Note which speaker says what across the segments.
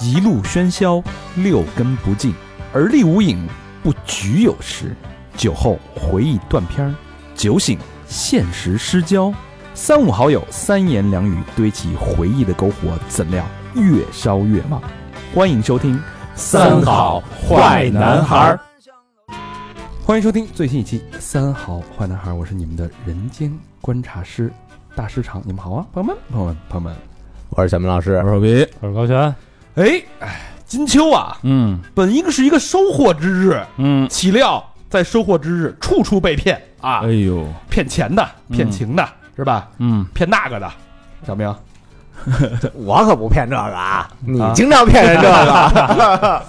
Speaker 1: 一路喧嚣，六根不净，而立无影，不局有时。酒后回忆断片儿，酒醒现实失焦。三五好友，三言两语堆起回忆的篝火，怎料越烧越旺。欢迎收听《
Speaker 2: 三好坏男孩儿》，
Speaker 1: 欢迎收听最新一期《三好坏男孩儿》，我是你们的人间观察师大市场，你们好啊，朋友们，朋友们，朋友们。
Speaker 2: 我是小明老师，
Speaker 3: 手皮，
Speaker 4: 我是高璇，
Speaker 1: 哎，哎，金秋啊，
Speaker 4: 嗯
Speaker 1: 本应是一个收获之日，
Speaker 4: 嗯，
Speaker 1: 岂料在收获之日处处被骗啊
Speaker 4: 哎，呦，
Speaker 1: 骗钱的，骗情的，是吧？
Speaker 4: 嗯，
Speaker 1: 骗那个的，小明，
Speaker 2: 我可不骗这个啊，你
Speaker 1: 啊
Speaker 2: 经常骗人这 个，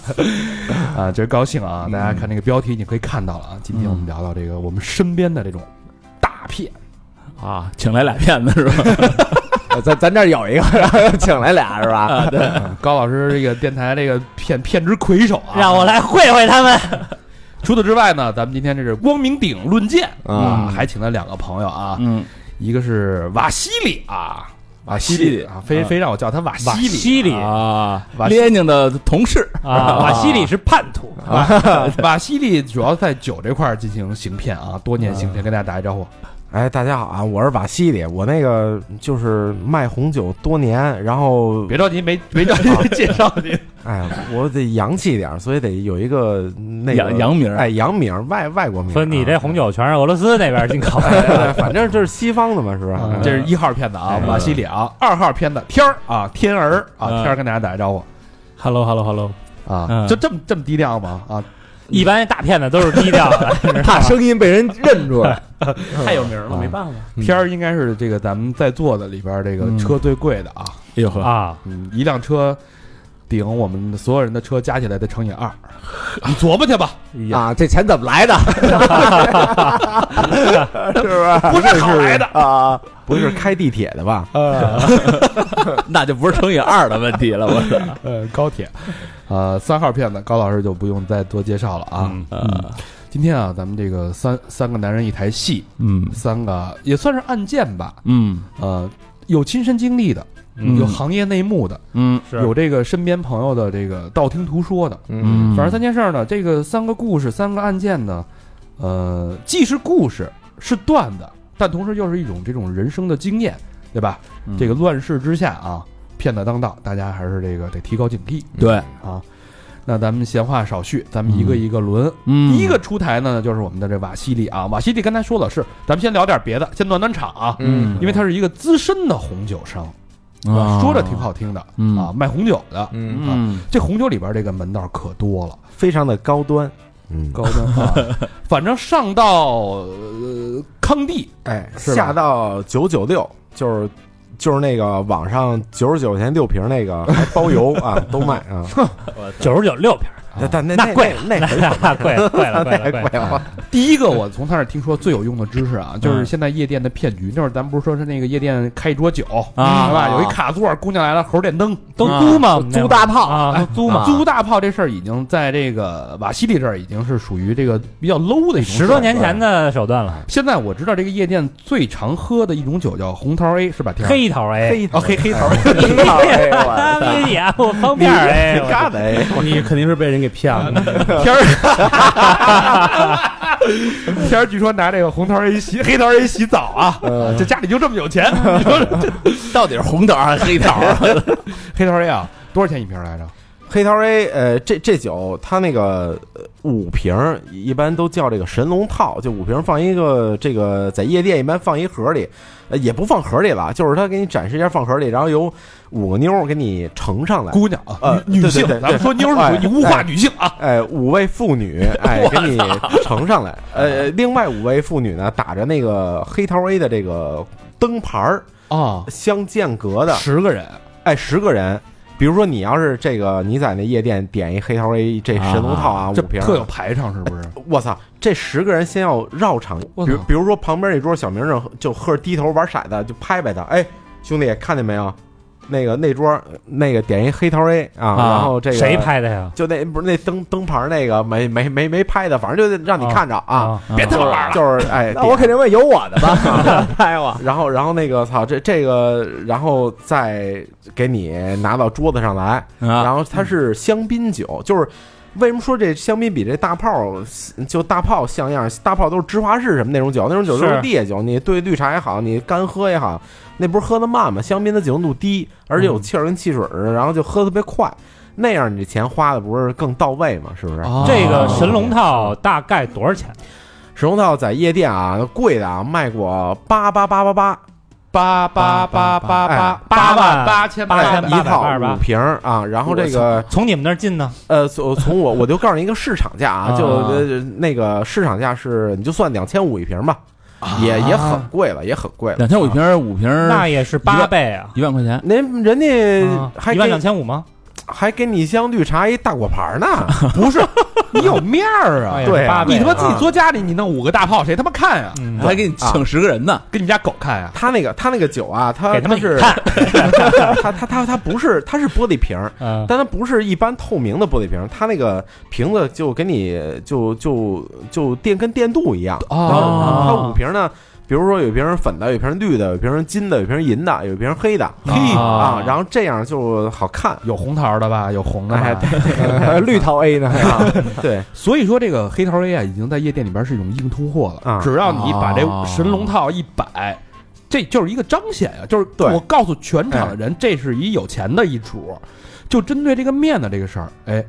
Speaker 1: 啊，这高兴啊！大家看这个标题，你可以看到了啊。今天我们聊聊这个我们身边的这种大骗，
Speaker 4: 啊，请来俩骗子是 吧？
Speaker 2: 呃咱咱这儿有一个， 然后请来俩是吧？
Speaker 1: 嗯高老师这个电台这个骗骗之魁首啊。
Speaker 4: 我来会会他们。
Speaker 1: 除此之外呢，咱们今天这是光明顶论剑
Speaker 2: 啊
Speaker 1: 啊，还请了两个朋友啊，
Speaker 4: 嗯，
Speaker 1: 一个是瓦西里啊，瓦西里啊，非
Speaker 4: 啊
Speaker 1: 非让我叫他瓦西里，
Speaker 3: 西里
Speaker 4: 啊
Speaker 1: 瓦，西
Speaker 4: 列宁的同事，
Speaker 3: 啊，瓦西里是叛徒，
Speaker 1: 啊 瓦西里主要在酒这块儿进行行骗啊，多年行骗，跟大家打一招呼。
Speaker 5: 哎，大家好啊，我是瓦西里，我那个就是卖红酒多年，然后
Speaker 1: 别着急，没没着急介绍你。
Speaker 5: 哎，我得洋气点儿，所以得有一个那个
Speaker 4: 洋洋名儿
Speaker 5: 哎，洋名儿外外国名儿啊。
Speaker 3: 说你这 红酒全是俄罗斯那边进口的，
Speaker 5: 哎，哎反正就是西方的嘛，是不是？
Speaker 1: 嗯这是一号骗子啊，瓦西里啊，二号骗子天儿啊，天儿啊，
Speaker 4: 嗯
Speaker 1: 天儿跟大家打一招呼
Speaker 3: Hello Hello Hello，
Speaker 1: 啊，
Speaker 4: 嗯
Speaker 1: 就这么这么低调吗？啊，
Speaker 3: 一般大骗子都是低调的，
Speaker 2: 怕声音被人认出来，
Speaker 4: 太有名了，
Speaker 1: 没
Speaker 4: 办法。
Speaker 1: 天儿应该是这个咱们在座的里边儿这个
Speaker 4: 嗯
Speaker 1: 车最贵的啊，
Speaker 4: 哎呦呵，
Speaker 3: 啊，
Speaker 1: 嗯，一辆车顶我们所有人的车加起来的乘以二，你琢磨去 吧，
Speaker 3: 哎呀
Speaker 2: 啊，这钱怎么来的？是不是？
Speaker 1: 不是好来的，
Speaker 2: 啊，
Speaker 5: 不是开地铁的吧？
Speaker 4: 那就不是乘以二的问题了，我操！
Speaker 1: 呃，高铁，呃，三号骗子高老师就不用再多介绍了啊。
Speaker 3: 嗯
Speaker 4: 啊
Speaker 1: 今天啊，咱们这个三三个男人一台戏，
Speaker 4: 嗯
Speaker 1: 三个也算是案件吧，
Speaker 4: 嗯
Speaker 1: 呃，有亲身经历的，
Speaker 4: 嗯
Speaker 1: 有行业内幕的，
Speaker 4: 嗯
Speaker 3: 是
Speaker 1: 有这个身边朋友的这个道听途说的，
Speaker 5: 嗯，
Speaker 4: 嗯，
Speaker 1: 反正三件事儿呢，这个三个故事，三个案件呢，呃，既是故事，是段子，但同时又是一种这种人生的经验，对吧？
Speaker 4: 嗯
Speaker 1: 这个乱世之下啊，骗子当道，大家还是这个得提高警惕
Speaker 4: 对，
Speaker 1: 啊。那咱们闲话少叙，咱们一个一个轮。
Speaker 4: 嗯
Speaker 1: 第一个出台呢，就是我们的这瓦西里啊，瓦西里刚才说了是，咱们先聊点别的，先暖暖场啊，
Speaker 2: 嗯
Speaker 1: 因为他是一个资深的红酒商，
Speaker 4: 啊
Speaker 1: 说着挺好听的、
Speaker 4: 嗯
Speaker 1: 啊，卖红酒的。
Speaker 2: 嗯，
Speaker 4: 嗯
Speaker 1: 这红酒里边这个门道可多了，
Speaker 5: 非常的高端。嗯，
Speaker 1: 高端啊，反正上到呃康帝
Speaker 5: 哎，
Speaker 1: 是吧
Speaker 5: 下到九九六就是。就是那个网上九十九块钱六瓶那个还包邮啊，都卖啊，
Speaker 3: 九十九六瓶，
Speaker 5: 但但那
Speaker 3: 那贵了，
Speaker 5: 那
Speaker 3: 那
Speaker 5: 那
Speaker 3: 那 贵了，贵了，贵
Speaker 5: 太
Speaker 3: 了，贵了，
Speaker 5: 贵了，
Speaker 1: 第一个，我从他那儿听说最有用的知识
Speaker 3: 嗯
Speaker 1: 啊，就是现在夜店的骗局。那会儿咱不是说是那个夜店开一桌酒
Speaker 4: 啊
Speaker 1: 是吧？有一卡座，姑娘来了，猴儿点灯，
Speaker 3: 都
Speaker 4: 啊
Speaker 3: 租嘛，我们那会儿
Speaker 2: 租大炮，
Speaker 3: 啊，都租嘛，
Speaker 1: 租大炮这事儿已经在这个瓦西里这儿已经是属于这个比较 low 的一种
Speaker 3: 十多年
Speaker 1: 手段
Speaker 3: 前
Speaker 1: 了。
Speaker 3: 的手段了，
Speaker 1: 现在我知道这个夜店最常喝的一种酒叫红桃 A，是吧？天儿
Speaker 3: 黑头哎，
Speaker 1: 哦黑黑 桃
Speaker 2: 哎呦我
Speaker 3: 啊，明显我方便儿 哎，我嗯
Speaker 2: 嘎的哎，
Speaker 6: 你肯定是被人给骗了。
Speaker 1: 天儿， 天儿据说拿这个红桃 A 洗黑桃 A 洗澡啊，这家里就这么有钱，你说这
Speaker 4: 到底是红桃还是黑桃？
Speaker 1: 黑桃 A 啊，多少钱一瓶来着？
Speaker 5: 黑桃 A，呃，这这酒它那个呃五瓶儿一般都叫这个神龙套，就五瓶儿放一个这个在夜店一般放一盒里，呃，也不放盒里了，就是他给你展示一下放盒里，然后由五个妞儿给你盛上来，
Speaker 1: 姑娘啊
Speaker 5: 呃，
Speaker 1: 女女性，
Speaker 5: 对对对对
Speaker 1: 咱们说妞儿
Speaker 5: 哎
Speaker 1: 是属于你物化女性啊，
Speaker 5: 哎，五位 妇女，哎，给你盛上来，呃，另外五位妇女呢打着那个黑桃 A 的这个灯牌儿
Speaker 1: 啊，
Speaker 5: 相间隔的，
Speaker 1: 十个人，
Speaker 5: 哎，十个人。比如说，你要是这个，你在那夜店点一黑桃 A，这神龙套啊，
Speaker 1: 这
Speaker 5: 五瓶儿
Speaker 1: 特有排场是不是？
Speaker 5: 我操，这十个人先要绕场，
Speaker 1: 我
Speaker 5: 比
Speaker 1: 操
Speaker 5: 如比如说旁边一桌小明正就喝着低头玩骰子，就拍拍他，哎，兄弟看见没有？那个那桌那个点一黑桃 A 啊，
Speaker 7: 啊
Speaker 5: 然后这个
Speaker 3: 谁？拍的呀？
Speaker 5: 就那不是那灯灯牌那个没没没没拍的，反正就让你看着啊，，
Speaker 7: 别
Speaker 5: 就是就是哎，
Speaker 2: 那我肯定会有我的吧？哎拍我，
Speaker 5: 然后，然后那个操，这这个，然后再给你拿到桌子上来，
Speaker 7: 啊
Speaker 5: 然后它是香槟酒，就是为什么说这香槟比这大炮就大炮像样？大炮都是芝华士什么那种酒，那种酒都是
Speaker 3: 是
Speaker 5: 烈酒，你兑绿茶也好，你干喝也好，那不是喝的慢吗？香槟的酒精度低，而且有气儿跟汽水儿，然后就喝得特别快，那样你这钱花的不是更到位吗？是不是？
Speaker 7: 啊
Speaker 3: 这个神龙套大概多少钱？
Speaker 5: 神龙套在夜店啊，贵的啊，卖过八八八八八。
Speaker 7: 八八八八八
Speaker 3: 八
Speaker 7: 万
Speaker 3: 万
Speaker 7: 八千
Speaker 3: 八
Speaker 7: 八
Speaker 3: 千
Speaker 5: 哎
Speaker 7: 千
Speaker 3: 八
Speaker 5: 一套
Speaker 3: 百八
Speaker 5: 五瓶儿啊，然后这个
Speaker 3: 从你们那儿进呢？
Speaker 5: 呃，从从我我就告诉你一个市场价啊，
Speaker 3: 啊
Speaker 5: 就呃那个市场价是你就算两千五一瓶吧，
Speaker 3: 啊
Speaker 5: 也也很贵了，也很贵了。
Speaker 7: 两千五一瓶儿，五瓶
Speaker 5: 嗯
Speaker 7: 儿
Speaker 3: 那也是八倍啊！
Speaker 7: 一万块钱，
Speaker 5: 人人家呃还
Speaker 3: 嗯一万两
Speaker 5: 给
Speaker 3: 千五吗？
Speaker 5: 还给你一箱绿茶一大果盘 呢，不是
Speaker 7: 你有面儿
Speaker 3: 哎呀
Speaker 5: 对啊
Speaker 3: 八倍
Speaker 7: 你
Speaker 3: 啊
Speaker 7: 他妈自己坐家里，你弄五个大炮，谁他妈看呀？
Speaker 3: 嗯
Speaker 7: 我还
Speaker 2: 啊
Speaker 7: 给你请十个人呢，跟你们家狗看呀？
Speaker 5: 他那个他那个酒啊，他
Speaker 3: 给他们
Speaker 5: 是
Speaker 3: 看
Speaker 5: 他他他他不是他是玻璃瓶儿，
Speaker 3: 嗯
Speaker 5: 但它不是一般透明的玻璃瓶，它那个瓶子就给你就就就电跟电镀一样
Speaker 7: 哦
Speaker 5: 它五瓶呢，比如说有一瓶粉的，有一瓶绿的，有一瓶金的，有一瓶银的，有一瓶黑的
Speaker 7: 嘿
Speaker 5: 啊，然后这样就好看。
Speaker 7: 有红桃的吧？有红的吧
Speaker 5: 哎，对
Speaker 2: 绿桃 A 呢？
Speaker 5: 啊 对，
Speaker 8: 所以说这个黑桃 A 啊，已经在夜店里边是一种硬通货了。
Speaker 5: 啊
Speaker 8: 只要你把这
Speaker 7: 哦
Speaker 8: 神龙套一摆，这就是一个彰显呀、就是
Speaker 5: 对哎
Speaker 8: 我告诉全场的人，这是一有钱的一主。就针对这个面的这个事儿，哎，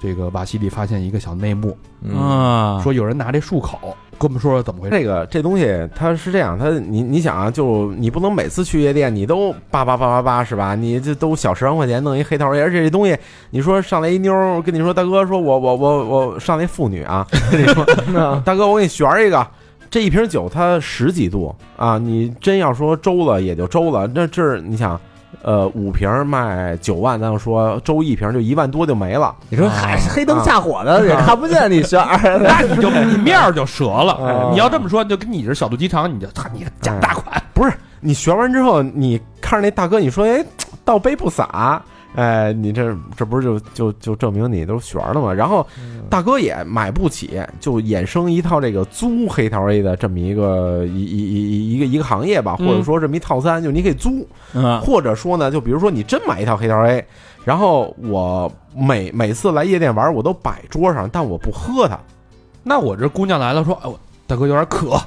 Speaker 8: 这个瓦西里发现一个小内幕，
Speaker 2: 嗯
Speaker 7: 啊，
Speaker 8: 说有人拿这漱口，跟我们说说怎么回事。
Speaker 5: 这个这东西它是这样，它你你想啊，就你不能每次去夜店你都八八八八八是吧？你这都小十万块钱弄一黑桃 A，而且这东西你说上来一妞儿跟你说大哥，说我我我我上来一妇女啊，跟你说大哥我给你旋儿一个。这一瓶酒它十几度啊，你真要说周了也就周了，那这儿你想，呃，五瓶卖九万，咱就说周一瓶就一万多就没了。
Speaker 2: 你说
Speaker 3: 啊
Speaker 2: 嗨，黑灯瞎火的也看不见你是二
Speaker 8: 那你就你面儿就折 了。
Speaker 2: 哦
Speaker 8: 哎你要这么说，就跟你是小肚鸡肠，你就操你假大款，
Speaker 5: 嗯你学完之后，你看着那大哥，你说：“哎，倒杯不洒。”哎，你这这不是就就就证明你都学了吗？然后大哥也买不起，就衍生一套这个租黑桃 A 的这么一个一一一一一个一个行业吧，或
Speaker 8: 嗯
Speaker 5: 者说这么一套餐，就你可以租，
Speaker 7: 嗯
Speaker 5: 或者说呢，就比如说你真买一套黑桃 A，然后我每每次来夜店玩，我都摆桌上，但我不喝它，
Speaker 8: 那我这姑娘来了说，哎，我大哥有点渴，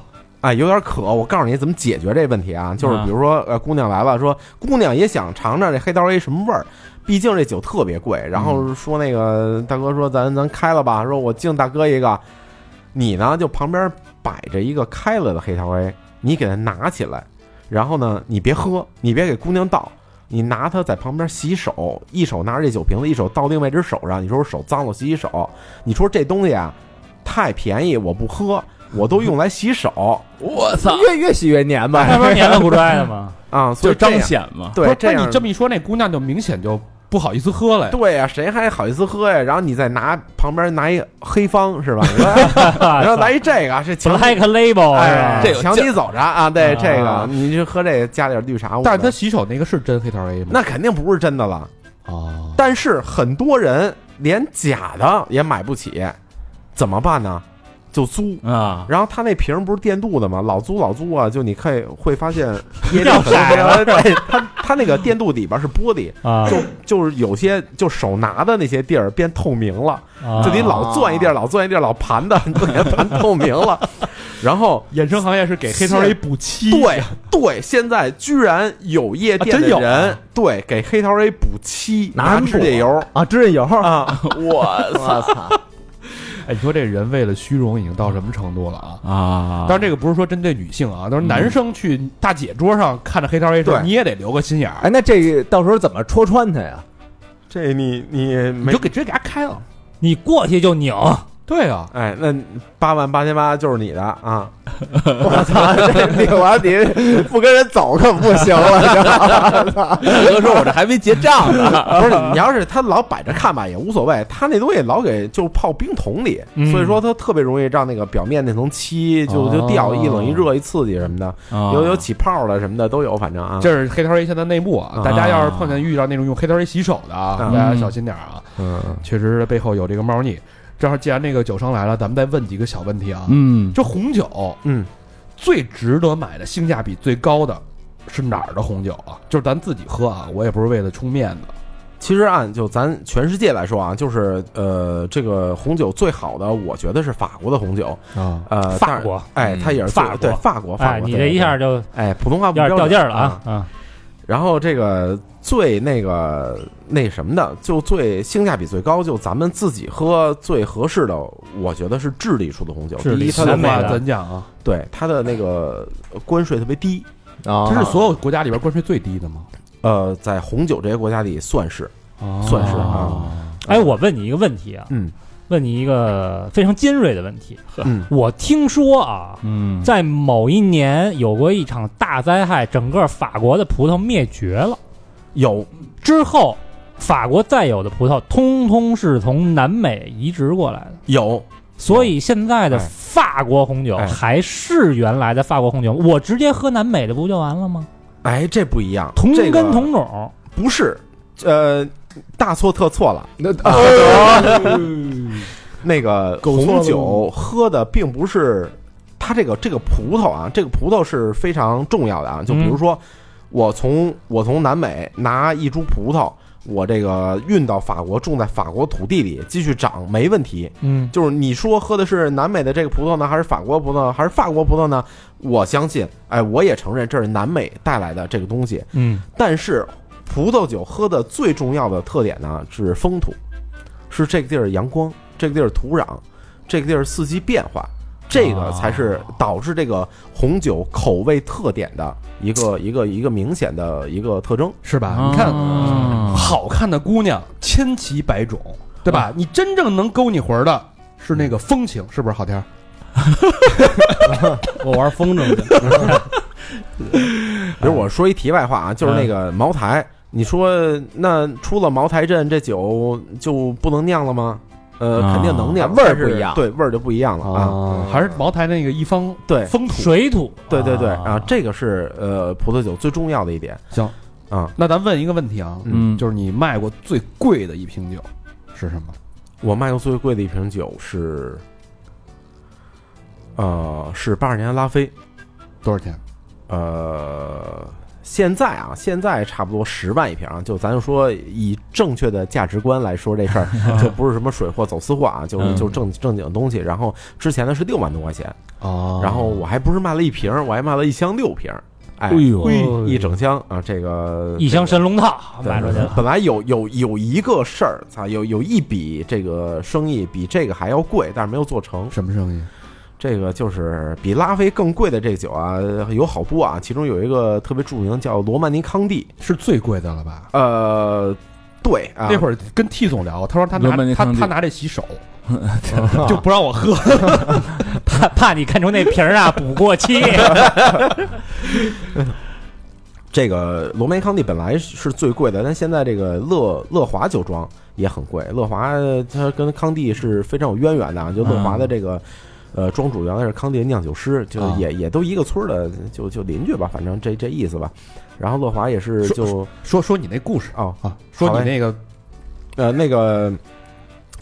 Speaker 5: 哎，有点渴。我告诉你怎么解决这问题啊，就是
Speaker 7: 嗯
Speaker 5: 比如说，呃，姑娘来了，说姑娘也想尝尝这黑桃 A 什么味儿，毕竟这酒特别贵。然后说那个大哥说咱咱开了吧，说我敬大哥一个，你呢就旁边摆着一个开了的黑桃 A，你给它拿起来，然后呢你别喝，你别给姑娘倒。你拿它在旁边洗手，一手拿着这酒瓶子，一手到另外一只手上。你说我手脏了，洗洗手。你说这东西啊，太便宜，我不喝，我都用来洗手。
Speaker 7: 我操，
Speaker 2: 越越洗越黏吧
Speaker 3: 那？不是年了不拽的吗？
Speaker 5: 啊，所
Speaker 7: 就
Speaker 5: 以这
Speaker 7: 彰
Speaker 5: 样
Speaker 7: 显嘛，
Speaker 8: 不
Speaker 5: 对
Speaker 8: 是
Speaker 5: 这
Speaker 8: 那
Speaker 5: 样
Speaker 8: 你这么一说，那姑娘就明显就不好意思喝了呀。
Speaker 5: 对呀、谁还好意思喝呀？然后你再拿旁边拿一黑 方是吧？然后来一这个，这 强
Speaker 3: 来个
Speaker 8: 啊
Speaker 3: label 啊是
Speaker 5: 哎
Speaker 3: 吧，
Speaker 7: 这有
Speaker 5: 强你走着啊！对
Speaker 3: 啊
Speaker 5: 这个，你就喝这个加点绿茶。我
Speaker 8: 但是他洗哦手那个是真黑桃 A 吗？
Speaker 5: 那肯定不是真的了。
Speaker 8: 哦，
Speaker 5: 但是很多人连假的也买不起，怎么办呢？就租。
Speaker 7: 啊，
Speaker 5: 然后他那瓶儿不是电镀的吗？老租老租啊，就你可以会 发现夜店
Speaker 3: 掉色了
Speaker 5: 对，他他那个电镀里边是玻璃，
Speaker 3: 啊，
Speaker 5: 就就是有些就手拿的那些地儿变透明了，就你老钻一地儿，老钻一地儿，老盘的，都 给它盘透明了。然后，
Speaker 8: 衍生行业是给黑 桃 A 补漆，
Speaker 5: 对对，现在居然有夜店
Speaker 8: 啊真有
Speaker 5: 的
Speaker 8: 啊
Speaker 5: 人对给黑桃 A 补漆，
Speaker 2: 拿
Speaker 5: 拿指甲油
Speaker 2: 啊，指甲油
Speaker 5: 啊，
Speaker 2: 我操！
Speaker 8: 哎，你说这人为了虚荣已经到什么程度了啊？
Speaker 7: 啊，
Speaker 8: 当然，这个不是说针对女性啊，都是男生去大姐桌上看着黑桃 A 时候，
Speaker 5: 对
Speaker 8: 你也得留个心眼儿，
Speaker 2: 哎，那这个到时候怎么戳穿他呀？
Speaker 5: 这你你
Speaker 8: 你
Speaker 5: 没
Speaker 8: 就给直接给他开了。
Speaker 3: 你过去就拧，
Speaker 1: 对啊，
Speaker 5: 哎，那八万八千八就是你的啊！我操，这领完你 不跟人走可不行了。
Speaker 2: 大哥说：“我这还没结账呢。
Speaker 5: 不是你要是他老摆着看吧也无所谓，他那东西老给就泡冰桶里，
Speaker 3: 嗯
Speaker 5: 所以说他特别容易让那个表面那层漆就就掉，
Speaker 1: 哦
Speaker 5: 一冷一热一刺激什么的，
Speaker 3: 哦啊
Speaker 5: 有有起泡了什么的都有，反正啊，
Speaker 3: 嗯
Speaker 1: 这是黑桃 A 现在内幕啊，
Speaker 5: 啊
Speaker 1: 大家要是碰见遇到那种用黑桃 A 洗手的啊，
Speaker 5: 嗯
Speaker 1: 大家小心点儿啊，
Speaker 5: 嗯，
Speaker 1: 确实背后有这个猫腻。正好既然那个酒商来了，咱们再问几个小问题啊。
Speaker 2: 嗯，
Speaker 1: 这红酒，
Speaker 5: 嗯，
Speaker 1: 最值得买的性价比最高的是哪儿的红酒啊？就是咱自己喝啊，我也不是为了充面子。
Speaker 5: 其实按就咱全世界来说啊，就是呃，这个红酒最好的，我觉得是法国的红酒，
Speaker 1: 啊，
Speaker 5: 呃，但
Speaker 3: 法
Speaker 5: 是，
Speaker 3: 国，嗯
Speaker 5: 哎，它也是最
Speaker 3: 法国
Speaker 5: 对法国，法
Speaker 3: 哎，
Speaker 5: 国，
Speaker 3: 你
Speaker 5: 对
Speaker 3: 这一下
Speaker 5: 对
Speaker 3: 就
Speaker 5: 哎，普通话
Speaker 3: 有
Speaker 5: 不标
Speaker 3: 点掉
Speaker 5: 准
Speaker 3: 劲儿了啊！啊，
Speaker 5: 然后这个最那个那什么的，就最性价比最高，就咱们自己喝最合适的，我觉得是智利出的红酒。
Speaker 3: 智利
Speaker 5: 第一，它
Speaker 1: 它的
Speaker 3: 南
Speaker 5: 的
Speaker 3: 美
Speaker 1: 话
Speaker 3: 的
Speaker 1: 咱讲啊，
Speaker 5: 对它的那个关税特别低，
Speaker 9: 啊
Speaker 1: 这是所有国家里边关税最低的吗？
Speaker 5: 呃，在红酒这些国家里算是算是啊，
Speaker 3: 哎，我问你一个问题啊，
Speaker 5: 嗯
Speaker 3: 问你一个非常尖锐的问题。
Speaker 5: 嗯
Speaker 3: 我听说啊，
Speaker 2: 嗯，
Speaker 3: 在某一年有过一场大灾害，整个法国的葡萄灭绝了。
Speaker 5: 有
Speaker 3: 之后，法国再有的葡萄，通通是从南美移植过来的。
Speaker 5: 有，
Speaker 3: 所以现在的
Speaker 5: 哎
Speaker 3: 法国红酒
Speaker 5: 哎
Speaker 3: 还是原来的法国红酒，我直接喝南美的不就完了吗？
Speaker 5: 哎，这不一样，
Speaker 3: 同
Speaker 5: 这
Speaker 3: 根
Speaker 5: 个
Speaker 3: 同种，
Speaker 5: 不是，呃，大错特错了。
Speaker 9: 那
Speaker 5: 那个
Speaker 10: 狗错了
Speaker 5: 红酒喝的并不是它这个这个葡萄啊，这个葡萄是非常重要
Speaker 10: 嗯
Speaker 5: 的啊。就比如说，我从我从南美拿一株葡萄，我这个运到法国，种在法国土地里继续长没问题。
Speaker 3: 嗯，
Speaker 5: 就是你说喝的是南美的这个葡萄呢，还是法国葡萄，还是法国葡萄呢？我相信，哎，我也承认这是南美带来的这个东西。
Speaker 3: 嗯，
Speaker 5: 但是葡萄酒喝的最重要的特点呢是风土，是这个地儿阳光，这个地儿土壤，这个地儿四季变化，这个才是导致这个红酒口味特点的一个
Speaker 9: 啊
Speaker 5: 一个一个明显的一个特征。
Speaker 1: 是吧？
Speaker 5: 啊
Speaker 1: 你看，好看的姑娘千奇百种，对
Speaker 5: 啊
Speaker 1: 吧？你真正能勾你魂儿的是那个风情，是不是好天儿？
Speaker 10: 我玩风筝去，
Speaker 9: 哎
Speaker 5: 比如我说一题外话啊，
Speaker 9: 嗯
Speaker 5: 就是那个茅台，你说那出了茅台镇这酒就不能酿了吗？呃，
Speaker 2: 啊
Speaker 5: 肯定能酿，
Speaker 9: 味儿
Speaker 5: 但是
Speaker 9: 不一样
Speaker 5: 对，味儿就不一样了啊。
Speaker 9: 啊，
Speaker 1: 还是茅台那个一方
Speaker 5: 对
Speaker 1: 风土？
Speaker 3: 水土，
Speaker 5: 对对对
Speaker 3: 啊
Speaker 5: 啊，这个是呃葡萄酒最重要的一点。
Speaker 1: 行
Speaker 5: 啊，
Speaker 1: 那咱问一个问题啊，
Speaker 2: 嗯，
Speaker 1: 就是你卖过最贵的一瓶酒是什么？
Speaker 5: 我卖过最贵的一瓶酒是，呃，是八二年的拉菲，
Speaker 1: 多少钱？
Speaker 5: 呃，现在啊，现在差不多十万一瓶啊，就咱就说以正确的价值观来说这 事儿，就不是什么水货走私货啊，就是
Speaker 2: 嗯
Speaker 5: 就是正正经的东西。然后之前的是六万多块钱，
Speaker 1: 哦
Speaker 5: 然后我还不是卖了一瓶，我还卖了一箱六瓶，哎
Speaker 2: 哎，呦，
Speaker 5: 一整箱啊，这个
Speaker 3: 一箱神龙套
Speaker 5: 对
Speaker 3: 卖出去了，
Speaker 5: 本来有有有一个事儿，操，有有一笔这个生意比这个还要贵，但是没有做成。
Speaker 1: 什么生意？
Speaker 5: 这个就是比拉菲更贵的这酒啊，有好多啊，其中有一个特别著名叫罗曼尼康帝，
Speaker 1: 是最贵的了吧？
Speaker 5: 呃，对啊，
Speaker 1: 那会儿跟 T 总聊，他说他
Speaker 2: 罗曼
Speaker 1: 拿
Speaker 2: 尼
Speaker 1: 他
Speaker 2: 康帝
Speaker 1: 他拿这洗手， 就不让我喝。
Speaker 3: 怕怕你看出那瓶儿啊补过期，
Speaker 5: 这个罗曼尼康帝本来是最贵的，但现在这个乐乐华酒庄也很贵。乐华它跟康帝是非常有渊源的啊，就乐华的这个。呃，庄主原来是康帝的酿酒师，就
Speaker 1: 嗯啊
Speaker 5: 也、也都一个村儿的，就就邻居吧，反正这这意思吧。然后乐华也是
Speaker 1: 说
Speaker 5: 就
Speaker 1: 说说你那故事
Speaker 5: 哦，
Speaker 1: 啊，说
Speaker 5: 好
Speaker 1: 你
Speaker 5: 嘞
Speaker 1: 那个
Speaker 5: 呃，那个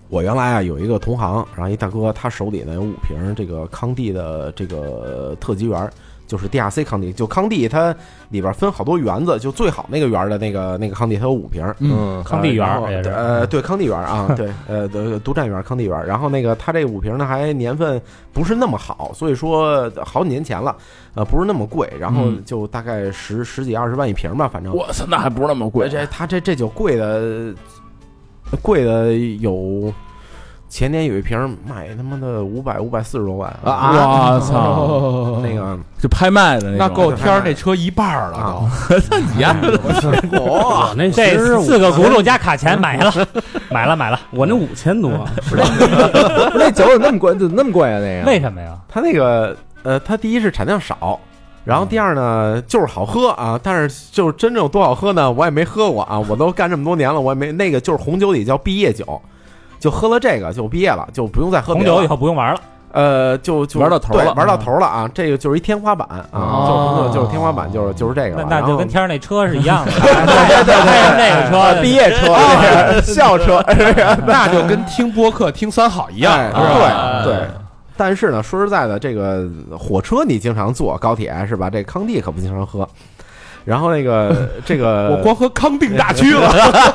Speaker 5: 我原来啊有一个同行，然后一大哥他手里呢有五瓶这个康帝的这个特级园儿，就是 DRC 康帝，就康帝它里边分好多园子，就最好那个园儿的那个那个康帝它有五瓶儿。
Speaker 9: 嗯
Speaker 3: 康帝园
Speaker 5: 呃然后
Speaker 3: 儿也哎是，嗯
Speaker 5: 呃，对，康帝园 儿啊，对，呃，独独占园儿康帝园儿。然后那个它这五瓶呢，还年份不是那么好，所以说好几年前了，呃，不是那么贵，然后
Speaker 3: 嗯
Speaker 5: 就大概十十几二十万一瓶吧，反正
Speaker 2: 我操，那还不是那么贵
Speaker 5: 这他这这酒贵的，贵的有前年有一瓶卖他妈的五百五百四十多万啊啊，
Speaker 7: 我操，
Speaker 5: 那个
Speaker 7: 就拍卖的
Speaker 8: 那
Speaker 7: 那
Speaker 8: 够
Speaker 7: 种，
Speaker 8: 天儿那车一半儿了
Speaker 5: 啊，
Speaker 7: 你呀，
Speaker 11: 我那
Speaker 3: 这
Speaker 11: 其实
Speaker 3: 四个轱辘加卡钳买 了，买了买了，
Speaker 11: 我那五 千多，
Speaker 2: 那酒怎么那么贵？怎么那么贵啊？那个
Speaker 3: 为什么呀？
Speaker 5: 它那个呃，它第一是产量少，然后第二呢就是好喝啊，但是就是真正有多好喝呢，我也没喝过啊，我都干这么多年了，我也没那个就是红酒里叫毕业酒，就喝了这个就毕业了，就不用再喝
Speaker 3: 红
Speaker 5: 别的
Speaker 3: 酒
Speaker 5: 了
Speaker 3: 以后不用玩了，
Speaker 5: 呃，就就
Speaker 7: 玩到头了
Speaker 5: 对
Speaker 3: 嗯
Speaker 5: 玩到头了啊！这个就是一天花板啊，
Speaker 7: 哦
Speaker 5: 就是就是天花板，就是就是这个
Speaker 3: 那
Speaker 5: 了。
Speaker 3: 那
Speaker 5: 然
Speaker 3: 就
Speaker 5: 后
Speaker 3: 跟天上那车是一样的，对对对，那个车
Speaker 2: 毕业车、校车，
Speaker 1: 哎
Speaker 8: 那就跟听播客听三好一样
Speaker 5: 哎，
Speaker 7: 啊
Speaker 5: 对对。但是呢，说实在的，这个火车你经常坐，高铁是吧？这康帝可不经常喝。然后那个这个，
Speaker 8: 我光喝康定大曲了，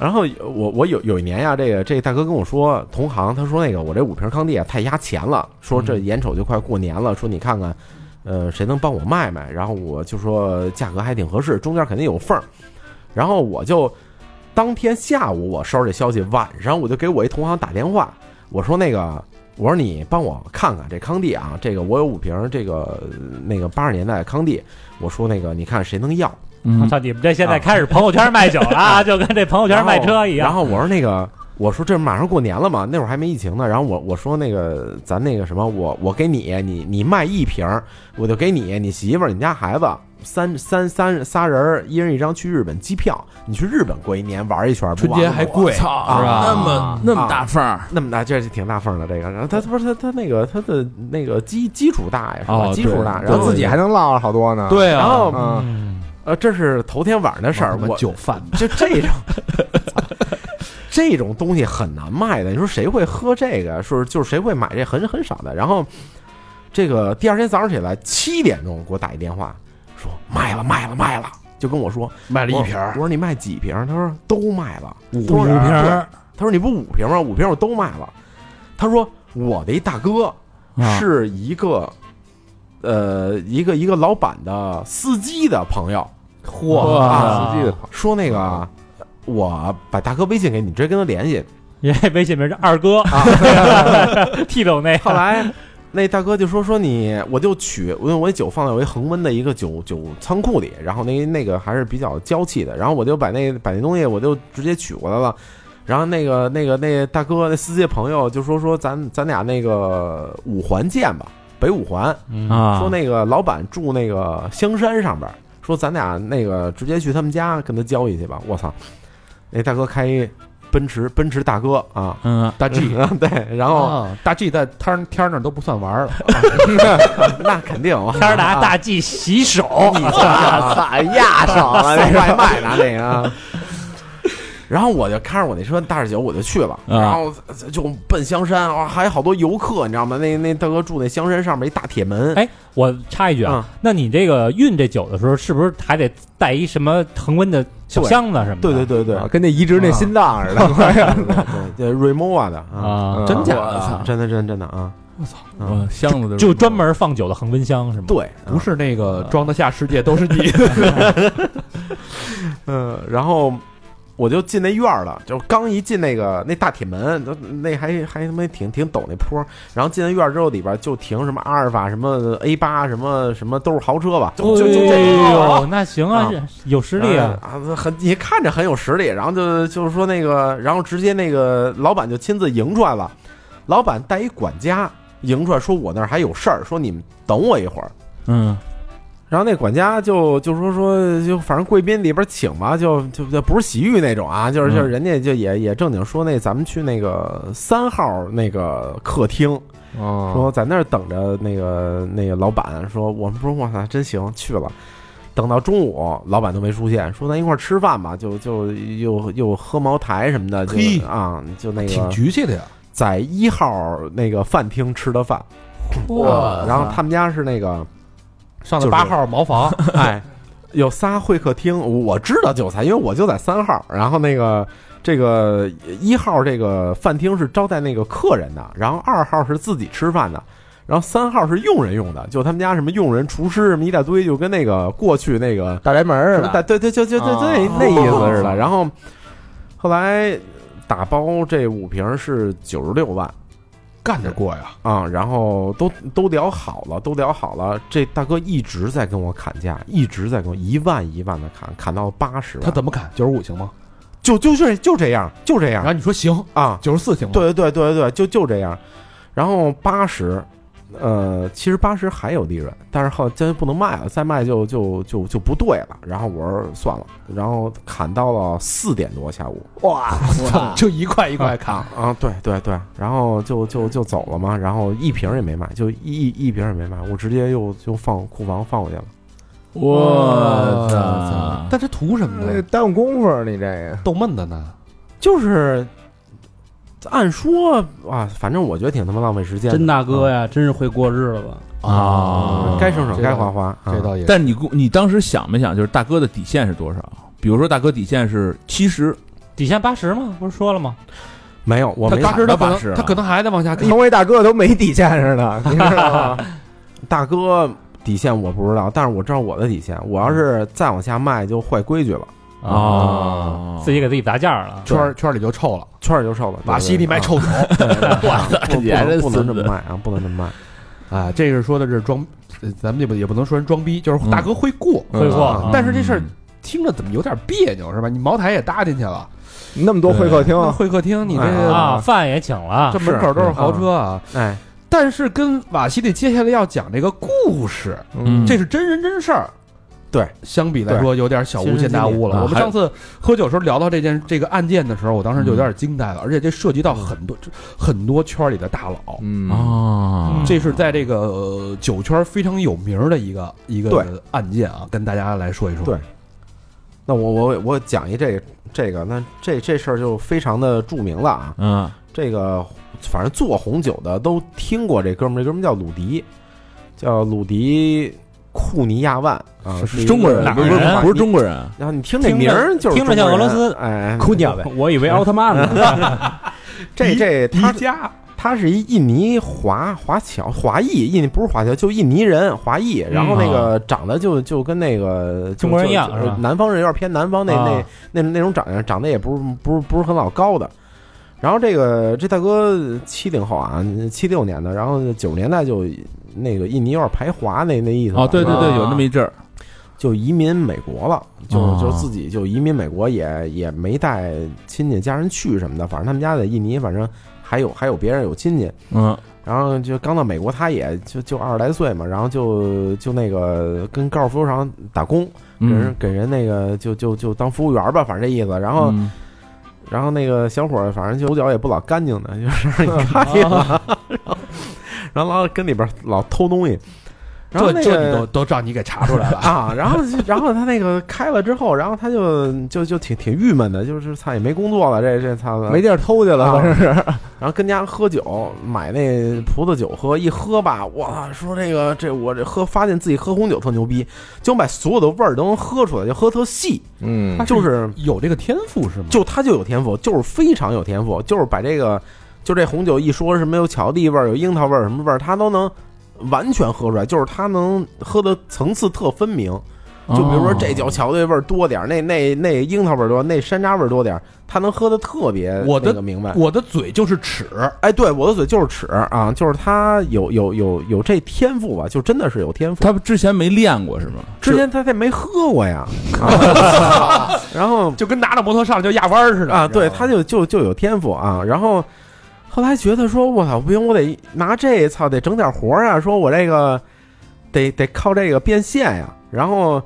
Speaker 5: 然后我我有有一年呀、这个这大哥跟我说，同行他说那个我这五瓶康帝啊太压钱了，说这眼瞅就快过年了，说你看看，呃，谁能帮我卖卖？然后我就说价格还挺合适，中间肯定有缝儿。然后我就当天下午我收到这消息，晚上我就给我一同行打电话，我说那个。我说你帮我看看这康帝啊，这个我有五瓶这个呃那个八十年代的康帝，我说那个你看谁能要？
Speaker 3: 我操，你们这现在开始朋友圈卖酒了啊，就跟这朋友圈卖车一
Speaker 5: 然
Speaker 3: 样。
Speaker 5: 后我说那个，我说这马上过年了嘛，那会儿还没疫情呢。然后我我说那个，咱那个什么，我我给你，你你卖一瓶儿，我就给你，你媳妇儿、你们家孩子三三三仨人儿，一人一张去日本机票。你去日本过一年玩一圈儿，不
Speaker 8: 春节
Speaker 5: 忘了
Speaker 8: 还
Speaker 5: 哎我
Speaker 8: 贵，
Speaker 7: 操，
Speaker 5: 是吧
Speaker 7: 那么那么大缝儿，
Speaker 5: 那么大，这是挺大缝儿的这个。然后他他不是他他那个他的那个基基础大呀，是吧？
Speaker 7: 哦
Speaker 5: 基础大，
Speaker 7: 对
Speaker 5: 然
Speaker 2: 我
Speaker 5: 后
Speaker 2: 自己还能落了好多呢。
Speaker 8: 对
Speaker 5: 然
Speaker 8: 啊，
Speaker 5: 后
Speaker 2: 嗯，
Speaker 3: 嗯，
Speaker 5: 呃，这是头天晚上的事
Speaker 1: 哦
Speaker 5: 儿，我
Speaker 8: 酒贩子
Speaker 5: 就这种，这种东西很难卖的。你说谁会喝这个？说就是谁会买这很很少的。然后这个第二天早上起来七点钟给我打一电话，说卖了卖了卖了，就跟我说
Speaker 8: 卖了一瓶
Speaker 5: 我
Speaker 8: 儿，
Speaker 5: 说你卖几瓶？他说都卖了。
Speaker 3: 五
Speaker 5: 瓶
Speaker 3: 瓶
Speaker 5: 对
Speaker 3: 儿，
Speaker 5: 他说你不五瓶吗？五瓶我都卖了。他说我的一大哥
Speaker 7: 啊
Speaker 5: 是一个、呃一个一个老板的司机的朋友。
Speaker 8: 嚯，
Speaker 5: 啊
Speaker 2: 司机的
Speaker 5: 说那个，啊我把大哥微信给你，直接跟他联系。
Speaker 3: 人家微信名是二哥，剃头那
Speaker 5: 后
Speaker 3: 个，
Speaker 5: 来那大哥就说说你，我就取，因为我酒放在我一恒温的一个酒酒仓库里，然后那那个还是比较娇气的，然后我就把那把那东西我就直接取过来了。然后那个那个那大哥那司机朋友就说说咱咱俩那个五环见吧，北五环。
Speaker 7: 啊，
Speaker 5: 说那个老板住那个香山上边儿，说咱俩那个直接去他们家跟他交易去吧。我操，那大哥开一奔驰，奔驰大哥啊，
Speaker 7: 嗯，
Speaker 8: 大 G。
Speaker 5: 对，然后、
Speaker 8: 啊大 G 在天儿天儿那儿都不算玩儿了，
Speaker 5: 那肯定我
Speaker 3: 天儿拿大 G 洗手，
Speaker 2: 操，压上啊 了
Speaker 5: 送
Speaker 2: 这
Speaker 5: 啊外卖拿这个啊。然后我就开着我那车大十九，我就去了，
Speaker 7: 啊
Speaker 5: 然后就奔香山啊，还有好多游客，你知道吗？那那大哥住那香山上面一大铁门，
Speaker 3: 哎我插一句啊，那你这个运这酒的时候，是不是还得带一什么恒温的小箱子什么的？
Speaker 5: 对对对对，
Speaker 2: 个，啊跟那移植那心脏似的。
Speaker 5: 对 Remova 的啊，
Speaker 7: 啊，
Speaker 2: 真
Speaker 7: 假
Speaker 5: 我操
Speaker 7: 的？
Speaker 5: 真的真真的啊，
Speaker 7: 我箱子都
Speaker 3: 就专门放酒的恒温箱是吗？，
Speaker 5: 对，啊
Speaker 8: 不是那个装得下世界都是你的，
Speaker 5: 嗯，然后我就进那院儿了，就刚一进那个那大铁门，都那还还他妈挺挺陡那坡儿，然后进那院儿之后里边就停什么阿尔法、什么 A 八、什么什么都是豪车吧，就就就这种
Speaker 3: 哎呦，那行啊
Speaker 5: 啊，
Speaker 3: 是有实力啊，
Speaker 5: 啊，很你看着很有实力，然后就就是说那个，然后直接那个老板就亲自迎出来了，老板带一管家迎出来说我那儿还有事儿，说你们等我一会儿。
Speaker 7: 嗯
Speaker 5: 然后那管家就就说说就反正贵宾里边请吧，就就就不是洗浴那种啊，就是
Speaker 7: 嗯
Speaker 5: 就是人家就也也正经说那咱们去那个三号那个客厅，
Speaker 2: 哦，
Speaker 5: 说在那儿等着那个那个老板，说我们不是哇塞真行去了。等到中午，老板都没出现，说咱一块儿吃饭吧，就就又又喝茅台什么的，就
Speaker 8: 嘿
Speaker 5: 啊，就
Speaker 1: 哎
Speaker 5: 那
Speaker 8: 挺
Speaker 5: 个
Speaker 8: 局气的呀。
Speaker 5: 在一号那个饭厅吃的饭，
Speaker 7: 哇
Speaker 5: 然后他们家是那个
Speaker 8: 上的
Speaker 5: 就是
Speaker 8: 八号茅 房，
Speaker 5: 哎，有仨会客厅，我我知道韭菜，因为我就在三号。然后那个这个一号这个饭厅是招待那个客人的，然后二号是自己吃饭的，然后三号是佣人用的，就他们家什么佣人、厨师什么一大堆，就跟那个过去那个
Speaker 2: 大宅门
Speaker 5: 什
Speaker 2: 似
Speaker 5: 么
Speaker 2: 的，
Speaker 5: 大对对就就就
Speaker 2: 哦
Speaker 5: 对那意思似的。然后后来打包这五瓶是九十六万
Speaker 1: 干得过呀？
Speaker 5: 啊、然后都都聊好了，都聊好了，这大哥一直在跟我砍价，一直在跟我一万一万的砍，砍到八十万，
Speaker 1: 他怎么砍？九十五行吗？
Speaker 5: 就就是就这样，就这
Speaker 1: 然
Speaker 5: 样
Speaker 1: 后你说行，
Speaker 5: 啊，
Speaker 1: 九十四行吗？，
Speaker 5: 对对对对对，就就这样。然后八十，呃，其实八十还有利润，但是后真不能卖了，再卖就就就就不对了。然后我说算了，然后砍到了四点多下午
Speaker 1: 哇，操就一块一块砍
Speaker 5: 啊，啊，对对对，然后就就就走了嘛，然后一瓶也没卖，就一一瓶也没卖，我直接又就放库房放回去了。
Speaker 7: 我操！
Speaker 1: 但这图什么的
Speaker 2: 那
Speaker 1: 呀？
Speaker 2: 耽误功夫，你这个
Speaker 1: 逗闷的呢？
Speaker 5: 就是按说啊，反正我觉得挺他妈浪费时间的，
Speaker 12: 真大哥呀，真是会过日子了。
Speaker 7: 啊
Speaker 5: 该省省
Speaker 1: 这
Speaker 5: 该
Speaker 1: 倒
Speaker 5: 花花，啊
Speaker 1: 哦这倒也是
Speaker 7: 但你估你当时想没想，就是大哥的底线是多少？比如说大哥底线是七十，
Speaker 3: 底线八十吗？不是说了吗？
Speaker 5: 没有，我
Speaker 1: 他
Speaker 5: 没
Speaker 1: 当时
Speaker 7: 砍
Speaker 1: 他
Speaker 7: 到
Speaker 1: 可
Speaker 7: 八十
Speaker 1: 能
Speaker 7: 了
Speaker 1: 他可能还得往下砍
Speaker 2: 成为大哥都没底线似的，你知道吗？
Speaker 5: 大哥底线我不知道，但是我知道我的底线。我要是再往下卖，就坏规矩了，
Speaker 7: 哦
Speaker 3: 自己给自己砸价了。
Speaker 1: 圈儿圈儿里就臭了。
Speaker 5: 圈儿就受了。
Speaker 1: 瓦西
Speaker 5: 啊
Speaker 1: 里卖臭狗
Speaker 5: 不
Speaker 7: 你还
Speaker 5: 能
Speaker 7: 真
Speaker 5: 不能这
Speaker 7: 孙子
Speaker 5: 么卖啊，不能这么卖。
Speaker 1: 啊，这是说的是装，呃咱们也不也不能说人装逼，就是大哥会过，
Speaker 3: 会过
Speaker 1: 啊
Speaker 3: 嗯
Speaker 1: 但是这事儿听着怎么有点别扭是吧？你茅台也搭进去了，
Speaker 2: 那么多会客厅，
Speaker 1: 那会客厅你这
Speaker 5: 嗯
Speaker 1: 个
Speaker 3: 啊，饭也请了
Speaker 1: 这，门口都是豪车啊。
Speaker 5: 哎，
Speaker 1: 但是跟瓦西里接下来要讲这个故事，
Speaker 7: 嗯
Speaker 1: 这是真人真事儿。
Speaker 5: 对，
Speaker 1: 相比来说有点小巫见大巫了。
Speaker 5: 对
Speaker 1: 我们
Speaker 7: 还
Speaker 1: 上次喝酒时候聊到这件这个案件的时候，我当时就有点惊呆了，而且这涉及到很多很多圈里的大佬，
Speaker 7: 嗯
Speaker 5: 啊
Speaker 7: 哦
Speaker 1: 这是在这个呃酒圈非常有名儿的一个一
Speaker 5: 对
Speaker 1: 个案件啊，跟大家来说一说。
Speaker 5: 对那我我我讲一这个这个，那这这事儿就非常的著名了啊。
Speaker 7: 嗯
Speaker 5: 这个反正做红酒的都听过这哥们儿，这哥们儿叫鲁迪，叫鲁迪库尼亚万啊，是一个
Speaker 7: 中国人
Speaker 3: 哪儿
Speaker 7: 不是
Speaker 3: 人啊
Speaker 7: 不是中国人，
Speaker 5: 然后你听这
Speaker 3: 听着
Speaker 5: 名儿就是
Speaker 3: 听着像俄
Speaker 5: 中国人
Speaker 3: 罗斯
Speaker 5: 哎，
Speaker 12: 姑娘呗，我以为奥特曼呢。
Speaker 5: 这这他
Speaker 1: 家
Speaker 5: 他是一印尼华华侨华裔，印尼不是华侨，就印尼人华裔。然后那个长得就就跟那个就
Speaker 3: 啊中国人一样
Speaker 5: 就是
Speaker 3: 吧
Speaker 5: 南方人有点偏南方那那
Speaker 3: 啊
Speaker 5: 那那种长相，长得也不是不是不是很老高的。然后这个这大哥七零后啊，七六年的，然后九十年代就那个印尼有点排华那那意思吧
Speaker 3: 啊
Speaker 7: 哦，对对对，有那么一阵儿，
Speaker 5: 就移民美国了，就
Speaker 7: 哦
Speaker 5: 就自己就移民美国也，也没带亲戚家人去什么的，反正他们家在印尼，反正还有还有别人有亲戚，
Speaker 7: 嗯
Speaker 5: 然后就刚到美国，他也就就二十来岁嘛，然后就就那个跟高尔夫球场打工，给人、
Speaker 7: 嗯，
Speaker 5: 给人那个就就就当服务员吧，反正这意思。然后、
Speaker 7: 嗯
Speaker 5: 然后那个小伙儿，反正就手脚也不老干净的， 就是你看见了，
Speaker 1: 哦
Speaker 5: 然后然后老跟里边老偷东西，然后
Speaker 1: 这
Speaker 5: 那
Speaker 1: 这你都
Speaker 5: 个。
Speaker 1: 都让你给查出来了。
Speaker 5: 啊，然后就然后他那个开了之后，然后他就就就挺挺郁闷的，就是操也没工作了，这这操
Speaker 2: 没地儿偷去了，
Speaker 5: 啊
Speaker 2: 合着是
Speaker 5: 然后跟家喝酒，买那葡萄酒喝，一喝吧，哇，说这个这我这喝，发现自己喝红酒特牛逼，就把所有的味儿都能喝出来，就喝特细，
Speaker 2: 嗯
Speaker 1: 他
Speaker 5: 就是
Speaker 1: 有这个天赋是吗？
Speaker 5: 就他就有天赋，就是非常有天赋，就是把这个就这红酒一说什么有巧克力味儿，有樱桃味儿什么味儿，他都能完全喝出来，就是他能喝的层次特分明。就比如说
Speaker 7: 哦
Speaker 5: 这酒巧克力味儿多点儿，那那那樱桃味儿多，那山楂味儿多点儿，他能喝的特别
Speaker 1: 我的
Speaker 5: 那个明白。
Speaker 1: 我的嘴就是尺，
Speaker 5: 哎，对，我的嘴就是尺啊，就是他有有有有这天赋吧，就真的是有天赋。
Speaker 7: 他之前没练过是吗？
Speaker 5: 之前他他没喝过呀，啊 然后
Speaker 1: 就跟拿着摩托上来就压弯儿似的
Speaker 5: 啊，对，
Speaker 1: 你知道
Speaker 5: 他
Speaker 1: 吗
Speaker 5: 就就就有天赋啊。然后后来觉得说，我操，不行，我得拿这操得整点活儿啊，说我这个得得靠这个变现呀、然后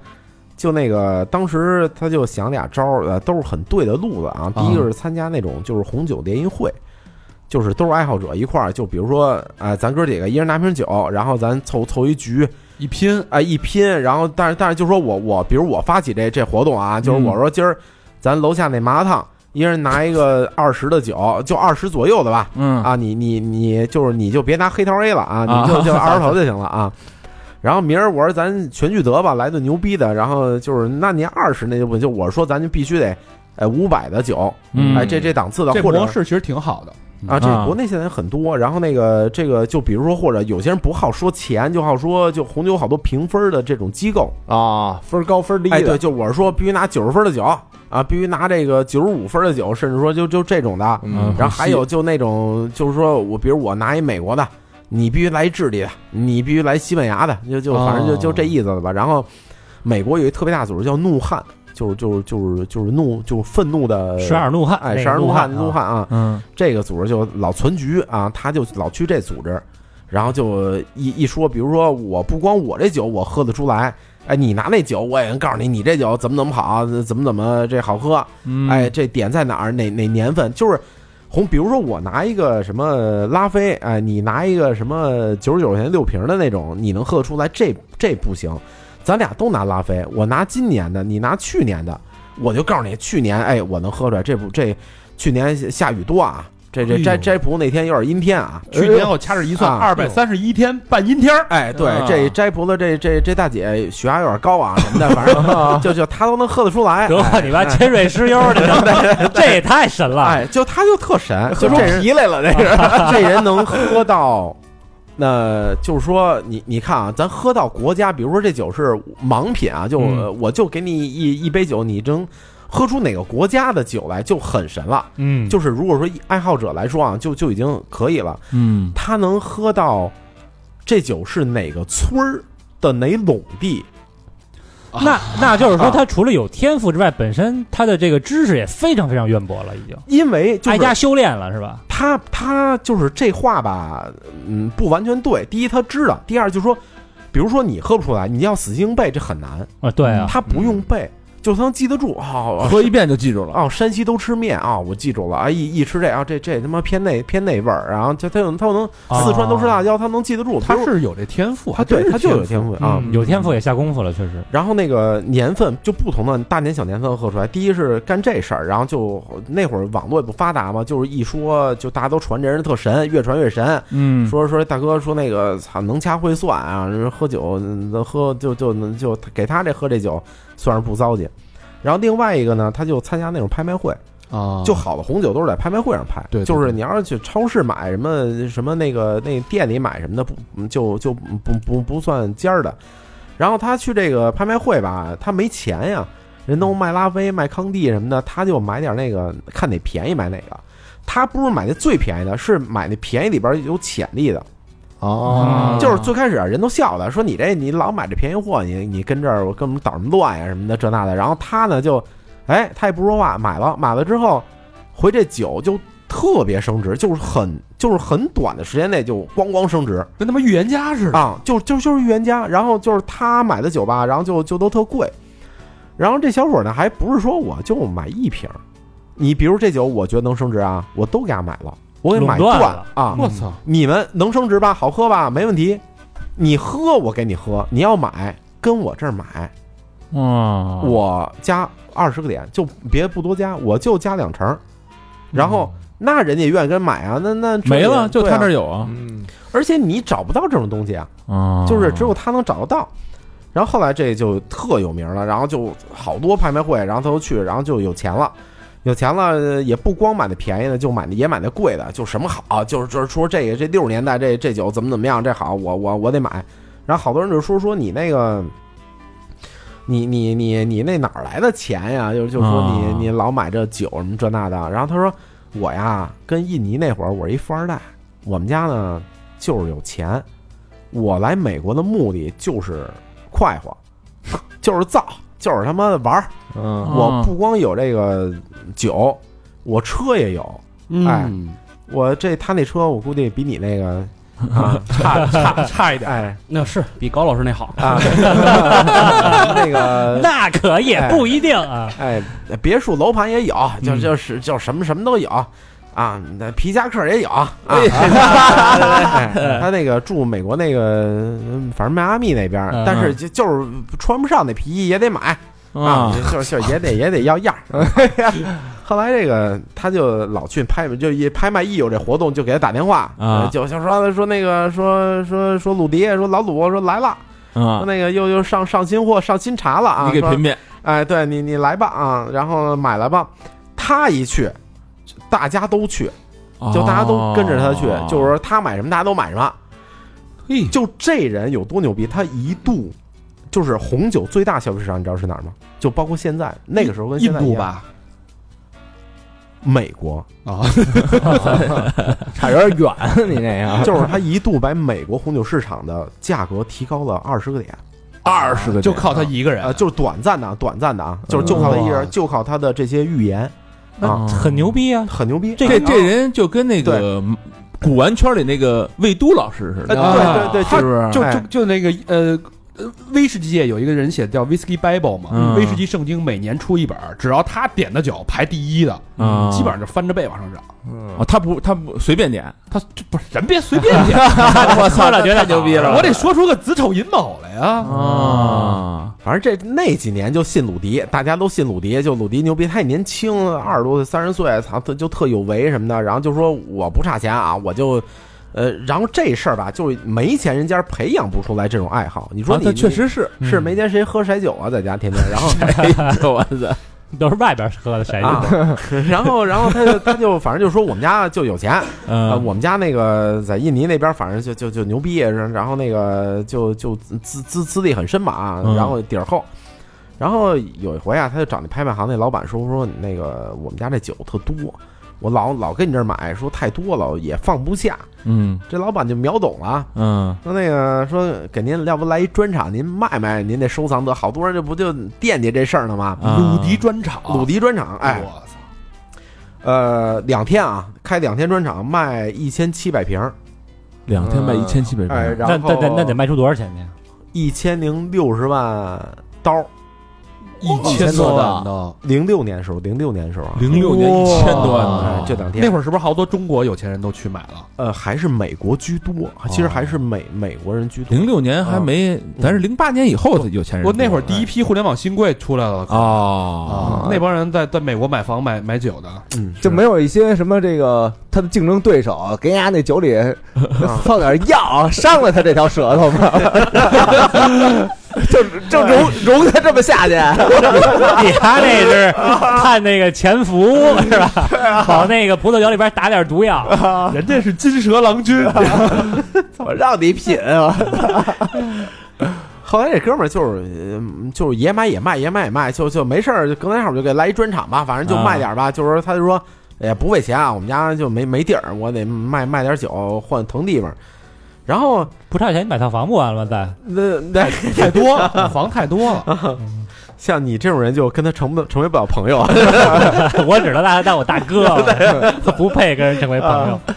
Speaker 5: 就那个当时他就想俩招儿，呃，都是很对的路子啊。第一个是参加那种就是红酒联谊会。就是都是爱好者一块儿，就比如说，啊、咱哥几个一人拿瓶酒，然后咱凑凑一局，
Speaker 1: 一拼，
Speaker 5: 哎一拼，然后但是但是就说我我比如我发起这这活动啊，
Speaker 7: 嗯
Speaker 5: 就是我说今儿咱楼下那麻辣烫，一人拿一个二十的酒，就二十左右的吧，
Speaker 7: 嗯
Speaker 5: 啊你你你就是你就别拿黑桃 A 了啊，
Speaker 7: 啊
Speaker 5: 你 就就二十头就行了啊。然后明儿我说咱全聚德吧，来顿牛逼的，然后就是那你二十那就不就我说咱就必须得。哎，五百的酒，
Speaker 7: 嗯
Speaker 5: 哎，这这档次的，
Speaker 1: 这
Speaker 5: 或者
Speaker 1: 模式其实挺好的。
Speaker 5: 啊，这
Speaker 7: 啊
Speaker 5: 国内现在有很多。然后那个这个，就比如说，或者有些人不好说钱，就好说就红酒有好多评分的这种机构。
Speaker 2: 啊，分儿高分儿低
Speaker 5: 哎，对，
Speaker 2: 的，
Speaker 5: 就我是说必须拿九十分的酒啊，必须拿这个九十五分的酒，甚至说就就这种的。
Speaker 2: 嗯
Speaker 5: 然后还有就那种，就是说我比如我拿一美国的，你必须来智利的，你必须来西班牙的，就就
Speaker 2: 哦
Speaker 5: 反正就就这意思了吧。然后美国有一特别大组织叫怒汉，就是就是就是就是怒就是愤怒的
Speaker 3: 十二怒汉，
Speaker 5: 哎
Speaker 3: 那
Speaker 5: 十二
Speaker 3: 个
Speaker 5: 怒汉
Speaker 3: 啊
Speaker 5: 怒汉啊，
Speaker 7: 嗯
Speaker 5: 这个组织就老存局啊，他就老去这组织，然后就一一说，比如说我不光我这酒我喝得出来，哎，你拿那酒我也能告诉你，你这酒怎么怎么好，怎么怎么这好喝，
Speaker 7: 嗯
Speaker 5: 哎，这点在哪儿，哪哪年份，就是红，比如说我拿一个什么拉菲，哎，你拿一个什么九十九块钱六瓶的那种，你能喝得出来，这这不行，咱俩都拿拉菲，我拿今年的，你拿去年的，我就告诉你，去年哎，我能喝出来，这不这去年下雨多啊，这这
Speaker 7: 哎
Speaker 5: 摘
Speaker 7: 呦哎
Speaker 5: 摘葡那天有点阴天啊，
Speaker 7: 去年我掐指一算，
Speaker 5: 啊
Speaker 7: 二百三十一天半阴天儿，
Speaker 5: 哎，对
Speaker 7: 啊，
Speaker 5: 这摘葡的这这这大姐血压有点高啊什么的，反正就就她都能喝得出来，
Speaker 3: 得了，你妈尖锐湿疣 的， 这也太神了！
Speaker 5: 哎，就她就特神，
Speaker 2: 喝
Speaker 5: 就
Speaker 2: 出
Speaker 5: 这人
Speaker 2: 皮来了，这是。
Speaker 5: 这人能喝到，那就是说，你你看啊，咱喝到国家，比如说这酒是盲品啊，就、
Speaker 3: 嗯
Speaker 5: 我就给你一一杯酒，你真喝出哪个国家的酒来就很神了。
Speaker 3: 嗯，
Speaker 5: 就是如果说一爱好者来说啊，就就已经可以了。
Speaker 7: 嗯
Speaker 5: 他能喝到这酒是哪个村儿的哪垄地，
Speaker 3: 那那就是说，
Speaker 5: 啊
Speaker 3: 他除了有天赋之外，本身他的这个知识也非常非常渊博了，已经
Speaker 5: 因为就
Speaker 3: 挨
Speaker 8: 哎
Speaker 5: 是
Speaker 3: 家修炼了，是吧？
Speaker 5: 他他就是这话吧，嗯，不完全对。第一，他知道；第二，就是说，比如说你喝不出来，你要死记硬背，这很难。
Speaker 3: 啊，对
Speaker 8: 哎
Speaker 3: 啊，
Speaker 5: 他不用背，
Speaker 8: 嗯
Speaker 5: 就他能记得住。哦，
Speaker 7: 喝一遍就记住了。
Speaker 5: 哦，山西都吃面啊、我记住了啊，一一吃这啊，这这他妈偏那偏那味儿，然后他他有他有能四川都吃辣椒，他能记得住。
Speaker 8: 啊他
Speaker 5: 比如
Speaker 8: 是有这天赋，
Speaker 5: 他
Speaker 8: 还真
Speaker 5: 对
Speaker 8: 是
Speaker 5: 他就有天赋啊。
Speaker 3: 嗯有天赋也下功夫了，确实。
Speaker 5: 然后那个年份就不同的大年小年份喝出来，第一是干这事儿，然后就那会儿网络也不发达嘛，就是一说就大家都传这人特神，越传越神，
Speaker 7: 嗯
Speaker 5: 说说大哥说那个操能掐会算啊，人喝酒嗯喝就就能就给他这喝这酒算是不糟践。然后另外一个呢，他就参加那种拍卖会，
Speaker 8: 啊，
Speaker 5: 就好的红酒都是在拍卖会上拍，
Speaker 8: 对对
Speaker 5: 就是
Speaker 8: 对
Speaker 5: 你要是去超市买什么什么那个那店里买什么的，不嗯就就不不不不算尖儿的。然后他去这个拍卖会吧，他没钱呀，人
Speaker 8: 嗯
Speaker 5: 都卖拉菲、卖康帝什么的，他就买点那个，看哪便宜买哪个。他不是买那最便宜的，是买那便宜里边有潜力的。
Speaker 2: 哦
Speaker 5: 就是最开始啊人都笑他，说你这你老买这便宜货，你你跟这儿我跟我们捣什么乱呀什么的这那的。然后他呢就，哎，他也不说话，买了买了之后，回这酒就特别升值，就是很就是很短的时间内就咣咣升值
Speaker 8: 跟他妈预言家似的。
Speaker 5: 啊，就就就是预言家。然后就是他买的酒吧，然后就就都特贵。然后这小伙呢，还不是说我就买一瓶儿，你比如这酒我觉得能升值啊，我都给他买了，我给买
Speaker 3: 垄断
Speaker 5: 断
Speaker 3: 了
Speaker 5: 啊，
Speaker 8: 我操，
Speaker 5: 你们能升值吧？好喝吧？没问题。你喝我给你喝，你要买跟我这儿买，
Speaker 7: 哇，
Speaker 5: 我加二十个点，就别不多加，我就加两成儿。然后那人家愿意跟买啊，那那这
Speaker 7: 嗯没了，
Speaker 5: 对
Speaker 7: 就
Speaker 5: 啊
Speaker 7: 他这儿有啊
Speaker 2: 嗯，
Speaker 5: 而且你找不到这种东西啊，
Speaker 7: 啊，
Speaker 5: 就是只有他能找得到。然后后来这就特有名了，然后就好多拍卖会，然后他都去，然后就有钱了，有钱了呃也不光买那便宜的，就买那也买那贵的，就什么好，就是就是说这个这六十年代这这酒怎么怎么样，这好，我我我得买。然后好多人就说说你那个，你你你你那哪儿来的钱呀？就就说你
Speaker 7: 啊
Speaker 5: 你老买这酒什么这那的。然后他说我呀跟印尼那会儿我是一富二代，我们家呢就是有钱，我来美国的目的就是快活， 就是造，就是他妈的玩儿。
Speaker 2: 嗯
Speaker 5: 我不光有这个酒，我车也有。哎，我这他那车，我估计比你那 个啊差差差一点。哎
Speaker 11: 那是比高老师那好。
Speaker 5: 啊，那个
Speaker 3: 那可也不一定 啊，
Speaker 5: 哎，别墅楼盘也有，就
Speaker 3: 嗯
Speaker 5: 就是就什么什么都有啊。那皮夹克 也有啊。哎他那个住美国那个，嗯反正迈阿密那边儿
Speaker 7: 嗯，
Speaker 5: 但是就就是穿不上那皮衣也得买。啊
Speaker 7: 啊，，
Speaker 5: 就是就是也得也得要样儿。 后来这个他就老去拍，就一拍卖一有这活动就给他打电话，
Speaker 7: 啊
Speaker 5: 呃就就说说那个说说说鲁迪说老鲁说来了，说
Speaker 7: 啊，
Speaker 5: 那个又又上上新货上新茶了啊，
Speaker 7: 你给
Speaker 5: 说
Speaker 7: 品品，
Speaker 5: 哎，对你你来吧啊，然后买来吧。他一去，大家都去，就大家都跟着他去
Speaker 7: 哦，
Speaker 5: 就是说他买什么大家都买什么。
Speaker 8: 嘿，
Speaker 5: 就这人有多牛逼？他一度就是红酒最大消费市场，你知道是哪儿吗？就包括现在那个时候跟
Speaker 8: 印
Speaker 5: 现在一
Speaker 8: 度
Speaker 5: 样，
Speaker 8: 吧，
Speaker 5: 美国，
Speaker 8: 啊，
Speaker 2: 差有点远，啊你这个
Speaker 5: 就是他一度把美国红酒市场的价格提高了二十个 点，
Speaker 2: 二十个
Speaker 8: 就靠
Speaker 1: 啊
Speaker 8: 他一个人
Speaker 5: 呃，，就是短暂的啊，短暂的啊，
Speaker 7: 嗯
Speaker 5: 就是就
Speaker 8: 嗯
Speaker 5: 靠他一人，就靠他的这些预言啊，
Speaker 3: 很牛逼啊！
Speaker 5: 很牛逼。
Speaker 7: 这
Speaker 3: 这
Speaker 7: 这人就跟那个古玩圈里那个魏都老师似
Speaker 5: 呃，
Speaker 7: 的，啊
Speaker 5: 对对对，
Speaker 8: 他
Speaker 5: 就是
Speaker 8: 就
Speaker 5: 哎
Speaker 8: 就就那个呃。呃威士忌界有一个人写的叫 Whisky Bible 嘛，
Speaker 7: 嗯
Speaker 8: 威士忌圣经每年出一本儿，只要他点的酒排第一的，
Speaker 7: 啊
Speaker 8: 基本上就翻着背往上涨。
Speaker 7: 哦，他不他不随便点，
Speaker 8: 他这不是人别随便 点，
Speaker 7: 我操，
Speaker 3: 了觉得
Speaker 7: 太牛逼了，
Speaker 8: 我得说出个子丑寅卯来呀。
Speaker 7: 啊，
Speaker 5: 反正这那几年就信鲁迪，大家都信鲁迪，就鲁迪牛逼，他也年轻，二十多岁、三十岁，操，他就特有为什么的，然后就说我不差钱啊，我就。呃，然后这事儿吧，就是没钱人家培养不出来这种爱好。你说
Speaker 7: 啊
Speaker 5: 你、
Speaker 7: 他确实是，
Speaker 5: 是没钱谁喝骰酒啊，在家天天， 然后
Speaker 7: 我操，
Speaker 3: 都是外边喝的谁？
Speaker 5: 啊， 然后然后他就他就反正就说我们家就有钱，呃，
Speaker 7: 嗯，
Speaker 5: 我们家那个在印尼那边，反正就就就牛逼，然然后那个就就资资资历很深嘛啊，
Speaker 7: 嗯
Speaker 5: 然后底儿厚。然后有一回啊，他就找那拍卖行那老板说说那个我们家这酒特多，我老老跟你这儿买，说太多了也放不下。
Speaker 7: 嗯
Speaker 5: 这老板就秒懂了啊，
Speaker 7: 嗯
Speaker 5: 说那个说给您要不来一专场，您卖卖您那收藏得，好多人这不就惦记这事儿呢吗？
Speaker 7: 啊
Speaker 8: 鲁迪专场，
Speaker 5: 鲁迪专场，
Speaker 3: 哦
Speaker 5: 哎，
Speaker 8: 我操，
Speaker 5: 呃，两天啊，开两天专场卖一千七百瓶儿，
Speaker 7: 两天卖一千七百
Speaker 5: 哎，
Speaker 7: 瓶，
Speaker 5: 然
Speaker 3: 那
Speaker 5: 后
Speaker 3: 那那那得卖出多少钱 去？
Speaker 5: 一千零六十万刀。
Speaker 8: 一
Speaker 2: 千多万
Speaker 8: 万呢。
Speaker 5: 零六年时候，零六年时候啊，
Speaker 7: 零六年一千多万
Speaker 5: 哎
Speaker 7: 呢，
Speaker 5: 这两天
Speaker 8: 那会儿是不是好多中国有钱人都去买了？
Speaker 5: 呃还是美国居多，其实还是美美国人居多。
Speaker 7: 哦零六年还没，咱是零八年以后的有钱人多，哎
Speaker 8: 我那会儿第一批互联网新贵出来了
Speaker 7: 哦，
Speaker 8: 啊，那帮人在在美国买房买买酒的，
Speaker 5: 嗯，
Speaker 2: 就没有一些什么这个他的竞争对手给人家那酒里
Speaker 5: 啊
Speaker 2: 放点药伤了他这条舌头吗？ 就就
Speaker 5: 哎
Speaker 2: 容容他这么下去，
Speaker 3: 你他那 是看那个潜伏是
Speaker 5: 啊
Speaker 3: 吧？往那个葡萄酒里边打点毒药，
Speaker 8: 人家是金蛇郎君，
Speaker 2: 我让你品啊！
Speaker 5: 后来这哥们儿就是呃就是也买也卖，也买也卖，就就没事儿，就隔三差五就给来一专场吧，反正
Speaker 7: 啊
Speaker 5: 就卖点儿吧。就是说他就说也不为钱啊，我们家就没没地儿，我得卖卖点酒换腾地方。然后
Speaker 3: 不差钱，你买套房不完了吗？再
Speaker 5: 那那
Speaker 8: 太多房太多了，
Speaker 5: 像你这种人就跟他成不成为不了朋友。啊
Speaker 3: 我只能拿他当我大哥了， 不配跟人成为朋
Speaker 5: 啊
Speaker 3: 友。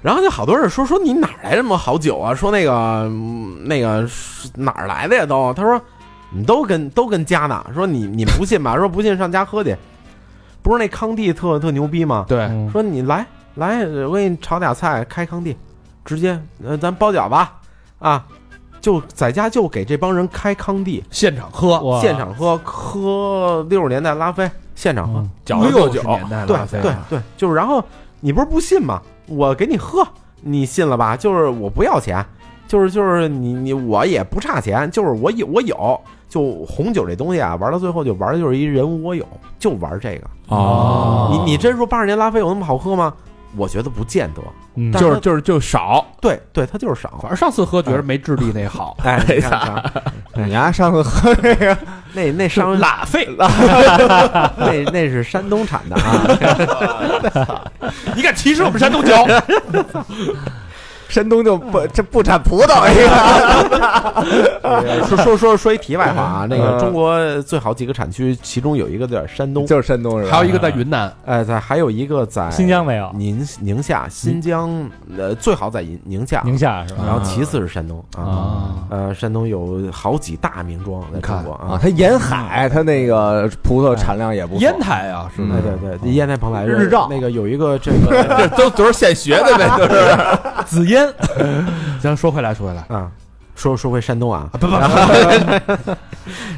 Speaker 5: 然后就好多人说说你哪儿来这么好酒啊？说那个嗯那个是哪儿来的呀都？他说你都跟都跟家呢。说你你不信吧？说不信上家喝去。不是那康帝特特牛逼吗？
Speaker 8: 对，
Speaker 3: 嗯
Speaker 5: 说你来来，我给你炒俩菜，开康帝，直接呃咱包饺子啊，就在家就给这帮人开康帝，
Speaker 8: 现场喝，
Speaker 3: 哇
Speaker 5: 现场喝喝六十年代拉菲，现场喝。
Speaker 3: 嗯
Speaker 7: 饺子
Speaker 8: 六
Speaker 7: 做
Speaker 8: 九
Speaker 7: 酒，
Speaker 8: 年代
Speaker 5: 对
Speaker 8: 了，啊这
Speaker 5: 对
Speaker 8: 个
Speaker 5: 对，就是然后你不是不信吗？我给你喝，你信了吧？就是我不要钱，就是就是你你我也不差钱，就是我有我有。就红酒这东西啊，玩到最后就玩的就是一人无我有，就玩这个。
Speaker 7: 哦，
Speaker 3: 嗯
Speaker 5: 你你真说八十年拉菲有那么好喝吗？我觉得不见得。
Speaker 3: 嗯
Speaker 5: 但
Speaker 7: 就是就是就少，
Speaker 5: 对对，它就是少
Speaker 8: 反。正上次喝觉得没智利那好，
Speaker 5: 哎， 你看看
Speaker 2: 你丫上次喝那个
Speaker 5: 那那商
Speaker 8: 拉菲，
Speaker 5: 那那是山东产的啊，
Speaker 8: 你敢歧视我们山东 酒？
Speaker 2: 山东就不这不产葡萄呀？
Speaker 5: 说说说说一题外话啊，那个
Speaker 2: 嗯
Speaker 5: 中国最好几个产区，其中有一个在山东，
Speaker 2: 就是山东是吧？
Speaker 8: 还有一个在云南，
Speaker 5: 哎，在还有一个在
Speaker 3: 新疆没有，
Speaker 5: 宁宁夏、新疆，呃，最好在宁宁夏，
Speaker 3: 宁夏是吧？
Speaker 5: 然后其次是山东啊。
Speaker 8: 啊，
Speaker 5: 呃，山东有好几大名庄在中国
Speaker 2: 啊，
Speaker 5: 啊，
Speaker 2: 它沿海，它那个葡萄产量也
Speaker 5: 哎
Speaker 2: 不错嗯
Speaker 8: 烟台啊，是
Speaker 5: 对对对，烟台蓬莱
Speaker 2: 日照
Speaker 5: 那个有一个这个
Speaker 7: 都都是现学的呗，都是。
Speaker 8: 紫 烟。咱说回来，说回来，
Speaker 5: 啊，说说回山东啊，
Speaker 8: 不不，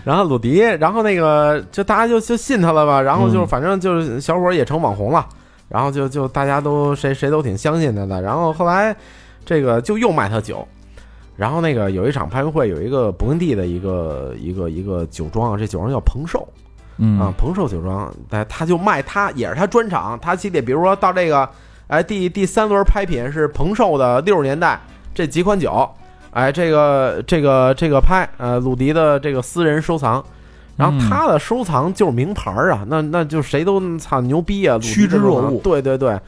Speaker 5: 然后鲁迪，然后那个就大家就就信他了吧，然后就
Speaker 7: 嗯
Speaker 5: 反正就是小伙儿也成网红了，然后就就大家都谁谁都挺相信他的，然后后来这个就又卖他酒，然后那个有一场拍卖会，有一个勃艮第的一个一个一个酒庄啊，这酒庄叫彭寿啊
Speaker 7: 嗯，
Speaker 5: 彭寿酒庄，他他就卖他也是他专场，他系列，比如说到这个哎，第第三轮拍品是彭寿的六十年代这几款酒，哎，这个这个这个拍，呃，鲁迪的这个私人收藏。然
Speaker 8: 嗯
Speaker 5: 后他的收藏就是名牌儿啊，那那就谁都操牛逼啊，鲁迪
Speaker 8: 趋之若鹜
Speaker 5: 这种啊对对对，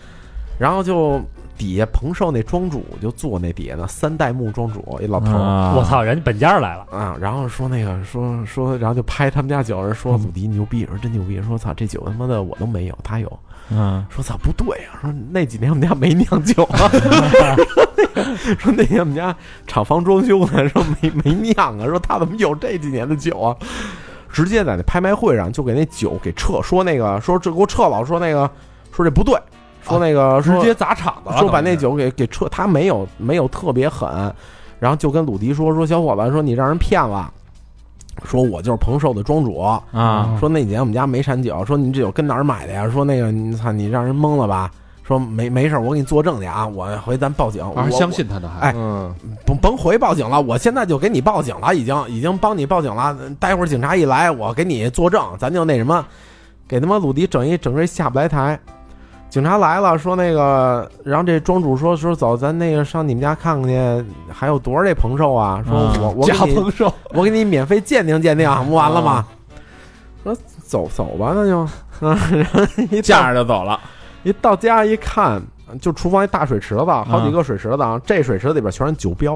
Speaker 5: 然后就底下彭寿那庄主就坐那底下呢，三代目庄主一老头儿。
Speaker 7: 啊
Speaker 3: 我操，人家本家来了，
Speaker 5: 啊，然后说那个说说，然后就拍他们家酒，人
Speaker 7: 嗯
Speaker 5: 说鲁迪牛逼，人真牛逼，说操这酒他妈的我都没有，他有，
Speaker 7: 嗯，
Speaker 5: 说操不对啊，说那几年我们家没酿酒啊， 说那天我们家厂房装修呢，说没没酿啊，说他怎么有这几年的酒啊？直接在那拍卖会上就给那酒给撤，说那个说这给我撤了，说那个说这不对，说那个说
Speaker 7: 直接砸场子了，
Speaker 5: 说把那
Speaker 7: 等于是
Speaker 5: 酒给给撤，他没有没有特别狠，然后就跟鲁迪说说小伙子，说你让人骗了，说我就是彭寿的庄主，
Speaker 7: 啊，
Speaker 5: 说那几年我们家没产酒，说你这酒跟哪儿买的呀？说那个你操你让人蒙了吧？说没没事儿，我给你作证去啊，我回咱报警，我
Speaker 8: 还是相信他的，还
Speaker 5: 哎
Speaker 2: 嗯，
Speaker 5: 甭甭回报警了，我现在就给你报警了，已经已经帮你报警了。待会儿警察一来，我给你作证，咱就那什么，给他妈鲁迪整一整这下不来台。警察来了，说那个，然后这庄主说说走，咱那个上你们家看看去，还有多少这彭寿啊？说
Speaker 7: 嗯
Speaker 5: 我、我给
Speaker 2: 假
Speaker 5: 你
Speaker 2: 丰收，
Speaker 5: 我给你免费鉴定鉴定，不完了吗？
Speaker 7: 哦
Speaker 5: 说走走吧，那 就，嗯，然后一到
Speaker 7: 架着就走了，
Speaker 5: 一到家一看，就厨房一大水池子，好几
Speaker 7: 嗯
Speaker 5: 个水池子，啊，这水池子里边全是酒标，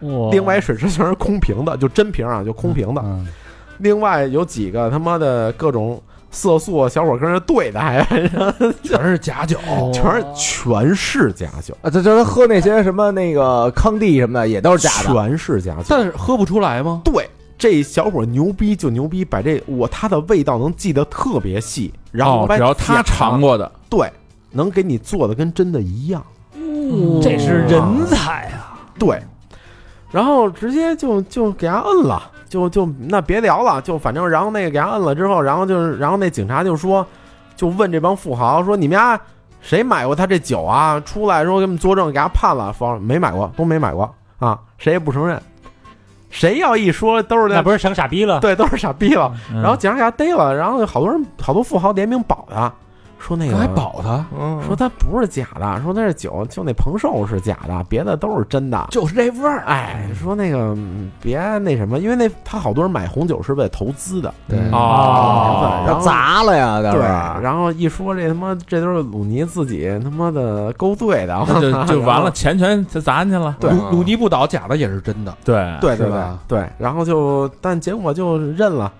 Speaker 3: 哇
Speaker 5: 另外水池全是空瓶的，就真瓶啊，就空瓶的。
Speaker 8: 嗯
Speaker 5: 另外有几个他妈的各种色素啊小伙跟人兑的，还
Speaker 8: 全是假酒，
Speaker 5: 全是全是假酒，
Speaker 2: 啊，这就是喝那些什么那个康帝什么的，也都是假的。
Speaker 5: 全是啊假酒。
Speaker 8: 但是喝不出来吗？
Speaker 5: 对，这小伙牛逼就牛逼，把这我他的味道能记得特别细，然后
Speaker 7: 哦
Speaker 5: 把
Speaker 7: 只要他
Speaker 5: 假
Speaker 7: 尝过的，
Speaker 5: 对，能给你做的跟真的一样。
Speaker 3: 这是人才啊！
Speaker 5: 对，然后直接就就给他摁了，就就那别聊了，就反正然后那个给他摁了之后，然后就是然后那警察就说，就问这帮富豪说你们家谁买过他这酒啊？出来说给我们作证，给他判了，富豪没买过，都没买过啊，谁也不承认，谁要一说都是
Speaker 3: 那
Speaker 5: 那
Speaker 3: 不是成傻逼了？
Speaker 5: 对都是傻逼了，
Speaker 7: 嗯
Speaker 5: 然后警察给他逮了，然后好多人好多富豪联名保他，说那个
Speaker 8: 还保他，
Speaker 5: 说它不是假的，说那是酒，就那彭寿是假的，别的都是真的。
Speaker 2: 就是这味儿，
Speaker 5: 哎，说那个嗯别那什么，因为那他好多人买红酒是为了投资的，
Speaker 8: 对
Speaker 7: 哦
Speaker 3: 啊
Speaker 5: 哦然
Speaker 2: 要
Speaker 5: 后
Speaker 2: 砸了呀，当
Speaker 5: 对。
Speaker 2: 然。
Speaker 5: 然后一说这他妈这都是鲁尼自己他妈的勾兑的，
Speaker 7: 那就就完了，钱全砸进去了，
Speaker 5: 对
Speaker 8: 鲁鲁尼不倒假的也是真的，
Speaker 7: 对，
Speaker 5: 对对
Speaker 2: 是
Speaker 5: 对
Speaker 2: 吧
Speaker 5: 对，然后就但结果就认了，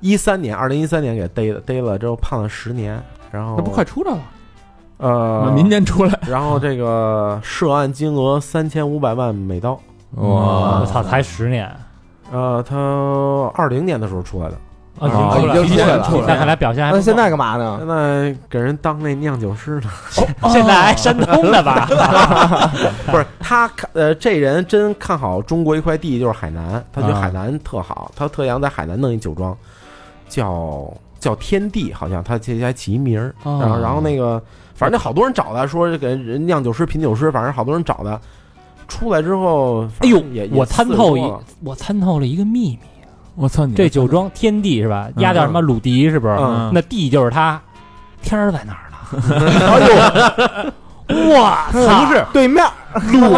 Speaker 5: 一三年二零一三年给逮的，逮了之后判了十年，然后
Speaker 8: 那不快出来了？
Speaker 5: 呃
Speaker 7: 明年出来，
Speaker 5: 然后这个涉案金额三千五百万美刀。
Speaker 3: 我操，才十年
Speaker 5: 呃，他二零年的时候出来的，
Speaker 3: 啊，
Speaker 2: 啊
Speaker 3: 已
Speaker 2: 已经
Speaker 3: 经
Speaker 2: 出来了
Speaker 3: 出来了，那看来表现还不
Speaker 2: 那
Speaker 3: 错
Speaker 2: 现在干嘛呢？
Speaker 5: 现在给人当那酿酒师呢。
Speaker 3: 现在还山东的吧？
Speaker 5: 不是他看，呃，这人真看好中国一块地，就是海南，他觉得海南特好，他特想在海南弄一酒庄，叫叫天地，好像他这还起一名儿。然
Speaker 3: 哦
Speaker 5: 后，然后那个，反正那好多人找他说给人酿酒师、品酒师，反正好多人找他。出来之后，
Speaker 3: 哎呦
Speaker 5: 反正也，
Speaker 3: 我参透一
Speaker 5: 也四十多了，
Speaker 3: 我参透了一个秘密。
Speaker 7: 我操你
Speaker 3: 这酒庄天地是吧？压叫什么鲁迪是不是？
Speaker 5: 嗯
Speaker 3: 那地就是他，天儿在哪 儿呢？
Speaker 2: 哎
Speaker 3: 我操！
Speaker 8: 不是
Speaker 2: 呦，对面
Speaker 8: 鲁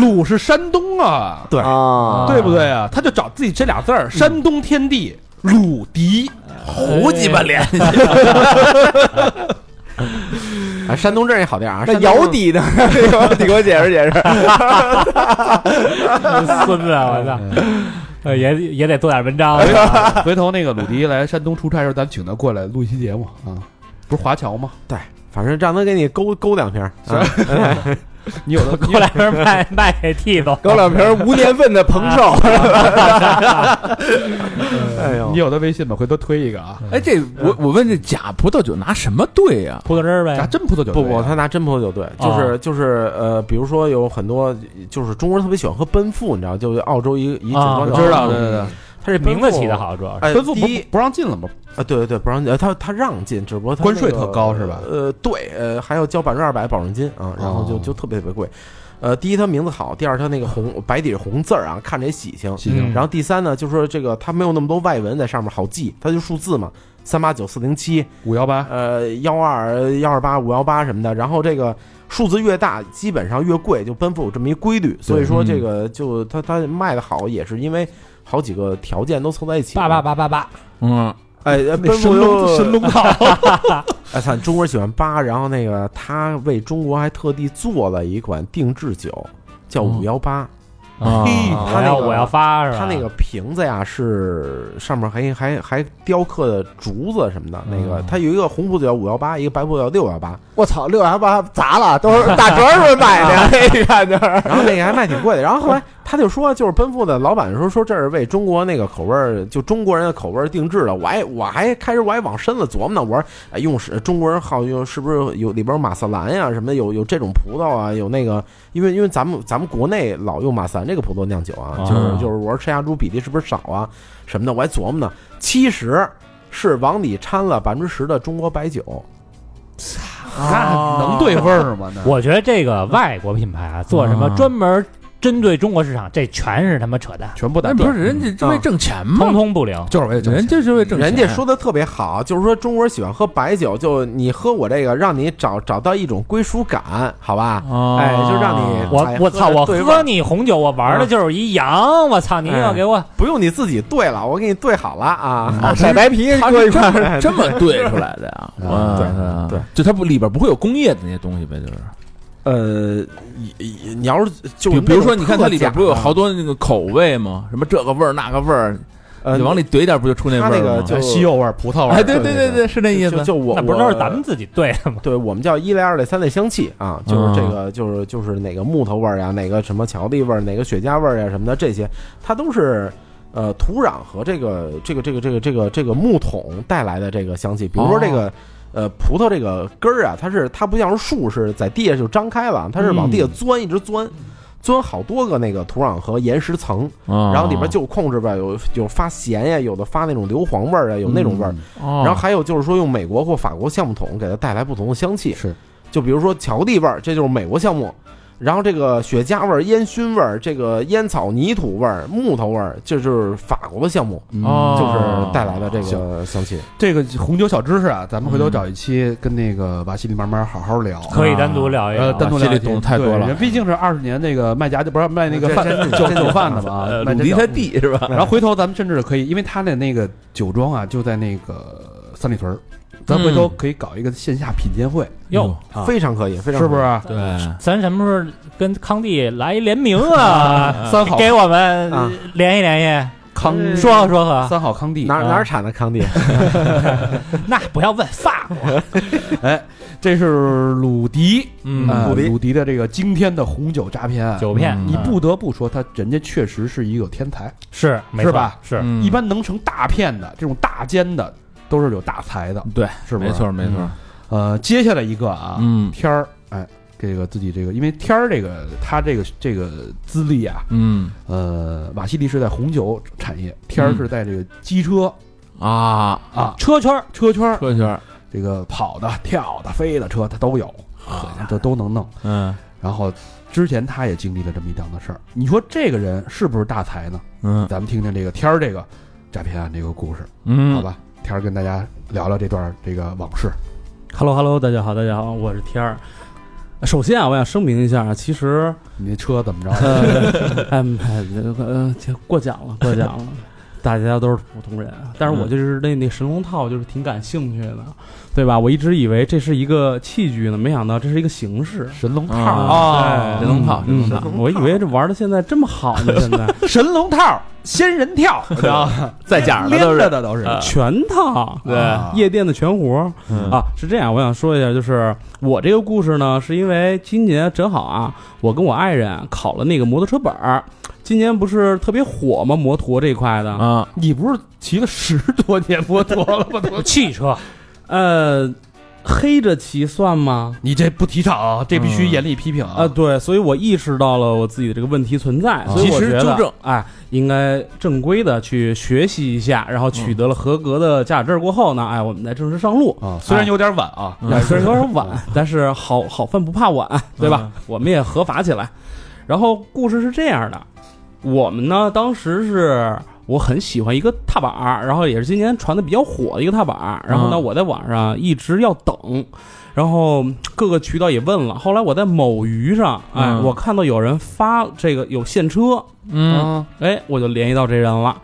Speaker 8: 鲁是山东啊，
Speaker 5: 对
Speaker 2: 啊，
Speaker 8: 对不对啊？他就找自己这俩字儿，山东天地鲁迪，
Speaker 7: 胡鸡巴脸，
Speaker 5: 哎，山东这儿也好地儿啊，
Speaker 2: 那
Speaker 5: 山东
Speaker 2: 姚底呢？你给我解释解 释。
Speaker 3: 孙子，啊我操！呃，也也得做点文 章，是吧
Speaker 8: 回头那个鲁迪来山东出差时候，咱请他过来录一期节目啊。不是华侨吗？
Speaker 5: 对，反正让他给你勾勾两瓶 儿，啊
Speaker 8: 你有的
Speaker 3: 过来人卖卖给弟子。
Speaker 2: 高两瓶无年份的彭 寿，
Speaker 5: 哎呦
Speaker 2: 哦
Speaker 8: 你，有他微信吗？回头推一个啊。
Speaker 7: 哎，这
Speaker 5: 嗯
Speaker 7: 我我问这假葡萄酒拿什么兑呀？
Speaker 3: 葡萄汁儿
Speaker 8: 咱
Speaker 3: 呗，
Speaker 8: 真葡萄酒
Speaker 5: 不
Speaker 8: 对
Speaker 5: 不，
Speaker 8: 啊
Speaker 5: 他拿真葡萄酒兑，就是、
Speaker 3: 哦
Speaker 5: 就是呃，比如说有很多就是中国人特别喜欢喝奔富，你知道，就是澳洲一一酒
Speaker 3: 啊我
Speaker 5: 庄叫
Speaker 8: 知道，
Speaker 5: 奔
Speaker 8: 对
Speaker 5: 富
Speaker 8: 对对，
Speaker 5: 他这
Speaker 3: 名字起
Speaker 5: 的
Speaker 3: 的，好，主要是。
Speaker 5: 哎，
Speaker 8: 奔富
Speaker 5: 第
Speaker 8: 不
Speaker 5: 一
Speaker 8: 不让进了吗？
Speaker 5: 啊，对对对，不让呃他他让进，只不过他、
Speaker 8: 关税特高是吧
Speaker 5: 呃，对，呃，还要交百分之二百保证金啊，然后就
Speaker 8: 哦
Speaker 5: 就特别特别贵。呃，第一他名字好，第二他那个红白底红字儿啊，看着也喜庆。
Speaker 8: 喜庆
Speaker 3: 嗯
Speaker 5: 然后第三呢，就是说这个他没有那么多外文在上面好记，他就数字嘛。三八九四零七，
Speaker 8: 五幺八，
Speaker 5: 呃，幺二幺二八五幺八什么的。然后这个数字越大，基本上越贵，就奔赴有这么一规律。所以
Speaker 8: 嗯
Speaker 5: 说这个就它它卖的好，也是因为好几个条件都凑在一起。
Speaker 3: 八八，八八八，
Speaker 7: 嗯，
Speaker 5: 哎，呃奔赴
Speaker 2: 神龙神
Speaker 5: 又
Speaker 2: 龙套，
Speaker 5: 哎，操，中国人喜欢八，然后那个他为中国还特地做了一款定制酒，叫
Speaker 7: 哦
Speaker 5: 五幺八。
Speaker 7: 啊
Speaker 3: 我
Speaker 5: 他那
Speaker 3: 要
Speaker 5: 个
Speaker 3: 哦我要发是吧？
Speaker 5: 它那个瓶子呀，是上面还还还雕刻的竹子什么的。那个
Speaker 3: 嗯
Speaker 5: 它有一个红葡萄叫五幺八，一个白葡萄叫六幺八，
Speaker 2: 我操，六幺八砸了，都是 打折时候买 的，你看这儿
Speaker 5: 然后那个还卖挺贵的。然后后来他就说，就是奔赴的老板说说这是为中国那个口味儿，就中国人的口味儿定制的。我还我还开始我还往深了琢磨呢，我说哎，用是中国人好用是不是有里边有马萨兰呀、什么有有这种葡萄啊，有那个因为因为咱们咱们国内老用马萨兰这个葡萄酿酒啊，
Speaker 7: 啊
Speaker 5: 就是就是我说赤霞珠比例是不是少啊什么的，我还琢磨呢，其实是往里掺了百分之十的中国白酒。
Speaker 2: 那能对味儿吗？那
Speaker 3: 我觉得这个外国品牌啊，做什么
Speaker 7: 啊
Speaker 3: 专门针对中国市场，这全是他妈扯淡，
Speaker 8: 全部打
Speaker 7: 那
Speaker 8: 折
Speaker 7: 不，是人家这为挣钱
Speaker 3: 通
Speaker 7: 吗？哎
Speaker 3: 通不灵。
Speaker 8: 就是为了挣
Speaker 7: 人
Speaker 8: 钱。
Speaker 7: 家是为挣钱，
Speaker 5: 人家说的特别好，就是说中国人喜欢喝白酒，就你喝我这个，让你找找到一种归属感，好吧？
Speaker 7: 啊，
Speaker 5: 哎，就让你
Speaker 3: 我
Speaker 5: 哎
Speaker 3: 我操！我
Speaker 5: 喝着对味儿啊哎
Speaker 3: 喝你红酒，我玩的就是一洋，我操！你又要给我
Speaker 5: 不用你自己兑了，我给你兑好了啊。
Speaker 7: 嗯
Speaker 2: 晒白皮
Speaker 7: 他
Speaker 2: 搁一
Speaker 7: 是这
Speaker 2: 块
Speaker 7: 么
Speaker 2: 儿，
Speaker 7: 这么兑出来的 呀？
Speaker 2: 嗯
Speaker 7: 哇
Speaker 5: 对
Speaker 7: 塞
Speaker 5: 对，
Speaker 7: 就它不里边不会有工业的那些东西呗，就是
Speaker 5: 呃，你你你要是就
Speaker 7: 比比如说，
Speaker 5: 那种
Speaker 7: 你看它里
Speaker 5: 特价
Speaker 7: 边不是有
Speaker 5: 啊
Speaker 7: 好多那个口味吗？什么这个味儿那个味儿，
Speaker 5: 呃
Speaker 7: 你往里怼点不就出那
Speaker 5: 它
Speaker 7: 味
Speaker 5: 那
Speaker 7: 儿
Speaker 5: 个
Speaker 7: 吗？
Speaker 5: 就
Speaker 8: 西柚味儿、葡萄味儿，
Speaker 7: 哎，对对对对，是那意
Speaker 5: 就
Speaker 7: 思。
Speaker 5: 就我
Speaker 3: 那不是都是咱们
Speaker 5: 我
Speaker 3: 自己兑的吗？
Speaker 5: 对我们叫一类、二类、三类香气啊，就是这个，就是就是哪个木头味儿呀，哪个什么巧克力味儿，哪个雪茄味儿呀什么的，这些它都是呃土壤和这个这个这个这个这个这个木桶带来的这个香气。比如说这个、呃葡萄这个根儿啊，它是它不像是树是在地下就张开了，它是往地下钻，一直钻。钻好多个那个土壤和岩石层，然
Speaker 7: 然
Speaker 5: 后里边就控制吧，有有发咸呀，有的发那种硫磺味儿啊，有那种味儿，
Speaker 1: 嗯
Speaker 7: 然
Speaker 5: 然后还有就是说，用美国或法国橡木桶给它带来不同的香气，
Speaker 2: 是，
Speaker 5: 就比如说巧克力味儿，这就是美国橡木，然后这个雪茄味儿、烟熏味儿、这个烟草泥土味儿、木头味儿，这就是法国的橡木，
Speaker 7: 哦
Speaker 5: 就是带来的这个香气。
Speaker 1: 嗯这个红酒小知识啊，咱们回头找一期跟那个瓦西里慢慢好好聊。
Speaker 5: 啊
Speaker 3: 可以单独聊啊一
Speaker 1: 呃，
Speaker 3: 聊。
Speaker 1: 单独聊一期
Speaker 7: 这里懂得太多了
Speaker 1: 对人毕竟是二十年那个卖家，不是卖那个
Speaker 5: 这
Speaker 1: 饭
Speaker 5: 真
Speaker 1: 酒酒贩子嘛，啊
Speaker 7: 呃，
Speaker 1: 卖
Speaker 7: 鲁
Speaker 1: 这
Speaker 7: 迪
Speaker 1: 酒
Speaker 7: 他弟是吧？
Speaker 1: 然后回头咱们甚至可以，因为他的那个酒庄啊，就在那个三里屯儿，咱回头可以搞一个线下品鉴会，
Speaker 3: 哟，
Speaker 1: 啊
Speaker 5: 非常可以，非常
Speaker 1: 是啊不
Speaker 5: 可以？
Speaker 1: 是？
Speaker 7: 对，
Speaker 3: 咱什么时候跟康帝来一联名 啊？
Speaker 1: 三好
Speaker 3: 给我们
Speaker 5: 啊
Speaker 3: 联系联
Speaker 1: 康
Speaker 7: 嗯
Speaker 3: 系，说和说 和。
Speaker 1: 三好康帝，
Speaker 5: 哪哪儿产的康帝？
Speaker 3: 那不要问，法国
Speaker 1: 哎这是鲁迪，
Speaker 7: 嗯
Speaker 1: 呃
Speaker 5: 鲁迪
Speaker 1: 鲁迪的这个惊天的红酒诈骗案。
Speaker 3: 酒骗
Speaker 7: 嗯
Speaker 1: 你不得不说，他人家确实是一个天才。
Speaker 3: 是没
Speaker 1: 是
Speaker 3: 错
Speaker 1: 吧？
Speaker 3: 是
Speaker 7: 嗯
Speaker 1: 一般能成大片的这种大奸的，都是有大才的，
Speaker 7: 对，
Speaker 1: 是不是？
Speaker 7: 没。错没错，
Speaker 1: 呃，接下来一个啊，
Speaker 7: 嗯
Speaker 1: 天儿，哎，这个自己这个，因为天儿这个他这个这个资历啊，
Speaker 7: 嗯
Speaker 1: 呃，瓦西里是在红酒产业，天儿
Speaker 7: 嗯
Speaker 1: 是在这个机车
Speaker 7: 啊，
Speaker 1: 啊、
Speaker 3: 车圈儿
Speaker 1: 车圈儿，
Speaker 7: 车圈，
Speaker 1: 这个跑的、跳的、飞的车，他都有，啊，这都能弄。
Speaker 7: 嗯
Speaker 1: 然后之前他也经历了这么一档子事儿，你说这个人是不是大才呢？
Speaker 7: 嗯
Speaker 1: 咱们听听这个天儿这个诈骗案这个故事。
Speaker 7: 嗯，
Speaker 1: 好，吧，天儿跟大家聊聊这段这个往事。
Speaker 11: Hello Hello，大家好，大家好，我是天儿。首先啊，我想声明一下，其实，
Speaker 1: 你那车怎么着？
Speaker 11: 呃， 哎，哎呃，过奖 了，过奖了，大家都是普通人，啊但
Speaker 7: 嗯
Speaker 11: 是我就是对那神龙套就是挺感兴趣的，对吧？我一直以为这是一个器具呢，没想到这是一个形式。
Speaker 1: 神龙套
Speaker 7: 啊
Speaker 1: 儿，
Speaker 11: 哦
Speaker 7: 神龙套神龙
Speaker 11: 嗯
Speaker 7: 套，
Speaker 11: 我以为这玩的现在这么好 呢，现在
Speaker 1: 神龙套儿，仙人跳，你知道 吗？
Speaker 7: 在家呢
Speaker 1: 连着的都是。
Speaker 11: 全套，
Speaker 7: 啊对
Speaker 11: 啊夜店的全活儿
Speaker 7: 啊，
Speaker 11: 啊，是这样，我想说一下，就是我这个故事呢，呃是因为今年正好啊，我跟我爱人考了那个摩托车本儿，今年不是特别火吗？摩托这一块的，
Speaker 7: 啊
Speaker 1: 你不是骑了十多年摩托了吗？都
Speaker 3: 汽车，
Speaker 11: 呃，黑着骑算吗？
Speaker 1: 你这不提倡啊，这必须严厉批评
Speaker 11: 啊、
Speaker 1: 啊！
Speaker 11: 对，所以我意识到了我自己的这个问题存在，所以我
Speaker 7: 及时
Speaker 11: 觉得
Speaker 7: 纠正，
Speaker 11: 哎，应该正规的去学习一下，然后取得了合格的驾驶证过后呢，哎，我们再正式上路。
Speaker 1: 啊，虽然有点晚啊，
Speaker 11: 哎虽然有点晚，但是好好饭不怕晚，对吧？
Speaker 1: 嗯
Speaker 11: 我们也合法起来。然后故事是这样的，我们呢当时是我很喜欢一个踏板儿，然后也是今年传的比较火的一个踏板儿。然后呢，
Speaker 7: 嗯
Speaker 11: 我在网上一直要等，然后各个渠道也问了。后来我在某鱼上，哎，
Speaker 7: 嗯
Speaker 11: 我看到有人发这个有现车，
Speaker 7: 嗯
Speaker 11: 哎，我就联系到这人了。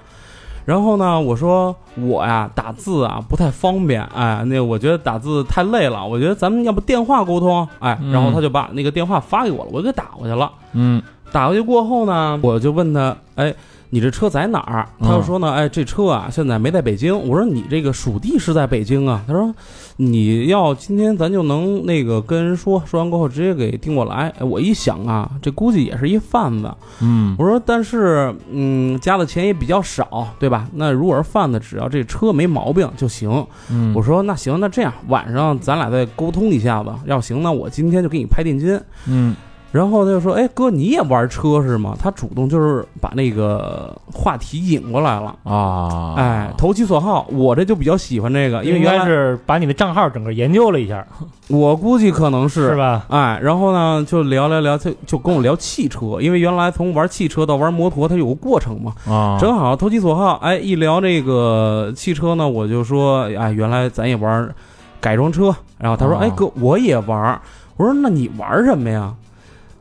Speaker 11: 然后呢，我说我呀打字啊不太方便，哎，那我觉得打字太累了，我觉得咱们要不电话沟通，哎，
Speaker 7: 嗯
Speaker 11: 然后他就把那个电话发给我了，我就给打过去了。
Speaker 7: 嗯
Speaker 11: 打过去过后呢，我就问他，哎，你这车在哪儿？
Speaker 7: 嗯
Speaker 11: 他就说呢，哎，这车啊现在没在北京。我说你这个属地是在北京啊？他说你要今天咱就能那个跟人说，说完过后直接给订过来。哎，我一想啊，这估计也是一贩子。
Speaker 7: 嗯
Speaker 11: 我说，但是，嗯，加的钱也比较少，对吧？那如果是贩子，只要这车没毛病就行。
Speaker 7: 嗯
Speaker 11: 我说，那行，那这样晚上咱俩再沟通一下吧。要行，那我今天就给你拍定金。
Speaker 7: 嗯
Speaker 11: 然后他就说，哎，哥，你也玩车是吗？他主动就是把那个话题引过来了。
Speaker 7: 啊，
Speaker 11: 哎，投其所好，我这就比较喜欢这啊个，因为
Speaker 3: 应
Speaker 11: 原
Speaker 3: 该
Speaker 11: 来
Speaker 3: 是把你的账号整个研究了一下，
Speaker 11: 我估计可能是
Speaker 3: 是吧？
Speaker 11: 哎，然后呢，就聊聊聊，就就跟我聊汽车，因为原来从玩汽车到玩摩托，它有个过程嘛。
Speaker 7: 啊，
Speaker 11: 正好投其所好，哎，一聊这个汽车呢，我就说，哎，原来咱也玩改装车。然后他说，
Speaker 7: 哦
Speaker 11: 哎哥，我也玩。我说，那你玩什么呀？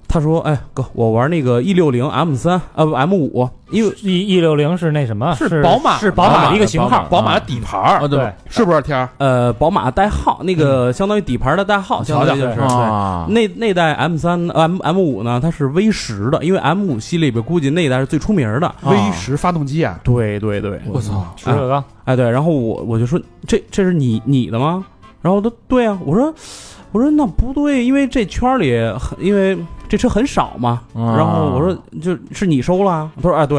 Speaker 11: 他说，哎哥，我玩那个 E 六零 M 三啊不 M 五，因为
Speaker 3: E E 六零是那什么？
Speaker 1: 是
Speaker 3: 是
Speaker 1: 宝马
Speaker 3: 是宝
Speaker 7: 宝马
Speaker 3: 马的一个型号，
Speaker 7: 宝马的
Speaker 1: 底盘儿
Speaker 7: 啊对
Speaker 3: 对，
Speaker 1: 是不是天儿？
Speaker 11: 呃宝马代号，那个相当于底盘的代号，相当于就是。
Speaker 7: 啊，
Speaker 11: 那那代 M 三 M M 五呢，它是 V 十的，因为 M 五系列里边估计那一代是最出名的。
Speaker 1: V 十发动机啊！
Speaker 11: 对对对，
Speaker 1: 我操，
Speaker 3: 石可刚，
Speaker 11: 哎，对，然后我我就说这这是你你的吗？然后他对啊，我说我说那不对，因为这圈儿里很因为这车很少嘛。
Speaker 7: 啊
Speaker 11: 然后我说就是你收了啊，他说哎对，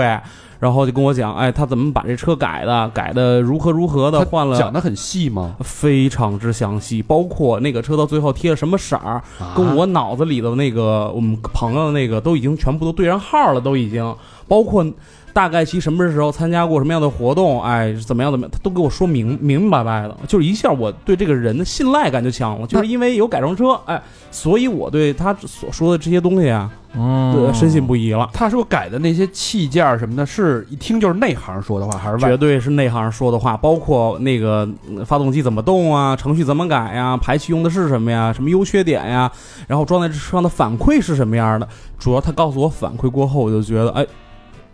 Speaker 11: 然后就跟我讲哎他怎么把这车改的，改的如何如何的，
Speaker 1: 他
Speaker 11: 换
Speaker 1: 讲
Speaker 11: 了
Speaker 1: 的很细吗？
Speaker 11: 非常之详细，包括那个车到最后贴了什么色儿，跟我脑子里的那个我们朋友的那个都已经全部都对上号了，都已经包括大概其什么时候参加过什么样的活动，哎，怎么样怎么样，他都给我说明明明白白的，就是一下我对这个人的信赖感就强了，就是因为有改装车，哎，所以我对他所说的这些东西啊，
Speaker 7: 嗯
Speaker 11: 呃，深信不疑了。
Speaker 1: 他说改的那些器件儿什么的，是一听就是内行说的话，还是外
Speaker 11: 绝对是内行说的话，包括那个嗯发动机怎么动啊，程序怎么改呀、排气用的是什么呀，什么优缺点呀，然后装在这车上的反馈是什么样的。主要他告诉我反馈过后，我就觉得，哎，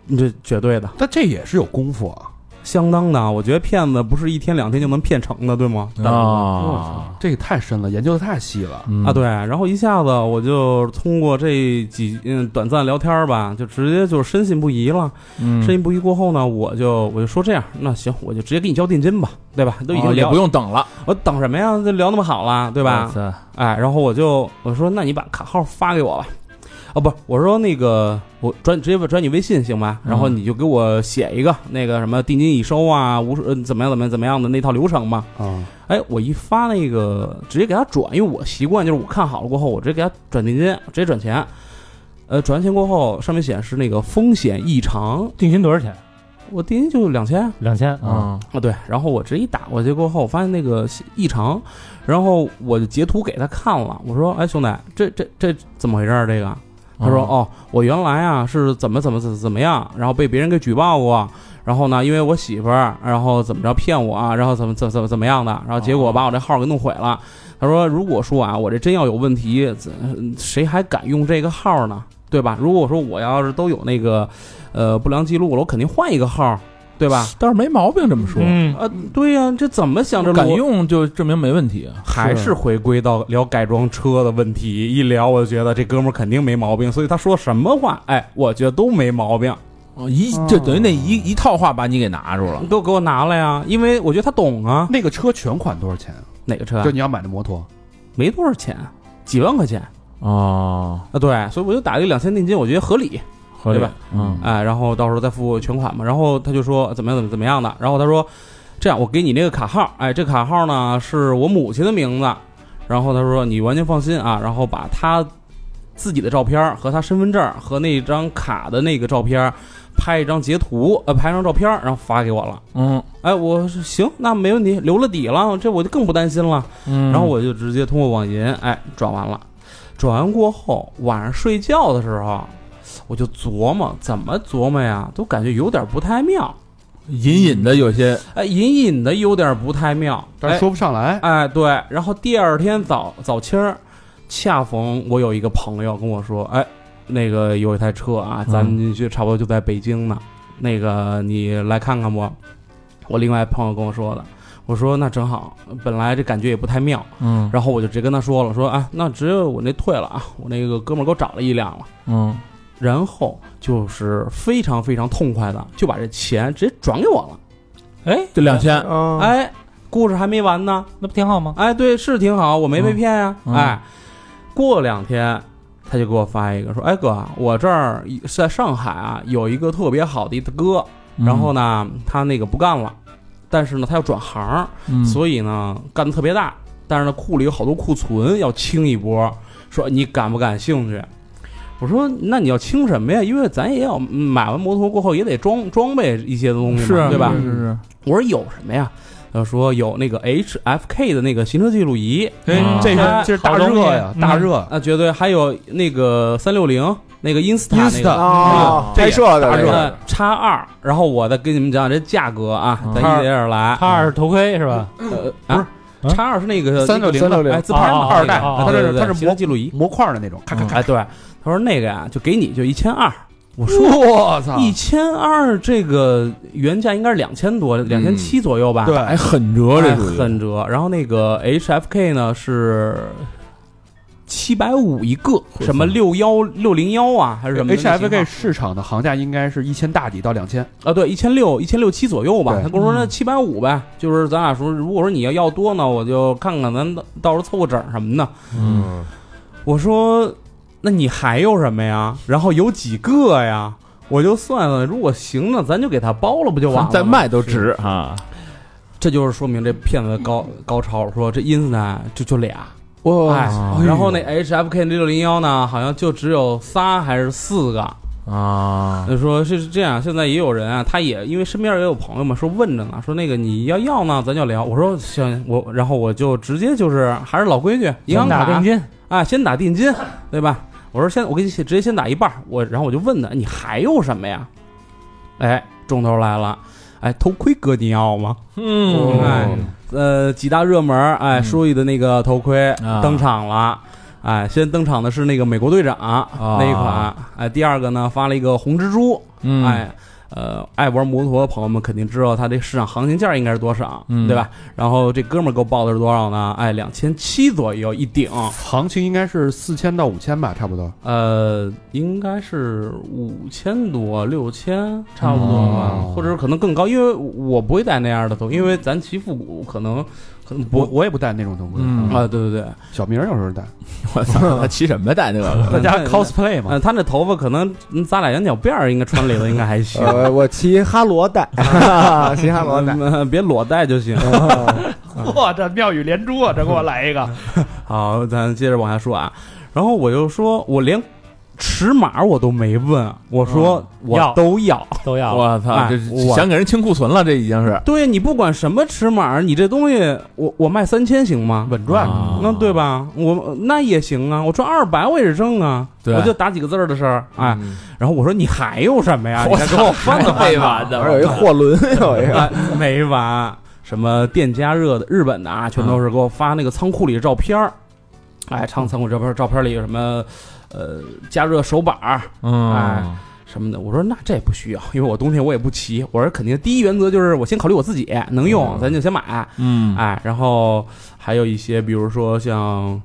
Speaker 11: 你这绝对的，
Speaker 1: 但这也是有功夫啊，
Speaker 11: 相当的啊。我觉得骗子不是一天两天就能骗成的，对吗？大哥
Speaker 7: 啊
Speaker 1: 这个太深了，研究的太细了。
Speaker 7: 嗯
Speaker 11: 啊，对，然后一下子我就通过这几嗯短暂聊天儿吧，就直接就深信不疑了。
Speaker 7: 嗯
Speaker 11: 深信不疑过后呢，我就我就说这样，那行，我就直接给你交定金吧，对吧？都已
Speaker 7: 哦
Speaker 11: 经
Speaker 7: 也
Speaker 11: 聊
Speaker 7: 不用等了，
Speaker 11: 我等什么呀？这聊那么好了，对
Speaker 7: 对
Speaker 3: 啊
Speaker 11: 吧？？哎，然后我就我说，那你把卡号发给我吧。啊，不是，我说那个，我转直接转你微信行吧？然后
Speaker 7: 嗯
Speaker 11: 你就给我写一个那个什么定金已收啊，无呃怎么样怎么样怎么样的那套流程吧。
Speaker 1: 啊，
Speaker 11: 哎，我一发那个直接给他转，因为我习惯就是我看好了过后，我直接给他转定金，直接转钱。呃，转完钱过后，上面显示那个风险异常，
Speaker 3: 定金多少钱？
Speaker 11: 我定金就两千。
Speaker 3: 两千啊，
Speaker 7: 嗯
Speaker 11: 啊，对，然后我直接一打过去过后，我发现那个异常，然后我就截图给他看了，我说：“哎，兄弟，这这这怎么回事儿？这个？”
Speaker 7: 嗯
Speaker 11: 他
Speaker 7: 啊
Speaker 11: 说：“哦，我原来啊是怎么怎么怎么怎么样，然后被别人给举报过，然后呢，因为我媳妇儿，然后怎么着骗我啊，然后怎么怎么怎么怎么样的，然后结果把我这号给弄毁了。”他说：“如果说啊，我这真要有问题，怎谁还敢用这个号呢？对吧？如果说我要是都有那个呃不良记录了，我肯定换一个号，对吧？”
Speaker 7: 倒是没毛病，这么说，
Speaker 3: 嗯，
Speaker 11: 啊，对呀、这怎么想着
Speaker 7: 敢
Speaker 11: 裸
Speaker 7: 用就证明没问题啊。
Speaker 11: 还是回归到聊改装车的问题，一聊我就觉得这哥们儿肯定没毛病，所以他说什么话，哎，我觉得都没毛病，
Speaker 7: 哦一就等于那一一套话把你给拿住了
Speaker 11: 都给我拿来呀，因为我觉得他懂啊。
Speaker 1: 那个车全款多少钱？
Speaker 11: 哪个车啊
Speaker 1: 就你要买的摩托，
Speaker 11: 没多少钱，几万块钱
Speaker 7: 哦，
Speaker 11: 啊？对，所以我就打了一两千定金，我觉得合理，
Speaker 7: 合理
Speaker 11: 对吧？
Speaker 7: 嗯
Speaker 11: 哎，然后到时候再付全款嘛。然后他就说怎么样怎么怎么样的，然后他说这样，我给你那个卡号，哎，这卡号呢是我母亲的名字，然后他说你完全放心啊，然后把他自己的照片儿和他身份证儿和那张卡的那个照片儿拍一张截图，呃，拍一张照片儿，然后发给我了。
Speaker 7: 嗯
Speaker 11: 哎，我说行，那没问题，留了底了，这我就更不担心了。
Speaker 7: 嗯，
Speaker 11: 然后我就直接通过网银，哎，转完了。转完过后，晚上睡觉的时候，我就琢磨怎么琢磨呀，都感觉有点不太妙。
Speaker 7: 隐隐的有些
Speaker 11: 哎，隐隐的有点不太妙，
Speaker 1: 但是
Speaker 11: 哎
Speaker 1: 说不上来。
Speaker 11: 哎，对，然后第二天早早清儿，恰逢我有一个朋友跟我说，哎，那个有一台车啊，咱们就差不多就在北京呢，那个你来看看不？我另外朋友跟我说的，我说那正好，本来这感觉也不太妙，
Speaker 7: 嗯
Speaker 11: 然后我就直接跟他说了，说啊、哎，那只有我那退了啊，我那个哥们儿给我找了一辆了。
Speaker 7: 嗯
Speaker 11: 然后就是非常非常痛快的就把这钱直接转给我了，
Speaker 3: 哎，
Speaker 7: 就两千，
Speaker 2: 哦嗯
Speaker 5: 啊
Speaker 11: 哎，故事还没完呢，
Speaker 3: 那不挺好吗？
Speaker 11: 哎，对，是挺好，我没被骗呀、
Speaker 7: 嗯嗯
Speaker 11: 哎，过两天他就给我发一个说，哎哥，我这儿在上海啊有一个特别好的一哥，
Speaker 7: 嗯
Speaker 11: 然后呢他那个不干了，但是呢他要转行，
Speaker 7: 嗯，以
Speaker 11: 所以呢干的特别大，但是呢库里有好多库存要清一波，说你感不感兴趣？我说那你要清什么呀？因为咱也要买完摩托过后也得装装备一些东西嘛，
Speaker 7: 是啊
Speaker 11: 对吧？
Speaker 7: 是是是，
Speaker 11: 我说有什么呀？他说有那个 HFK 的那个行车记录仪，
Speaker 7: 嗯
Speaker 1: 哎，这
Speaker 11: 哎
Speaker 1: 是这是大
Speaker 3: 好东
Speaker 1: 热
Speaker 3: 西
Speaker 1: 呀，
Speaker 3: 嗯
Speaker 1: 大热。
Speaker 11: 啊，绝对还有那个三六零那个 Insta 那
Speaker 1: Insta
Speaker 11: 个。
Speaker 2: 啊，
Speaker 1: 这
Speaker 2: 拍
Speaker 1: 也
Speaker 2: 摄的这个
Speaker 11: 叉二，然后我再跟你们讲讲这价格啊，
Speaker 7: 嗯
Speaker 11: 咱一点点来。
Speaker 3: 他二是头盔是吧？
Speaker 11: 呃
Speaker 1: 不是
Speaker 3: 嗯
Speaker 11: 叉二是那个
Speaker 1: 360
Speaker 11: 那个
Speaker 1: 360
Speaker 11: 哎，自拍嘛
Speaker 3: 哦哦
Speaker 11: 二代，
Speaker 3: 哦哦
Speaker 11: 啊
Speaker 1: 它
Speaker 11: 对
Speaker 1: 是
Speaker 11: 对对
Speaker 1: 它是
Speaker 11: 行车记录仪。
Speaker 1: 模块的那种，咔咔
Speaker 11: 哎，对，他说那个呀，就给你就一千二。我说
Speaker 1: 我操
Speaker 11: 一千二，这个原价应该是两千多，两千七左右吧？
Speaker 1: 对，
Speaker 7: 哎，很折
Speaker 11: 嗯哎
Speaker 7: 这属于
Speaker 11: 很折。然后那个 HFK 呢是七百五一个，什么六幺六零幺啊，还是什么的那型号
Speaker 1: HFK 市场的行价应该是一千大几到两千，
Speaker 11: 啊？对，一千六一千六七左右吧。
Speaker 1: 对
Speaker 11: 他跟我说那七百五呗，就是咱俩说，如果说你要要多呢，我就看看咱到到时候凑个整什么的。
Speaker 7: 嗯
Speaker 11: 我说那你还有什么呀？然后有几个呀？我就算了，如果行呢，咱就给他包了，不就完了吗？
Speaker 7: 再卖都值啊，
Speaker 11: 这就是说明这骗子高高超，说这 ins 呢就就俩，
Speaker 1: 哇
Speaker 11: 哎
Speaker 7: 哎，
Speaker 11: 然后那 HFK 六零幺呢，好像就只有仨还是四个。
Speaker 7: 啊，
Speaker 11: 他说是这样，现在也有人啊，他也因为身边也有朋友嘛，说问着呢，说那个你要要呢，咱就聊。我说行，我然后我就直接就是还是老规矩，银行
Speaker 3: 先打
Speaker 11: 卡
Speaker 3: 定金，
Speaker 11: 啊，先打定金，对吧？我说先我给你直接先打一半儿，我然后我就问他，你还有什么呀？哎，重头来了，哎，头盔哥你要吗？
Speaker 7: 嗯
Speaker 11: 哎，呃，几大热门儿，哎，
Speaker 7: 嗯
Speaker 11: 书记的那个头盔
Speaker 7: 啊
Speaker 11: 登场了，哎，先登场的是那个美国队长
Speaker 7: 啊
Speaker 11: 那一款，哎，第二个呢发了一个红蜘蛛，
Speaker 7: 嗯，
Speaker 11: 哎，呃，爱玩摩托的朋友们肯定知道它这市场行情价应该是多少，
Speaker 7: 嗯
Speaker 11: 对吧？然后这哥们儿给我报的是多少呢？哎，两千七左右一顶，
Speaker 1: 行情应该是四千到五千吧，差不多。
Speaker 11: 呃，应该是五千多、六千，差不多吧，
Speaker 1: 哦
Speaker 11: 或者是可能更高，因为我不会戴那样的头，因为咱骑复古可能可能
Speaker 1: 我
Speaker 11: 不。
Speaker 1: 我也不戴那种头盔，
Speaker 7: 嗯
Speaker 11: 啊，对对对，
Speaker 1: 小明儿有时候戴，
Speaker 7: 我操，他骑什么带那
Speaker 1: 呃
Speaker 7: 个？
Speaker 11: 大家
Speaker 1: cosplay 嘛
Speaker 11: 嗯，他那头发可能嗯扎俩羊角辫儿，应该穿里头应该还 行，
Speaker 2: 呃，我骑哈罗 带，骑哈 罗带。
Speaker 11: 嗯别裸带就行。
Speaker 1: 呃
Speaker 13: 嚯，这妙语连珠啊！这给我来一个，
Speaker 11: 好，咱接着往下说啊。然后我就说，我连尺码我都没问，啊我说我
Speaker 3: 要
Speaker 11: 都要。
Speaker 3: 都要了。
Speaker 7: 我操，
Speaker 11: 哎
Speaker 7: 这
Speaker 11: 我
Speaker 7: 想给人清库存了，这已经是
Speaker 11: 对你不管什么尺码，你这东西我我卖三千行吗？
Speaker 1: 稳赚。
Speaker 7: 啊
Speaker 11: 那对吧？我那也行啊，我赚二百我也是挣啊，
Speaker 7: 对
Speaker 11: 我就打几个字儿的事儿，哎，
Speaker 1: 嗯
Speaker 11: 然后我说你还有什么呀？
Speaker 7: 我
Speaker 11: 你还给我放的
Speaker 7: 太完的
Speaker 2: 玩有一货轮，有一个
Speaker 11: 哎，没完，什么店家热的日本的啊，全都是给我发那个仓库里的照片儿，哎，仓仓库照片儿照片里有什么呃加热手把儿哎
Speaker 7: 嗯，
Speaker 11: 什么的，我说那这不需要，因为我冬天我也不骑，我说肯定第一原则就是我先考虑我自己能用，咱就先买，
Speaker 7: 嗯，
Speaker 11: 哎，然后还有一些，比如说像，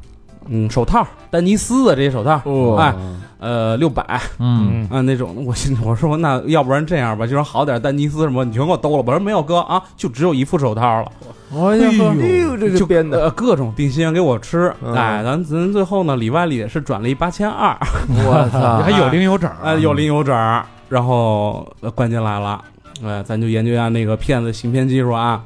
Speaker 11: 嗯，手套，丹尼斯的这些手套，
Speaker 7: 哦
Speaker 11: 哎，呃，六百
Speaker 7: 嗯，
Speaker 11: 啊那种的，我心里我说那要不然这样吧，就说好点丹尼斯什么，你全给我兜了吧。我说没有哥啊，就只有一副手套了，
Speaker 2: 哎呦，这是
Speaker 11: 就
Speaker 2: 编的，
Speaker 11: 呃各种定心丸给我吃，
Speaker 2: 嗯
Speaker 11: 哎，咱咱最后呢里外里也是转了一八千二，
Speaker 7: 我操，
Speaker 1: 还有零有整儿，啊
Speaker 11: 哎，有零有整儿，然后、呃关键来了，呃，咱就研究一下那个骗子行骗技术啊。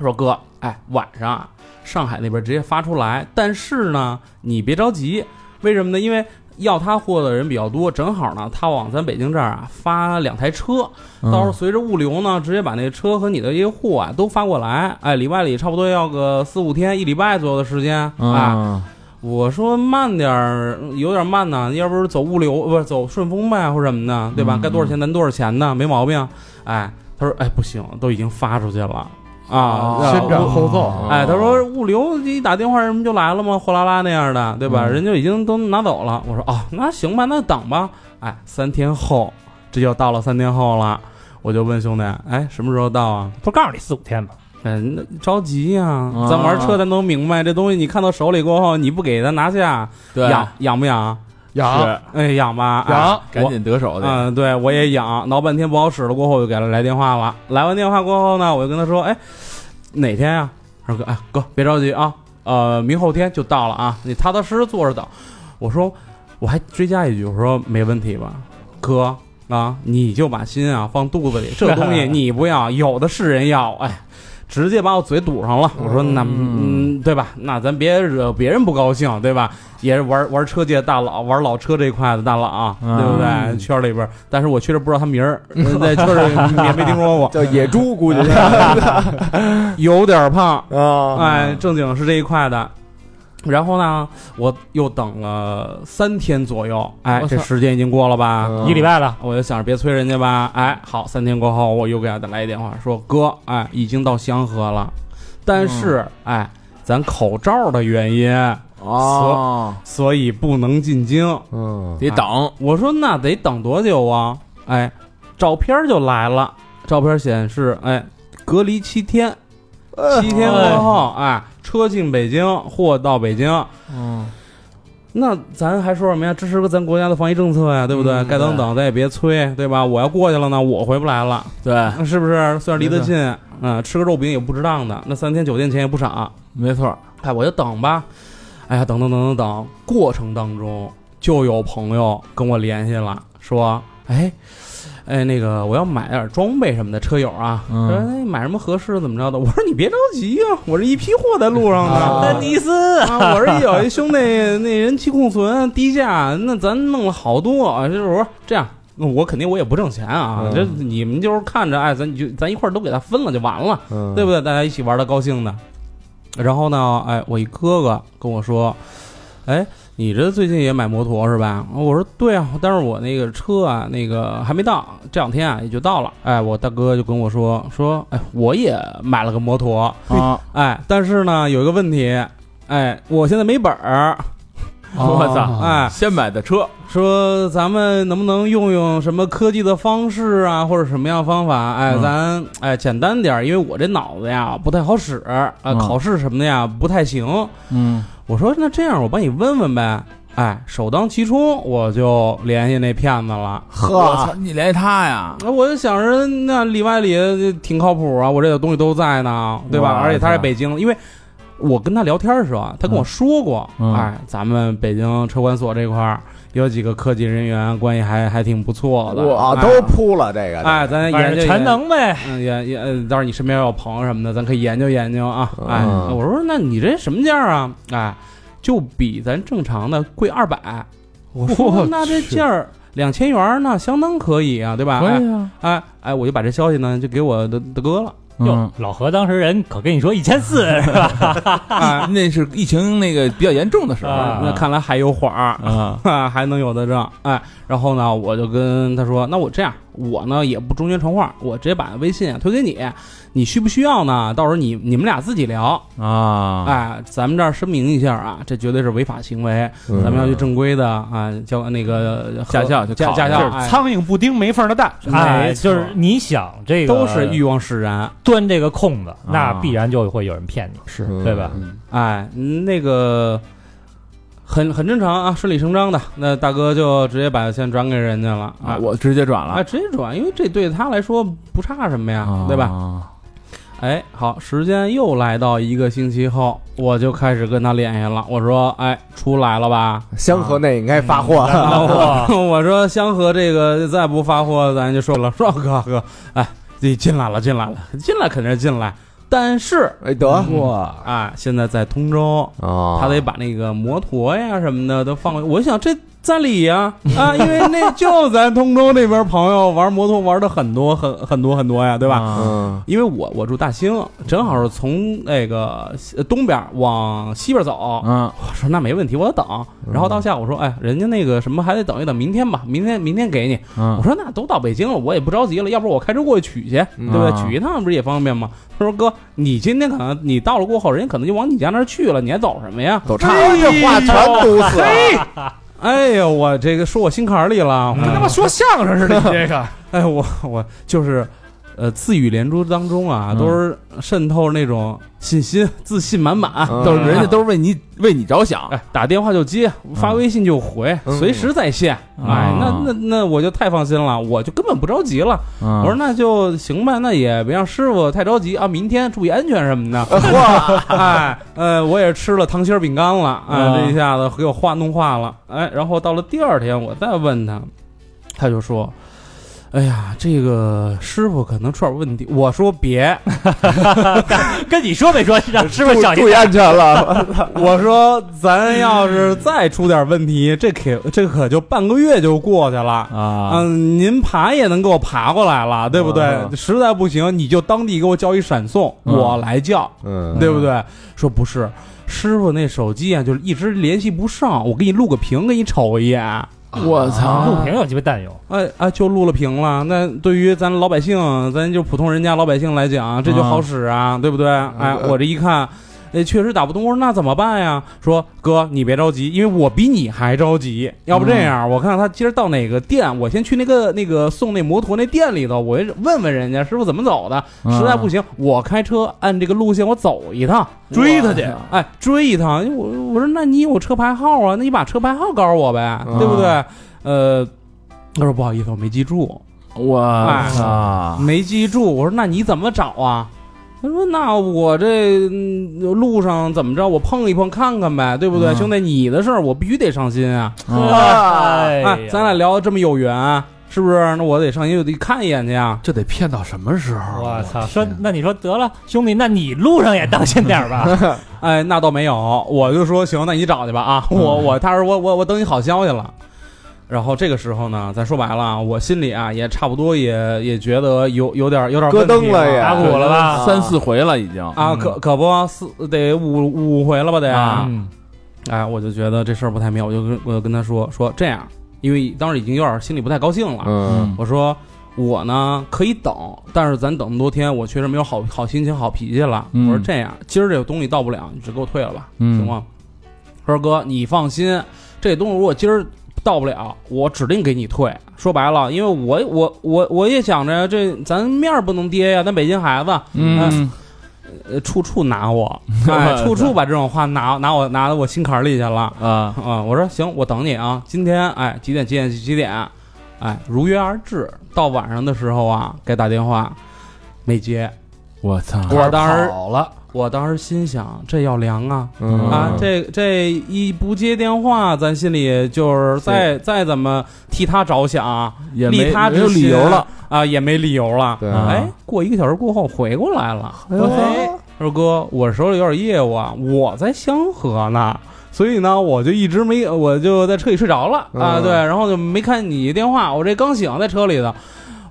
Speaker 11: 说哥，哎，晚上啊，上海那边直接发出来，但是呢，你别着急，为什么呢？因为要他货的人比较多，正好呢，他往咱北京这儿啊发两台车，
Speaker 7: 嗯
Speaker 11: 到时候随着物流呢，直接把那车和你的一个货啊都发过来，哎，里外里差不多要个四五天、一礼拜左右的时间啊。
Speaker 7: 啊，
Speaker 11: 我说慢点儿，有点慢呢，要不是走物流，不是走顺丰呗，或者什么的，对吧？
Speaker 7: 嗯
Speaker 11: 该多少钱咱多少钱呢？没毛病。哎，他说：“哎，不行，都已经发出去了啊，
Speaker 1: 先
Speaker 11: 然
Speaker 1: 斩后
Speaker 11: 后
Speaker 7: 嗯
Speaker 1: 奏，
Speaker 11: 哎，他说物流你打电话人不就来了吗？货拉拉那样的，对
Speaker 7: 嗯
Speaker 11: 吧？人就已经都拿走了。我说哦，那行吧，那等吧。哎，三天后，这就到了三天后了。我就问兄弟，哎，什么时候到啊？
Speaker 3: 不告诉你四五天吗？
Speaker 11: 嗯、那着急呀、咱玩车咱都明白，这东西你看到手里过后，你不给他拿下，
Speaker 7: 对，
Speaker 11: 痒痒不痒？
Speaker 1: 养
Speaker 11: 哎，痒吧，哎
Speaker 1: 养
Speaker 7: 赶紧得手的，
Speaker 11: 嗯，对我也痒，挠半天不好使了，过后我就给他来电话了。来完电话过后呢，我就跟他说，哎，哪天呀、他说哥，哎哥，别着急啊，呃，明后天就到了啊，你踏踏实实坐着等。我说，我还追加一句，我说没问题吧，哥啊，你就把心啊放肚子里，这东西你不要，有的是人要，哎。直接把我嘴堵上了，我说那嗯，对吧？那咱别惹别人不高兴，对吧？也是玩玩车界大佬，玩老车这一块的大佬、
Speaker 7: 嗯
Speaker 11: 对不对？圈里边儿，但是我确实不知道他名儿，在圈里 也没听说过，啊
Speaker 2: 叫野猪，估计 是
Speaker 11: 有点儿胖，
Speaker 2: 啊，
Speaker 11: 哎，正经是这一块的。然后呢，我又等了三天左右，哎，
Speaker 7: 我操
Speaker 11: 这时间已经过了吧？
Speaker 2: 嗯
Speaker 3: 一礼拜了，
Speaker 11: 我就想着别催人家吧，哎，好，三天过后我又给他打来一电话，说哥，哎，已经到香河了，但是、哎，咱口罩的原因，
Speaker 7: 哦，
Speaker 11: 所以不能进京。啊
Speaker 2: 嗯，
Speaker 7: 得等，
Speaker 11: 我说那得等多久啊？哎，照片就来了，照片显示，哎，隔离七天，七天过后，哎，车进北京，货到北京。
Speaker 7: 嗯，
Speaker 11: 那咱还说什么呀？支持咱国家的防疫政策呀，对不对？
Speaker 7: 嗯
Speaker 11: 该等等，咱也别催，对吧？我要过去了呢，我回不来了，
Speaker 7: 对，
Speaker 11: 是不是？虽然离得近，啊、吃个肉饼也不值当的，那三天酒店钱也不少。
Speaker 7: 没错，
Speaker 11: 哎，我就等吧。哎呀，等等等等等，过程当中就有朋友跟我联系了，说，哎，哎，那个我要买点装备什么的，车友啊，
Speaker 7: 嗯
Speaker 11: 说、哎、买什么合适怎么着的？我说你别着急呀、我这一批货在路上呢。
Speaker 2: 啊
Speaker 11: 丹尼斯啊，我这有一兄弟 那人气库存低价，那咱弄了好多啊。就是我说这样。那我肯定我也不挣钱啊，
Speaker 2: 嗯
Speaker 11: 这你们就是看着，哎，咱你就咱一块儿都给他分了就完了。
Speaker 2: 嗯
Speaker 11: 对不对？大家一起玩的高兴的。然后呢，哎，我一哥哥跟我说，哎，你这最近也买摩托是吧？我说对啊，但是我那个车啊，那个还没到，这两天啊也就到了。哎，我大哥就跟我说说，哎，我也买了个摩托，
Speaker 7: 啊，
Speaker 11: 哎，但是呢有一个问题，哎，我现在没本儿，
Speaker 1: 哦
Speaker 7: 我操，
Speaker 11: 哎，
Speaker 7: 嗯先买的车，
Speaker 11: 说咱们能不能用用什么科技的方式啊，或者什么样方法？哎，
Speaker 7: 嗯
Speaker 11: 咱哎简单点儿，因为我这脑子呀不太好使啊，
Speaker 7: 嗯
Speaker 11: 考试什么的呀不太行。
Speaker 7: 嗯
Speaker 11: 我说那这样，我帮你问问呗。哎，首当其冲我就联系那骗子了。
Speaker 7: 我
Speaker 2: 呵，
Speaker 7: 操，你连他呀，
Speaker 11: 那我就想着，那里外里呃挺靠谱啊，我这东西都在呢，对吧？
Speaker 7: 哇
Speaker 11: 而且他是
Speaker 7: 塞
Speaker 11: 北京，因为我跟他聊天的时候啊，他跟我说过，
Speaker 7: 嗯嗯
Speaker 11: 哎，咱们北京车管所这块儿有几个科技人员，关系还还挺不错的，
Speaker 2: 哇，
Speaker 11: 哎
Speaker 2: 都铺了这个，
Speaker 11: 哎，咱
Speaker 3: 反
Speaker 11: 研究
Speaker 3: 正
Speaker 11: 研
Speaker 3: 全
Speaker 11: 究。
Speaker 3: 能呗。
Speaker 11: 嗯，也也，呃到时候你身边有朋友什么的，咱可以研究研究啊。哎，
Speaker 2: 嗯
Speaker 11: 我说那你这什么价啊？哎，就比咱正常的贵二百。我说
Speaker 1: 我
Speaker 11: 那这
Speaker 1: 去
Speaker 11: 价儿两千元儿，那相当可以啊，对吧？哎
Speaker 7: 可以啊，
Speaker 11: 哎哎，我就把这消息呢就给我的的哥了。
Speaker 7: 嗯
Speaker 3: 哟，，老何当时人可跟你说一千 四啊是吧？
Speaker 11: 哎，
Speaker 7: 啊那是疫情那个比较严重的时候
Speaker 3: 啊
Speaker 11: 那看来还有缓儿。
Speaker 7: 啊，
Speaker 11: 啊， 还能有的挣，哎，然后呢，我就跟他说，那我这样，我呢也不中间传话，我直接把微信啊推给你，你需不需要呢？到时候你你们俩自己聊，
Speaker 7: 啊，
Speaker 11: 哎，咱们这儿声明一下啊，这绝对是违法行为，
Speaker 2: 嗯
Speaker 11: 咱们要去正规的啊，叫那
Speaker 3: 呃
Speaker 11: 个
Speaker 7: 驾校去
Speaker 11: 驾
Speaker 7: 考
Speaker 11: 驾
Speaker 7: 一
Speaker 11: 校
Speaker 7: 下，
Speaker 11: 哎
Speaker 1: 苍蝇不叮没缝的蛋，
Speaker 3: 哎，
Speaker 11: 没错
Speaker 3: 就是你想这个
Speaker 11: 都是欲望使然，
Speaker 3: 钻这个空子，那
Speaker 7: 啊
Speaker 3: 必然就会有人骗你，
Speaker 1: 是
Speaker 3: 对吧？
Speaker 11: 哎，那个很很正常啊，顺理成章的。那大哥就直接把钱转给人家了
Speaker 7: 啊
Speaker 11: 啊，
Speaker 7: 我直接转
Speaker 11: 啊，
Speaker 7: 了，啊
Speaker 11: 直接转，因为这对他来说不差什么呀，
Speaker 3: 啊
Speaker 11: 对吧？
Speaker 7: 吧？
Speaker 11: 哎，好，时间又来到一个星期后，我就开始跟他联系了。我说，哎，出来了吧？
Speaker 2: 香河内应该发货，
Speaker 3: 哇
Speaker 11: 我说香河这个再不发货，咱就说了，说哥哥，哎，你进来了，进来了，进来肯定是进来，但是
Speaker 2: 哎得
Speaker 1: 哇，
Speaker 11: 啊，现在在通州，
Speaker 2: 啊
Speaker 11: 他得把那个摩托呀什么的都放回。我想这在理呀 啊因为那就咱通州那边朋友玩摩托玩的很多很很多很多呀，对吧？
Speaker 2: 啊
Speaker 5: 嗯
Speaker 11: 因为我我住大兴，正好是从那个西东边往西边走。
Speaker 7: 啊，
Speaker 11: 我说那没问题，我等。然后到下午说，哎，人家那个什么还得等一等，明天吧，明天明天给你。
Speaker 7: 嗯
Speaker 11: 我说那都到北京了，我也不着急了，要不我开车过去取去，对不对？
Speaker 7: 啊
Speaker 11: 取一趟不是也方便吗？他说哥，你今天可能你到了过后，人家可能就往你家那儿去了，你还走什么呀？
Speaker 2: 走差了，这哎话全堵
Speaker 11: 嗯
Speaker 2: 死了。
Speaker 11: 哎呦，我这个说我心坎儿里了，
Speaker 3: 啊
Speaker 11: 我
Speaker 13: 跟他妈说相声似的，你这个
Speaker 11: 哎，我我就是，呃，自语连珠当中啊，
Speaker 7: 嗯
Speaker 11: 都是渗透那种信心、自信满满。
Speaker 2: 嗯
Speaker 7: 都是人家都是为你为你着想，
Speaker 11: 哎，打电话就接，发微信就回，
Speaker 2: 嗯
Speaker 11: 随时在线。
Speaker 7: 嗯
Speaker 11: 哎，那
Speaker 7: 啊
Speaker 11: 那那我就太放心了，我就根本不着急了。
Speaker 7: 我
Speaker 11: 我说那就行吧，那也别让师傅太着急啊，明天注意安全什么的。哎，呃，我也吃了糖心儿饼干了，啊，
Speaker 7: 啊
Speaker 11: 这一下子给我化弄化了。哎，然后到了第二天，我再问他，他就说。哎呀，这个师傅可能出点问题。我说别，
Speaker 3: 跟你说没说，
Speaker 11: 嗯
Speaker 3: 让师傅小心
Speaker 2: 注意。安全了，
Speaker 11: 我说咱要是再出点问题，这可这可就半个月就过去了。
Speaker 7: 啊，
Speaker 11: 嗯，您爬也能给我爬过来了，对不对？
Speaker 2: 啊
Speaker 11: 实在不行，你就当地给我叫一闪送，
Speaker 7: 嗯
Speaker 11: 我来叫，
Speaker 2: 嗯
Speaker 11: 对不对？说不是，师傅那手机啊，就是一直联系不上，我给你录个屏，给你瞅一眼。啊
Speaker 7: 我操
Speaker 3: 录，屏有鸡巴蛋用，
Speaker 11: 哎哎，就录了屏了。那对于咱老百姓，咱就普通人家老百姓来讲，这就好使啊，对不对？哎，我这一看，哎，确实打不通。我说那怎么办呀？说哥，你别着急，因为我比你还着急。要不这样，我看看他今儿到哪个店，我先去那个那个送那摩托那店里头，我问问人家师傅怎么走的。实在不行，我开车按这个路线我走一趟，
Speaker 13: 追他去，
Speaker 11: 哎，追一趟。因为我我说那你有车牌号啊？那你把车牌号告诉我呗，对不对？呃，他说不好意思，我没记住，
Speaker 7: 我操，
Speaker 11: 啊没记住。我说那你怎么找啊？他说那我这嗯路上怎么着，我碰一碰看看呗，对不对，
Speaker 7: 嗯
Speaker 11: 兄弟？你的事儿我必须得上心啊！
Speaker 2: 啊
Speaker 3: 哎呀
Speaker 11: 哎，咱俩聊得这么有缘，是不是？那我得上心，我得看一眼去啊。
Speaker 1: 这得骗到什么时候啊？
Speaker 3: 我操！说那你说得了，兄弟，那你路上也当心点儿吧。
Speaker 11: 哎，那倒没有，我就说行，那你找去吧啊！我我他说我我我等你好消息了。然后这个时候呢，咱说白了啊，我心里啊也差不多也也觉得有有点有点
Speaker 2: 咯
Speaker 11: 问
Speaker 2: 噔
Speaker 11: 题
Speaker 2: 了
Speaker 11: 了
Speaker 2: 也，
Speaker 3: 啊打鼓了吧
Speaker 7: 三四回了已经
Speaker 11: 啊，可可不四得五五回了吧得
Speaker 7: 啊
Speaker 3: 嗯
Speaker 11: 哎，我就觉得这事儿不太妙，我就跟我就跟他说说这样，因为当时已经有点心里不太高兴了，
Speaker 2: 嗯
Speaker 11: 我说我呢可以等，但是咱等那么多天，我确实没有好好心情、好脾气了。
Speaker 7: 嗯
Speaker 11: 我说这样，今儿这个东西到不了，你就给我退了吧，
Speaker 7: 嗯
Speaker 11: 行吗？他说哥，你放心，这东西如果今儿到不了，我指定给你退。说白了，因为我我我我也想着这咱面儿不能跌呀，咱北京 孩子，
Speaker 7: 嗯
Speaker 11: 呃，处处拿我，哎，处处把这种话拿拿我拿到我心坎儿里去了。
Speaker 7: 啊
Speaker 11: 啊、我说行，我等你啊，今天哎几点几点几点，哎如约而至。到晚上的时候啊，给打电话，没接。
Speaker 7: 我操，
Speaker 11: 我当时
Speaker 1: 跑了，
Speaker 11: 我当时心想，这要凉啊、
Speaker 2: 嗯
Speaker 11: 啊！这这一不接电话，咱心里就是再再怎么替他着想啊
Speaker 7: 也
Speaker 11: 利
Speaker 7: 没
Speaker 11: 他
Speaker 7: 没
Speaker 11: 之
Speaker 7: 有理
Speaker 11: 心
Speaker 7: 由了，
Speaker 11: 啊，也没理由了。
Speaker 3: 嗯
Speaker 2: 对
Speaker 7: 啊
Speaker 11: 哎，过一个小时过后回过来了，
Speaker 2: 呦
Speaker 11: 哎，他说哥，我手里有点业务啊，我在香河呢，所以呢，我就一直没，我就在车里睡着了啊，
Speaker 2: 嗯
Speaker 11: 对，然后就没看你电话，我这刚醒在车里的。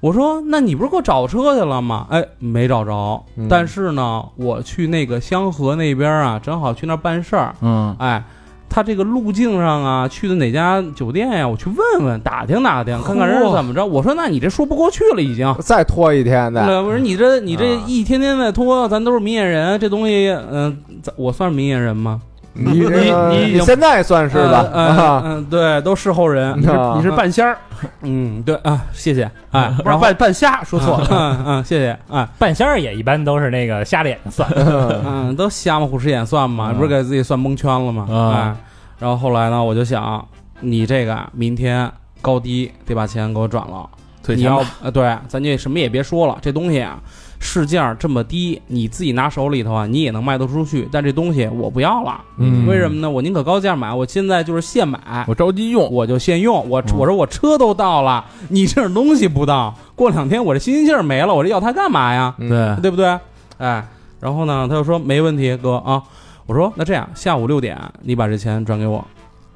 Speaker 11: 我说，那你不是给我找车去了吗？哎，没找着，
Speaker 2: 嗯
Speaker 11: 但是呢，我去那个香河那边啊，正好去那儿办事儿，
Speaker 7: 嗯
Speaker 11: 哎。他这个路径上啊，去的哪家酒店呀、我去问问，打听打听，看看人家怎么着。我说，那你这说不过去了，已经。
Speaker 2: 再拖一天的，
Speaker 11: 对，我说你这你这
Speaker 2: 啊
Speaker 11: 一天天在拖，咱都是明眼人，这东西，嗯、咱我算是明眼人吗？
Speaker 2: 你这个
Speaker 13: 你你已
Speaker 2: 你
Speaker 13: 经
Speaker 2: 现在算是吧？
Speaker 11: 嗯、呃
Speaker 2: 啊，
Speaker 11: 嗯对，都事后人。
Speaker 2: 啊
Speaker 1: 你是半仙儿，
Speaker 11: 嗯，对啊，谢谢，哎，
Speaker 1: 不是半半瞎，说错了。
Speaker 11: 嗯嗯，谢谢，哎，
Speaker 3: 半仙儿也一般都是那个瞎了眼睛算，
Speaker 11: 嗯，都瞎嘛，虎吃眼算嘛，
Speaker 7: 嗯
Speaker 11: 不是给自己算蒙圈了吗？
Speaker 7: 啊
Speaker 11: 哎，然后后来呢，我就想，你这个明天高低得把钱给我转了。
Speaker 7: 退
Speaker 11: 你
Speaker 7: 钱吧
Speaker 11: 要呃，对，咱就什么也别说了，这东西啊，市价这么低，你自己拿手里头啊，你也能卖得出去。但这东西我不要了，
Speaker 7: 嗯
Speaker 11: 为什么呢？我宁可高价买，我现在就是现买，
Speaker 7: 我着急用，
Speaker 11: 我就现用。我
Speaker 7: 嗯
Speaker 11: 我说我车都到了，你这种东西不到，过两天我这新鲜劲儿没了，我这要它干嘛呀？
Speaker 2: 嗯
Speaker 7: 对，
Speaker 11: 对不对？哎，然后呢，他就说没问题，哥啊。我说那这样，下午六点你把这钱转给我。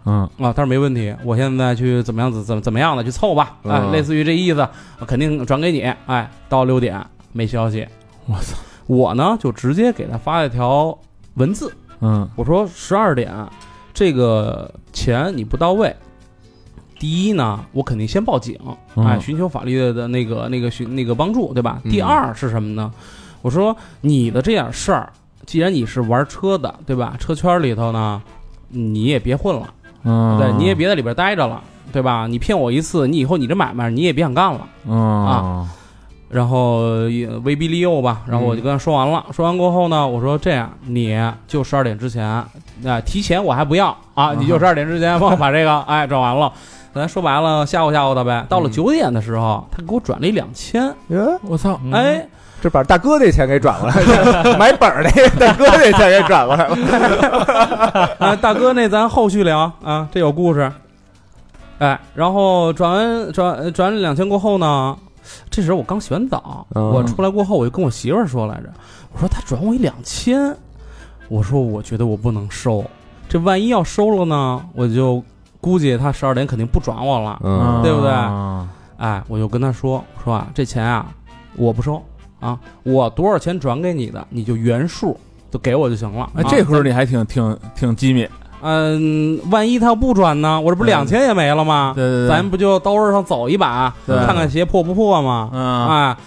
Speaker 7: 嗯，
Speaker 11: 啊，他说没问题，我现在去怎么样怎怎么怎么样的去凑吧，哎，
Speaker 5: 嗯
Speaker 11: 类似于这意思，我肯定转给你，哎，到六点没消息，我操，我呢就直接给他发了一条文字，
Speaker 7: 嗯
Speaker 11: 我说十二点这个钱你不到位，第一呢，我肯定先报警，
Speaker 7: 嗯
Speaker 11: 哎，寻求法律的那个那个寻那个帮助，对吧？
Speaker 1: 嗯
Speaker 11: 第二是什么呢？我说你的这点事儿，既然你是玩车的，对吧？车圈里头呢，你也别混了。
Speaker 7: 嗯，
Speaker 11: 对，你也别在里边待着了，对吧？你骗我一次，你以后你这买卖你也别想干了。
Speaker 7: 啊，
Speaker 11: 然后也威逼利诱吧，然后我就跟他说完了。说完过后呢，我说这样，你就十二点之前，啊、提前我还不要啊，你就十二点之前帮我把这个哎转完了。咱说白了，吓唬吓唬他呗。到了九点的时候，他给我转了一两千，
Speaker 2: 哟，
Speaker 7: 我操，
Speaker 11: 哎，
Speaker 2: 啊这把大哥那钱给转过来 了，买本儿那个大哥那钱给转过来了。
Speaker 11: 啊，大哥，那咱后续聊啊，这有故事。哎，然后转完转转了两千过后呢，这时候我刚洗完澡，
Speaker 5: 嗯
Speaker 11: 我出来过后我就跟我媳妇儿说来着，我说他转我一两千，我说我觉得我不能收，这万一要收了呢，我就估计他十二点肯定不转我了。
Speaker 5: 嗯
Speaker 11: 对不对
Speaker 7: 啊
Speaker 11: 哎，我就跟他说，我说啊，这钱啊我不收啊，我多少钱转给你的，你就原数就给我就行了。
Speaker 7: 哎，
Speaker 11: 啊
Speaker 7: 这会儿你还挺挺挺机敏，
Speaker 11: 嗯，万一他要不转呢？我这不
Speaker 7: 对
Speaker 11: 两千也没了吗？
Speaker 7: 对嗯对对，
Speaker 11: 啊咱不就兜儿上走一把，
Speaker 7: 对
Speaker 11: 看看鞋破不破吗？
Speaker 7: 嗯
Speaker 11: 啊，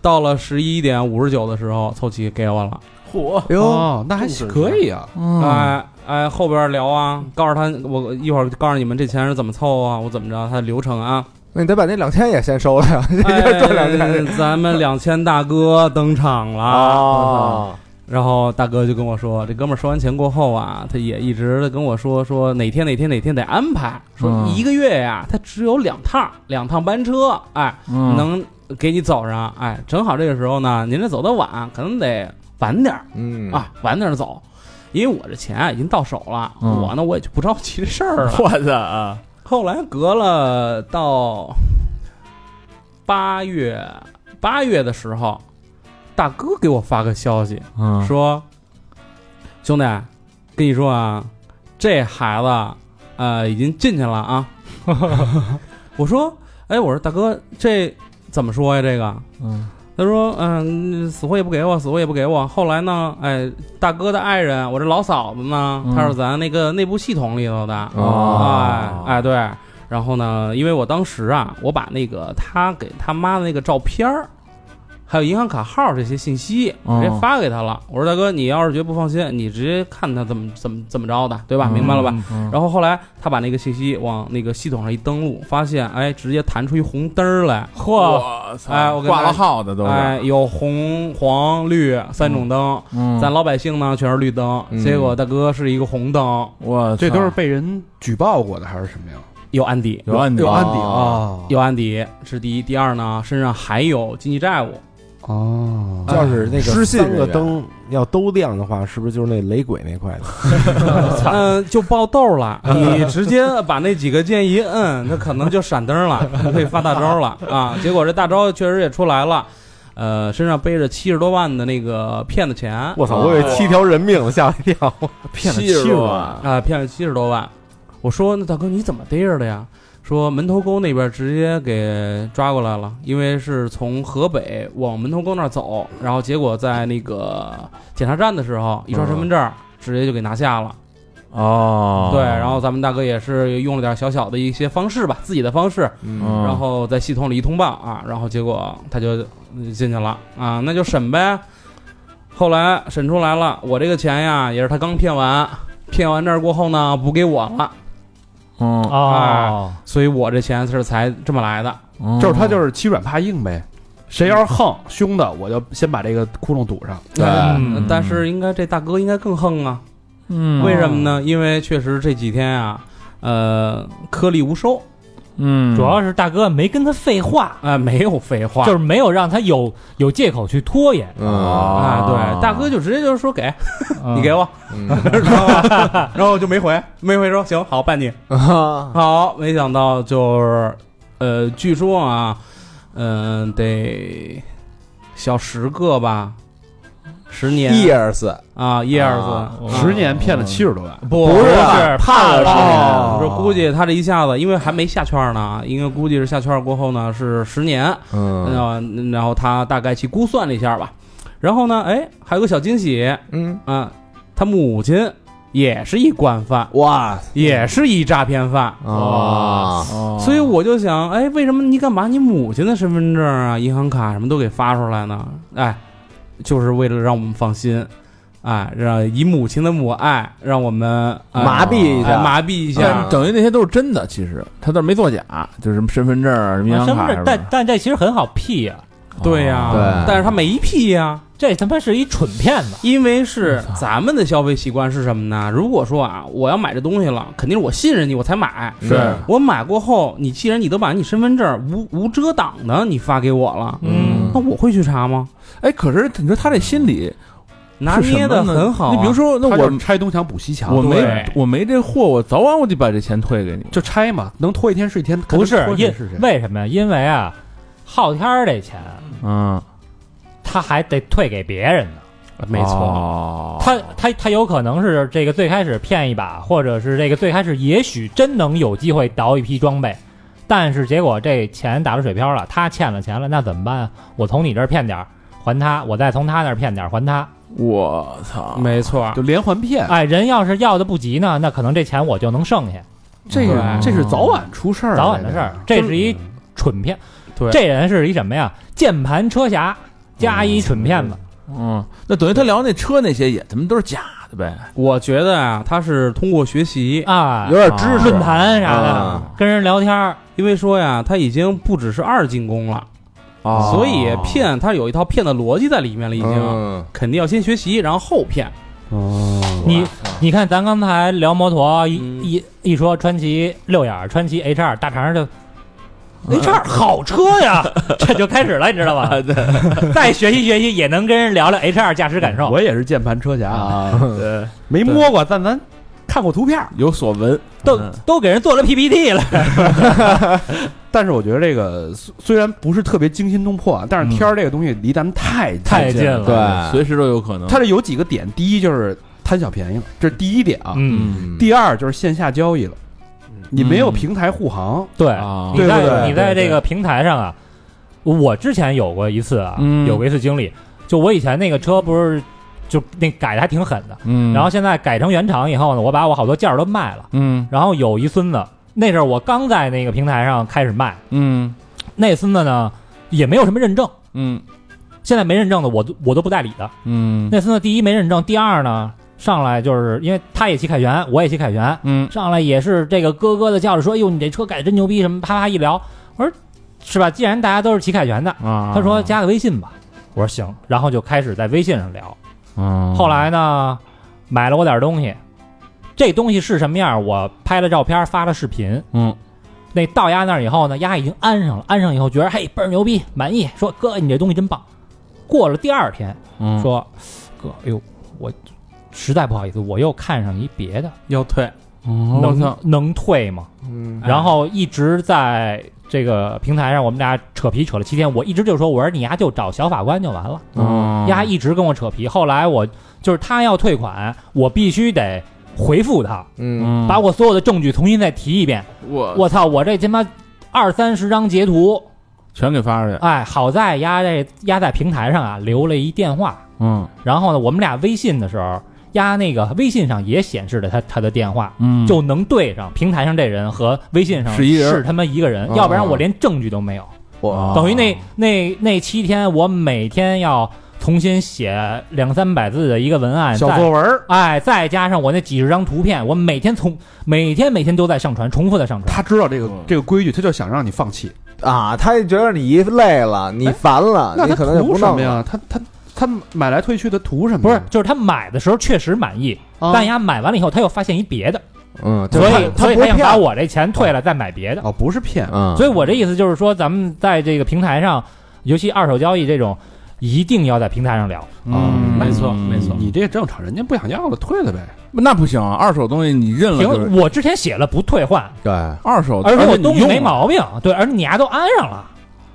Speaker 11: 到了十一点五十九的时候，凑齐给我了。
Speaker 13: 嚯，
Speaker 2: 哟，
Speaker 1: 哦，那还可以啊，
Speaker 7: 嗯
Speaker 11: 哎哎，后边聊啊，告诉他我一会儿告诉你们这钱是怎么凑啊，我怎么着，它的流程啊。
Speaker 2: 那你得把那两千也先收了呀， 这
Speaker 11: 哎
Speaker 2: 要赚两千。
Speaker 11: 咱们两千大哥登场了。
Speaker 2: 啊，
Speaker 11: 然后大哥就跟我说，这哥们儿收完钱过后啊，他也一直的跟我说，说哪天哪天哪天得安排，说
Speaker 7: 嗯
Speaker 11: 一个月呀、他只有两趟两趟班车，哎，
Speaker 7: 嗯
Speaker 11: 能给你走上，哎，正好这个时候呢，您这走的晚，可能得晚点儿
Speaker 2: 嗯
Speaker 11: 啊，晚点儿走，因为我这钱啊已经到手了，
Speaker 7: 嗯
Speaker 11: 我呢我也就不着急这事儿 了。
Speaker 7: 我操啊，
Speaker 11: 后来隔了到八月八月的时候，大哥给我发个消息。
Speaker 7: 嗯
Speaker 11: 说：“兄弟，跟你说啊，这孩子呃已经进去了 啊。”我说：“哎，我说大哥，这怎么说呀？这个
Speaker 7: 嗯？”
Speaker 11: 他说：“嗯，死活也不给我，死活也不给我。后来呢，哎，大哥的爱人，我这老嫂子呢，
Speaker 7: 嗯
Speaker 11: 她是咱那个内部系统里头的，
Speaker 5: 哦
Speaker 11: 哎哎对。然后呢，因为我当时啊，我把那个他给他妈的那个照片儿，还有银行卡号这些信息，
Speaker 7: 哦
Speaker 11: 直接发给他了。我说大哥，你要是觉得不放心，你直接看他怎么怎么怎么着的，对吧？明白了吧？
Speaker 7: 嗯？
Speaker 11: 然后后来他把那个信息往那个系统上一登录，发现哎，直接弹出一红灯儿来，嚯！
Speaker 7: 我操
Speaker 11: 哎我跟
Speaker 7: 挂了
Speaker 11: 大家
Speaker 7: 号的都是，
Speaker 11: 哎，有红、黄、绿三种灯，
Speaker 7: 嗯
Speaker 11: 咱老百姓呢全是绿灯，
Speaker 2: 嗯
Speaker 11: 结果大哥是一个红灯，
Speaker 7: 我操
Speaker 1: 这都是被人举报过的还是什么呀？
Speaker 11: 有案底，
Speaker 7: 有案底
Speaker 1: 有案底
Speaker 7: 哦
Speaker 1: 啊，
Speaker 11: 有案底是第一，第二呢，身上还有经济债务，
Speaker 1: 哦，
Speaker 5: 就是那个
Speaker 2: 失信
Speaker 5: 三
Speaker 2: 人
Speaker 5: 个
Speaker 2: 员
Speaker 5: 灯要都亮的话，是不是就是那雷鬼那块的？
Speaker 11: 嗯，就爆豆了。你直接把那几个键一摁，那可能就闪灯了，可以发大招了啊！结果这大招确实也出来了，呃，身上背着七十多万的那个骗子钱，啊、
Speaker 5: 我操，我以为七条人命呢，吓我一跳。
Speaker 7: 骗了七十多万，
Speaker 11: 啊骗了七十多万。我说那大哥你怎么逮着的呀？说门头沟那边直接给抓过来了，因为是从河北往门头沟那儿走，然后结果在那个检查站的时候一刷身份证，直接就给拿下了。
Speaker 7: 哦，
Speaker 11: 对，然后咱们大哥也是用了点小小的一些方式吧，自己的方式，
Speaker 7: 嗯
Speaker 11: 然后在系统里一通报啊，然后结果他就嗯进去了啊，那就审呗。后来审出来了，我这个钱呀也是他刚骗完，骗完这儿过后呢补给我了，
Speaker 7: 嗯，
Speaker 11: 哦，
Speaker 3: 啊
Speaker 11: 所以我这钱是才这么来的。
Speaker 7: 嗯
Speaker 1: 就是他就是欺软怕硬呗，谁要是横凶的，我就先把这个窟窿堵上。
Speaker 7: 对
Speaker 11: 嗯
Speaker 7: 嗯
Speaker 11: 但是应该这大哥应该更横啊，
Speaker 7: 嗯
Speaker 11: 为什么呢？因为确实这几天啊，呃，颗粒无收，
Speaker 7: 嗯，
Speaker 3: 主要是大哥没跟他废话，
Speaker 11: 啊、没有废话，
Speaker 3: 就是没有让他有有借口去拖延。
Speaker 2: 嗯
Speaker 11: 啊，对，大哥就直接就是说给，你给我，
Speaker 2: 嗯
Speaker 11: 然后啊然后我就没回，没回说行好办你
Speaker 2: 啊，
Speaker 11: 好，没想到就是，呃，据说呃啊，嗯、得小十个吧，十年
Speaker 2: years
Speaker 11: 啊，years
Speaker 1: 十年骗了七十多万，
Speaker 11: 不
Speaker 2: 不是
Speaker 11: 是
Speaker 2: 判了
Speaker 11: 十
Speaker 2: 哦
Speaker 11: 年，我说估计他这一下子，因为还没下圈呢，应该估计是下圈过后呢是十年，然
Speaker 2: 嗯
Speaker 11: 后然后他大概去估算了一下吧，然后呢，哎，还有个小惊喜
Speaker 2: 嗯，
Speaker 11: 啊，他母亲也是一惯犯，
Speaker 2: 哇
Speaker 11: 也是一诈骗犯，
Speaker 2: 啊，
Speaker 7: 哦嗯
Speaker 11: 所以我就想，哎，为什么你敢把你母亲的身份证啊、银行卡什么都给发出来呢？哎，就是为了让我们放心，哎，让以母亲的母爱，让我们、哎
Speaker 2: 麻痹一
Speaker 11: 哎
Speaker 2: 下，
Speaker 11: 麻痹一
Speaker 7: 但
Speaker 11: 下
Speaker 7: 是。等于那些都是真的，其实他倒是没作假，就是什么身份证啊、什么银
Speaker 3: 身
Speaker 7: 行
Speaker 3: 份
Speaker 7: 卡
Speaker 3: 证，
Speaker 7: 哦
Speaker 3: 但但这其实很好屁呀、
Speaker 11: 对呀、
Speaker 2: 对
Speaker 11: 但是他没屁呀、
Speaker 3: 这他妈是一蠢骗子。
Speaker 11: 因为是咱们的消费习惯是什么呢？如果说啊，我要买这东西了，肯定是我信任你，我才买。
Speaker 7: 是
Speaker 11: 我买过后，你既然你都把你身份证无无遮挡的你发给我了，
Speaker 3: 嗯
Speaker 11: 那我会去查吗？
Speaker 7: 哎，可是你说他这心理
Speaker 11: 拿
Speaker 7: 是什
Speaker 11: 捏
Speaker 7: 么
Speaker 11: 的
Speaker 7: 呢
Speaker 11: 很好、啊。
Speaker 7: 你比如说，那
Speaker 1: 他
Speaker 7: 我
Speaker 1: 就是拆东墙补西墙，
Speaker 7: 我没
Speaker 3: 对
Speaker 7: 我没这货，我早晚我得把这钱退给你。
Speaker 1: 就拆嘛，能拖一天是一天，
Speaker 3: 不是
Speaker 1: 看能拖
Speaker 3: 因
Speaker 1: 谁是谁。
Speaker 3: 为什么呀？因为啊，昊天儿这钱
Speaker 7: 嗯，
Speaker 3: 他还得退给别人呢。
Speaker 11: 没错
Speaker 7: 错
Speaker 3: 他他他有可能是这个最开始骗一把，或者是这个最开始也许真能有机会倒一批装备，但是结果这钱打了水漂了，他欠了钱了，那怎么办啊？我从你这儿骗点儿还他，我再从他那儿骗点儿还他。
Speaker 7: 我操，
Speaker 11: 没错，
Speaker 1: 就连环骗，
Speaker 3: 哎，人要是要的不急呢，那可能这钱我就能剩下，
Speaker 1: 这个这是早晚出事儿，啊
Speaker 3: 早晚的事儿。这是一蠢骗，
Speaker 11: 对
Speaker 3: 这人是一什么呀？键盘车侠加一蠢骗子。
Speaker 7: 嗯，那等于他聊那车那些也他妈都是假的呗。
Speaker 11: 我觉得啊，他是通过学习，
Speaker 3: 啊
Speaker 2: 有，点知识
Speaker 3: 论坛啥的
Speaker 2: 啊，
Speaker 3: 跟人聊天儿，
Speaker 11: 因为说呀，他已经不只是二进宫了，
Speaker 7: 啊
Speaker 11: 所以骗他有一套骗的逻辑在里面了，已经、
Speaker 2: 嗯
Speaker 11: 肯定要先学习，然后后骗。
Speaker 1: 哦
Speaker 3: 你你看，咱刚才聊摩托，一
Speaker 11: 嗯
Speaker 3: 一一说川崎六眼儿，川崎 H 二大肠就
Speaker 2: 嗯
Speaker 3: H 二好车呀，这就开始了，你知道吧？再学习学习，也能跟人聊聊 H 二驾驶感受。
Speaker 1: 我也是键盘车侠啊，
Speaker 2: 啊，
Speaker 1: 没摸过，但咱看过图片儿。
Speaker 7: 有所闻，
Speaker 3: 都
Speaker 7: 嗯
Speaker 3: 都给人做了 PPT 了，
Speaker 1: 但是我觉得这个虽虽然不是特别惊心动魄啊，但是天儿这个东西离咱们太
Speaker 3: 嗯太近
Speaker 1: 近
Speaker 3: 了。
Speaker 2: 对，
Speaker 7: 随时都有可能。
Speaker 1: 它这有几个点，第一就是贪小便宜了，这是第一点啊。
Speaker 3: 嗯，
Speaker 1: 第二就是线下交易了，
Speaker 2: 嗯
Speaker 1: 你没有平台护航，
Speaker 3: 嗯对，
Speaker 7: 啊，
Speaker 3: 你
Speaker 2: 对对
Speaker 3: 在
Speaker 2: 对
Speaker 3: 你在这个平台上啊，我之前有过一次啊，
Speaker 7: 嗯
Speaker 3: 有过一次经历，就我以前那个车不是就那改的还挺狠的，
Speaker 7: 嗯，
Speaker 3: 然后现在改成原厂以后呢，我把我好多件儿都卖了。
Speaker 7: 嗯
Speaker 3: 然后有一孙子，那阵儿我刚在那个平台上开始卖，
Speaker 7: 嗯
Speaker 3: 那孙子呢也没有什么认证，
Speaker 7: 嗯
Speaker 3: 现在没认证的我都我都不带理的。
Speaker 7: 嗯
Speaker 3: 那孙子第一没认证，第二呢上来就是因为他也骑凯旋，我也骑凯旋，
Speaker 7: 嗯
Speaker 3: 上来也是这个咯咯的叫着说：“哟，你这车改真牛逼！”什么啪啪一聊，我说是吧？既然大家都是骑凯旋的，
Speaker 7: 啊，
Speaker 3: 他说加个微信吧，我说行，然后就开始在微信上聊。
Speaker 7: 嗯，
Speaker 3: 后来呢，买了我点东西，这东西是什么样？我拍了照片，发了视频。
Speaker 7: 嗯，
Speaker 3: 那到丫那儿以后呢，丫已经安上了，安上以后觉得嘿倍儿牛逼，满意，说哥你这东西真棒。过了第二天，
Speaker 7: 嗯
Speaker 3: 说哥，哎呦，我实在不好意思，我又看上一别的，
Speaker 11: 要退，
Speaker 7: 嗯我
Speaker 3: 能
Speaker 7: 操，哎
Speaker 3: 能退吗？
Speaker 2: 嗯
Speaker 3: 然后一直在这个平台上，我们俩扯皮扯了七天，我一直就说，我说你丫就找小法官就完了。
Speaker 7: 嗯
Speaker 3: 丫一直跟我扯皮，后来我就是他要退款，我必须得回复他，
Speaker 2: 嗯
Speaker 7: 嗯
Speaker 3: 把我所有的证据重新再提一遍。
Speaker 7: 我
Speaker 3: 我操，我这他妈二三十张截图，
Speaker 7: 全给发出去，
Speaker 3: 哎，好在丫这丫在平台上啊留了一电话，
Speaker 7: 嗯
Speaker 3: 然后呢，我们俩微信的时候，丫那个微信上也显示了他他的电话，
Speaker 7: 嗯
Speaker 3: 就能对上平台上这人和微信上
Speaker 7: 是一人哦
Speaker 3: 是他妈一个人，
Speaker 2: 哦
Speaker 3: 要不然我连证据都没有。
Speaker 2: 我
Speaker 3: 等于那那那七天，我每天要重新写两三百字的一个文案，
Speaker 1: 小
Speaker 3: 再
Speaker 1: 作文儿，
Speaker 3: 哎，再加上我那几十张图片，我每天从每天每天都在上传，重复的上传。
Speaker 1: 他知道这个
Speaker 2: 嗯
Speaker 1: 这个规矩，他就想让你放弃。
Speaker 2: 啊，他觉得你累了，你烦了，
Speaker 1: 那
Speaker 2: 啊你
Speaker 1: 他
Speaker 2: 可能就
Speaker 1: 图
Speaker 2: 不
Speaker 1: 什
Speaker 2: 弄
Speaker 1: 么
Speaker 2: 了
Speaker 1: 呀？他他他买来退去的图什么呀？
Speaker 3: 不是，就是他买的时候确实满意，
Speaker 7: 哦
Speaker 1: 啊
Speaker 3: 但丫买完了以后，他又发现一别的，
Speaker 2: 嗯，就
Speaker 3: 所
Speaker 2: 是
Speaker 3: 以
Speaker 2: 他
Speaker 3: 所以
Speaker 2: 不
Speaker 3: 他
Speaker 2: 是
Speaker 3: 想把
Speaker 2: 骗，
Speaker 3: 我这钱退了，再买别的。
Speaker 1: 哦，不是骗，
Speaker 2: 嗯，
Speaker 3: 所以我这意思就是说，咱们在这个平台上，尤其二手交易这种，一定要在平台上聊。
Speaker 7: 嗯
Speaker 11: 没错没错
Speaker 1: 你这正常，人家不想要了退了呗。
Speaker 7: 那不行，啊二手东西你认了就是
Speaker 3: 行，我之前写了不退换，
Speaker 2: 对，
Speaker 7: 二手，
Speaker 3: 而且我
Speaker 7: 你
Speaker 3: 东西
Speaker 7: 用
Speaker 3: 没
Speaker 7: 了
Speaker 3: 毛病，对，而且你丫都安上了，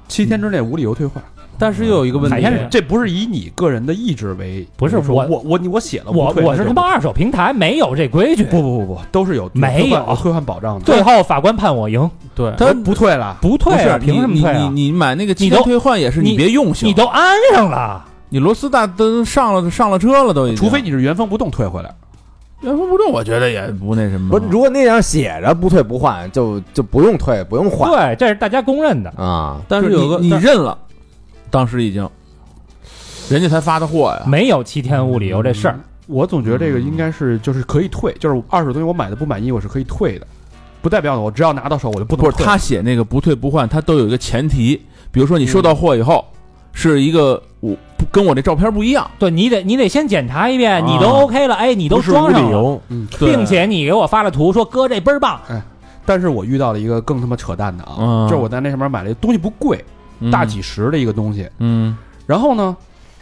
Speaker 1: 七天之内无理由退换，
Speaker 11: 但是又有一个问题，
Speaker 1: 海先生，这不是以你个人的意志为，
Speaker 3: 不是
Speaker 1: 说
Speaker 3: 我
Speaker 1: 我我你我写了，
Speaker 3: 我
Speaker 1: 退
Speaker 3: 我
Speaker 1: 那
Speaker 3: 是
Speaker 1: 就
Speaker 3: 他妈二手平台，没有这规矩。
Speaker 1: 不不不不，都是有有
Speaker 3: 没有
Speaker 1: 退换退换保障的，
Speaker 3: 最后法官判我赢，
Speaker 11: 对
Speaker 1: 他不退了，
Speaker 3: 不退
Speaker 7: 不
Speaker 3: 啊
Speaker 7: 是
Speaker 3: 凭什么退
Speaker 7: 你
Speaker 3: 啊？
Speaker 7: 你你买那个七
Speaker 3: 你
Speaker 7: 天
Speaker 3: 都
Speaker 7: 退换也是
Speaker 3: 你
Speaker 7: 别用性，
Speaker 3: 你都安上了，
Speaker 7: 你螺丝大灯上了上了车了都已经，
Speaker 1: 除非你是原封不动退回来。
Speaker 7: 原封不动，我觉得也不那什么。
Speaker 2: 不是，如果那样写着不退不换，就就不用退，不用换
Speaker 3: 对，这是大家公认的。
Speaker 2: 啊。
Speaker 11: 但
Speaker 7: 就是是
Speaker 11: 有个
Speaker 7: 你你
Speaker 11: 但
Speaker 7: 认了，当时已经，人家才发的货呀。
Speaker 3: 没有七天无理由这事儿，
Speaker 1: 我总觉得这个应该是就是可以退，就是二手东西我买的不满意，我是可以退的，不代表我只要拿到手我就不能
Speaker 7: 不
Speaker 1: 退。
Speaker 7: 是他写那个不退不换，他都有一个前提，比如说你收到货以后、是一个我不跟我这照片不一样，
Speaker 3: 对你得你得先检查一遍，
Speaker 7: 啊
Speaker 3: 你都 OK 了，哎，你都
Speaker 5: 不是无
Speaker 3: 装上
Speaker 5: 理
Speaker 3: 了，
Speaker 5: 由，
Speaker 1: 嗯
Speaker 3: 并且你给我发了图说哥这倍儿棒，
Speaker 1: 但是我遇到了一个更他妈扯淡的啊，
Speaker 7: 嗯
Speaker 1: 就是我在那上面买了一个东西不贵，大几十的一个东西，
Speaker 7: 嗯
Speaker 1: 然后呢，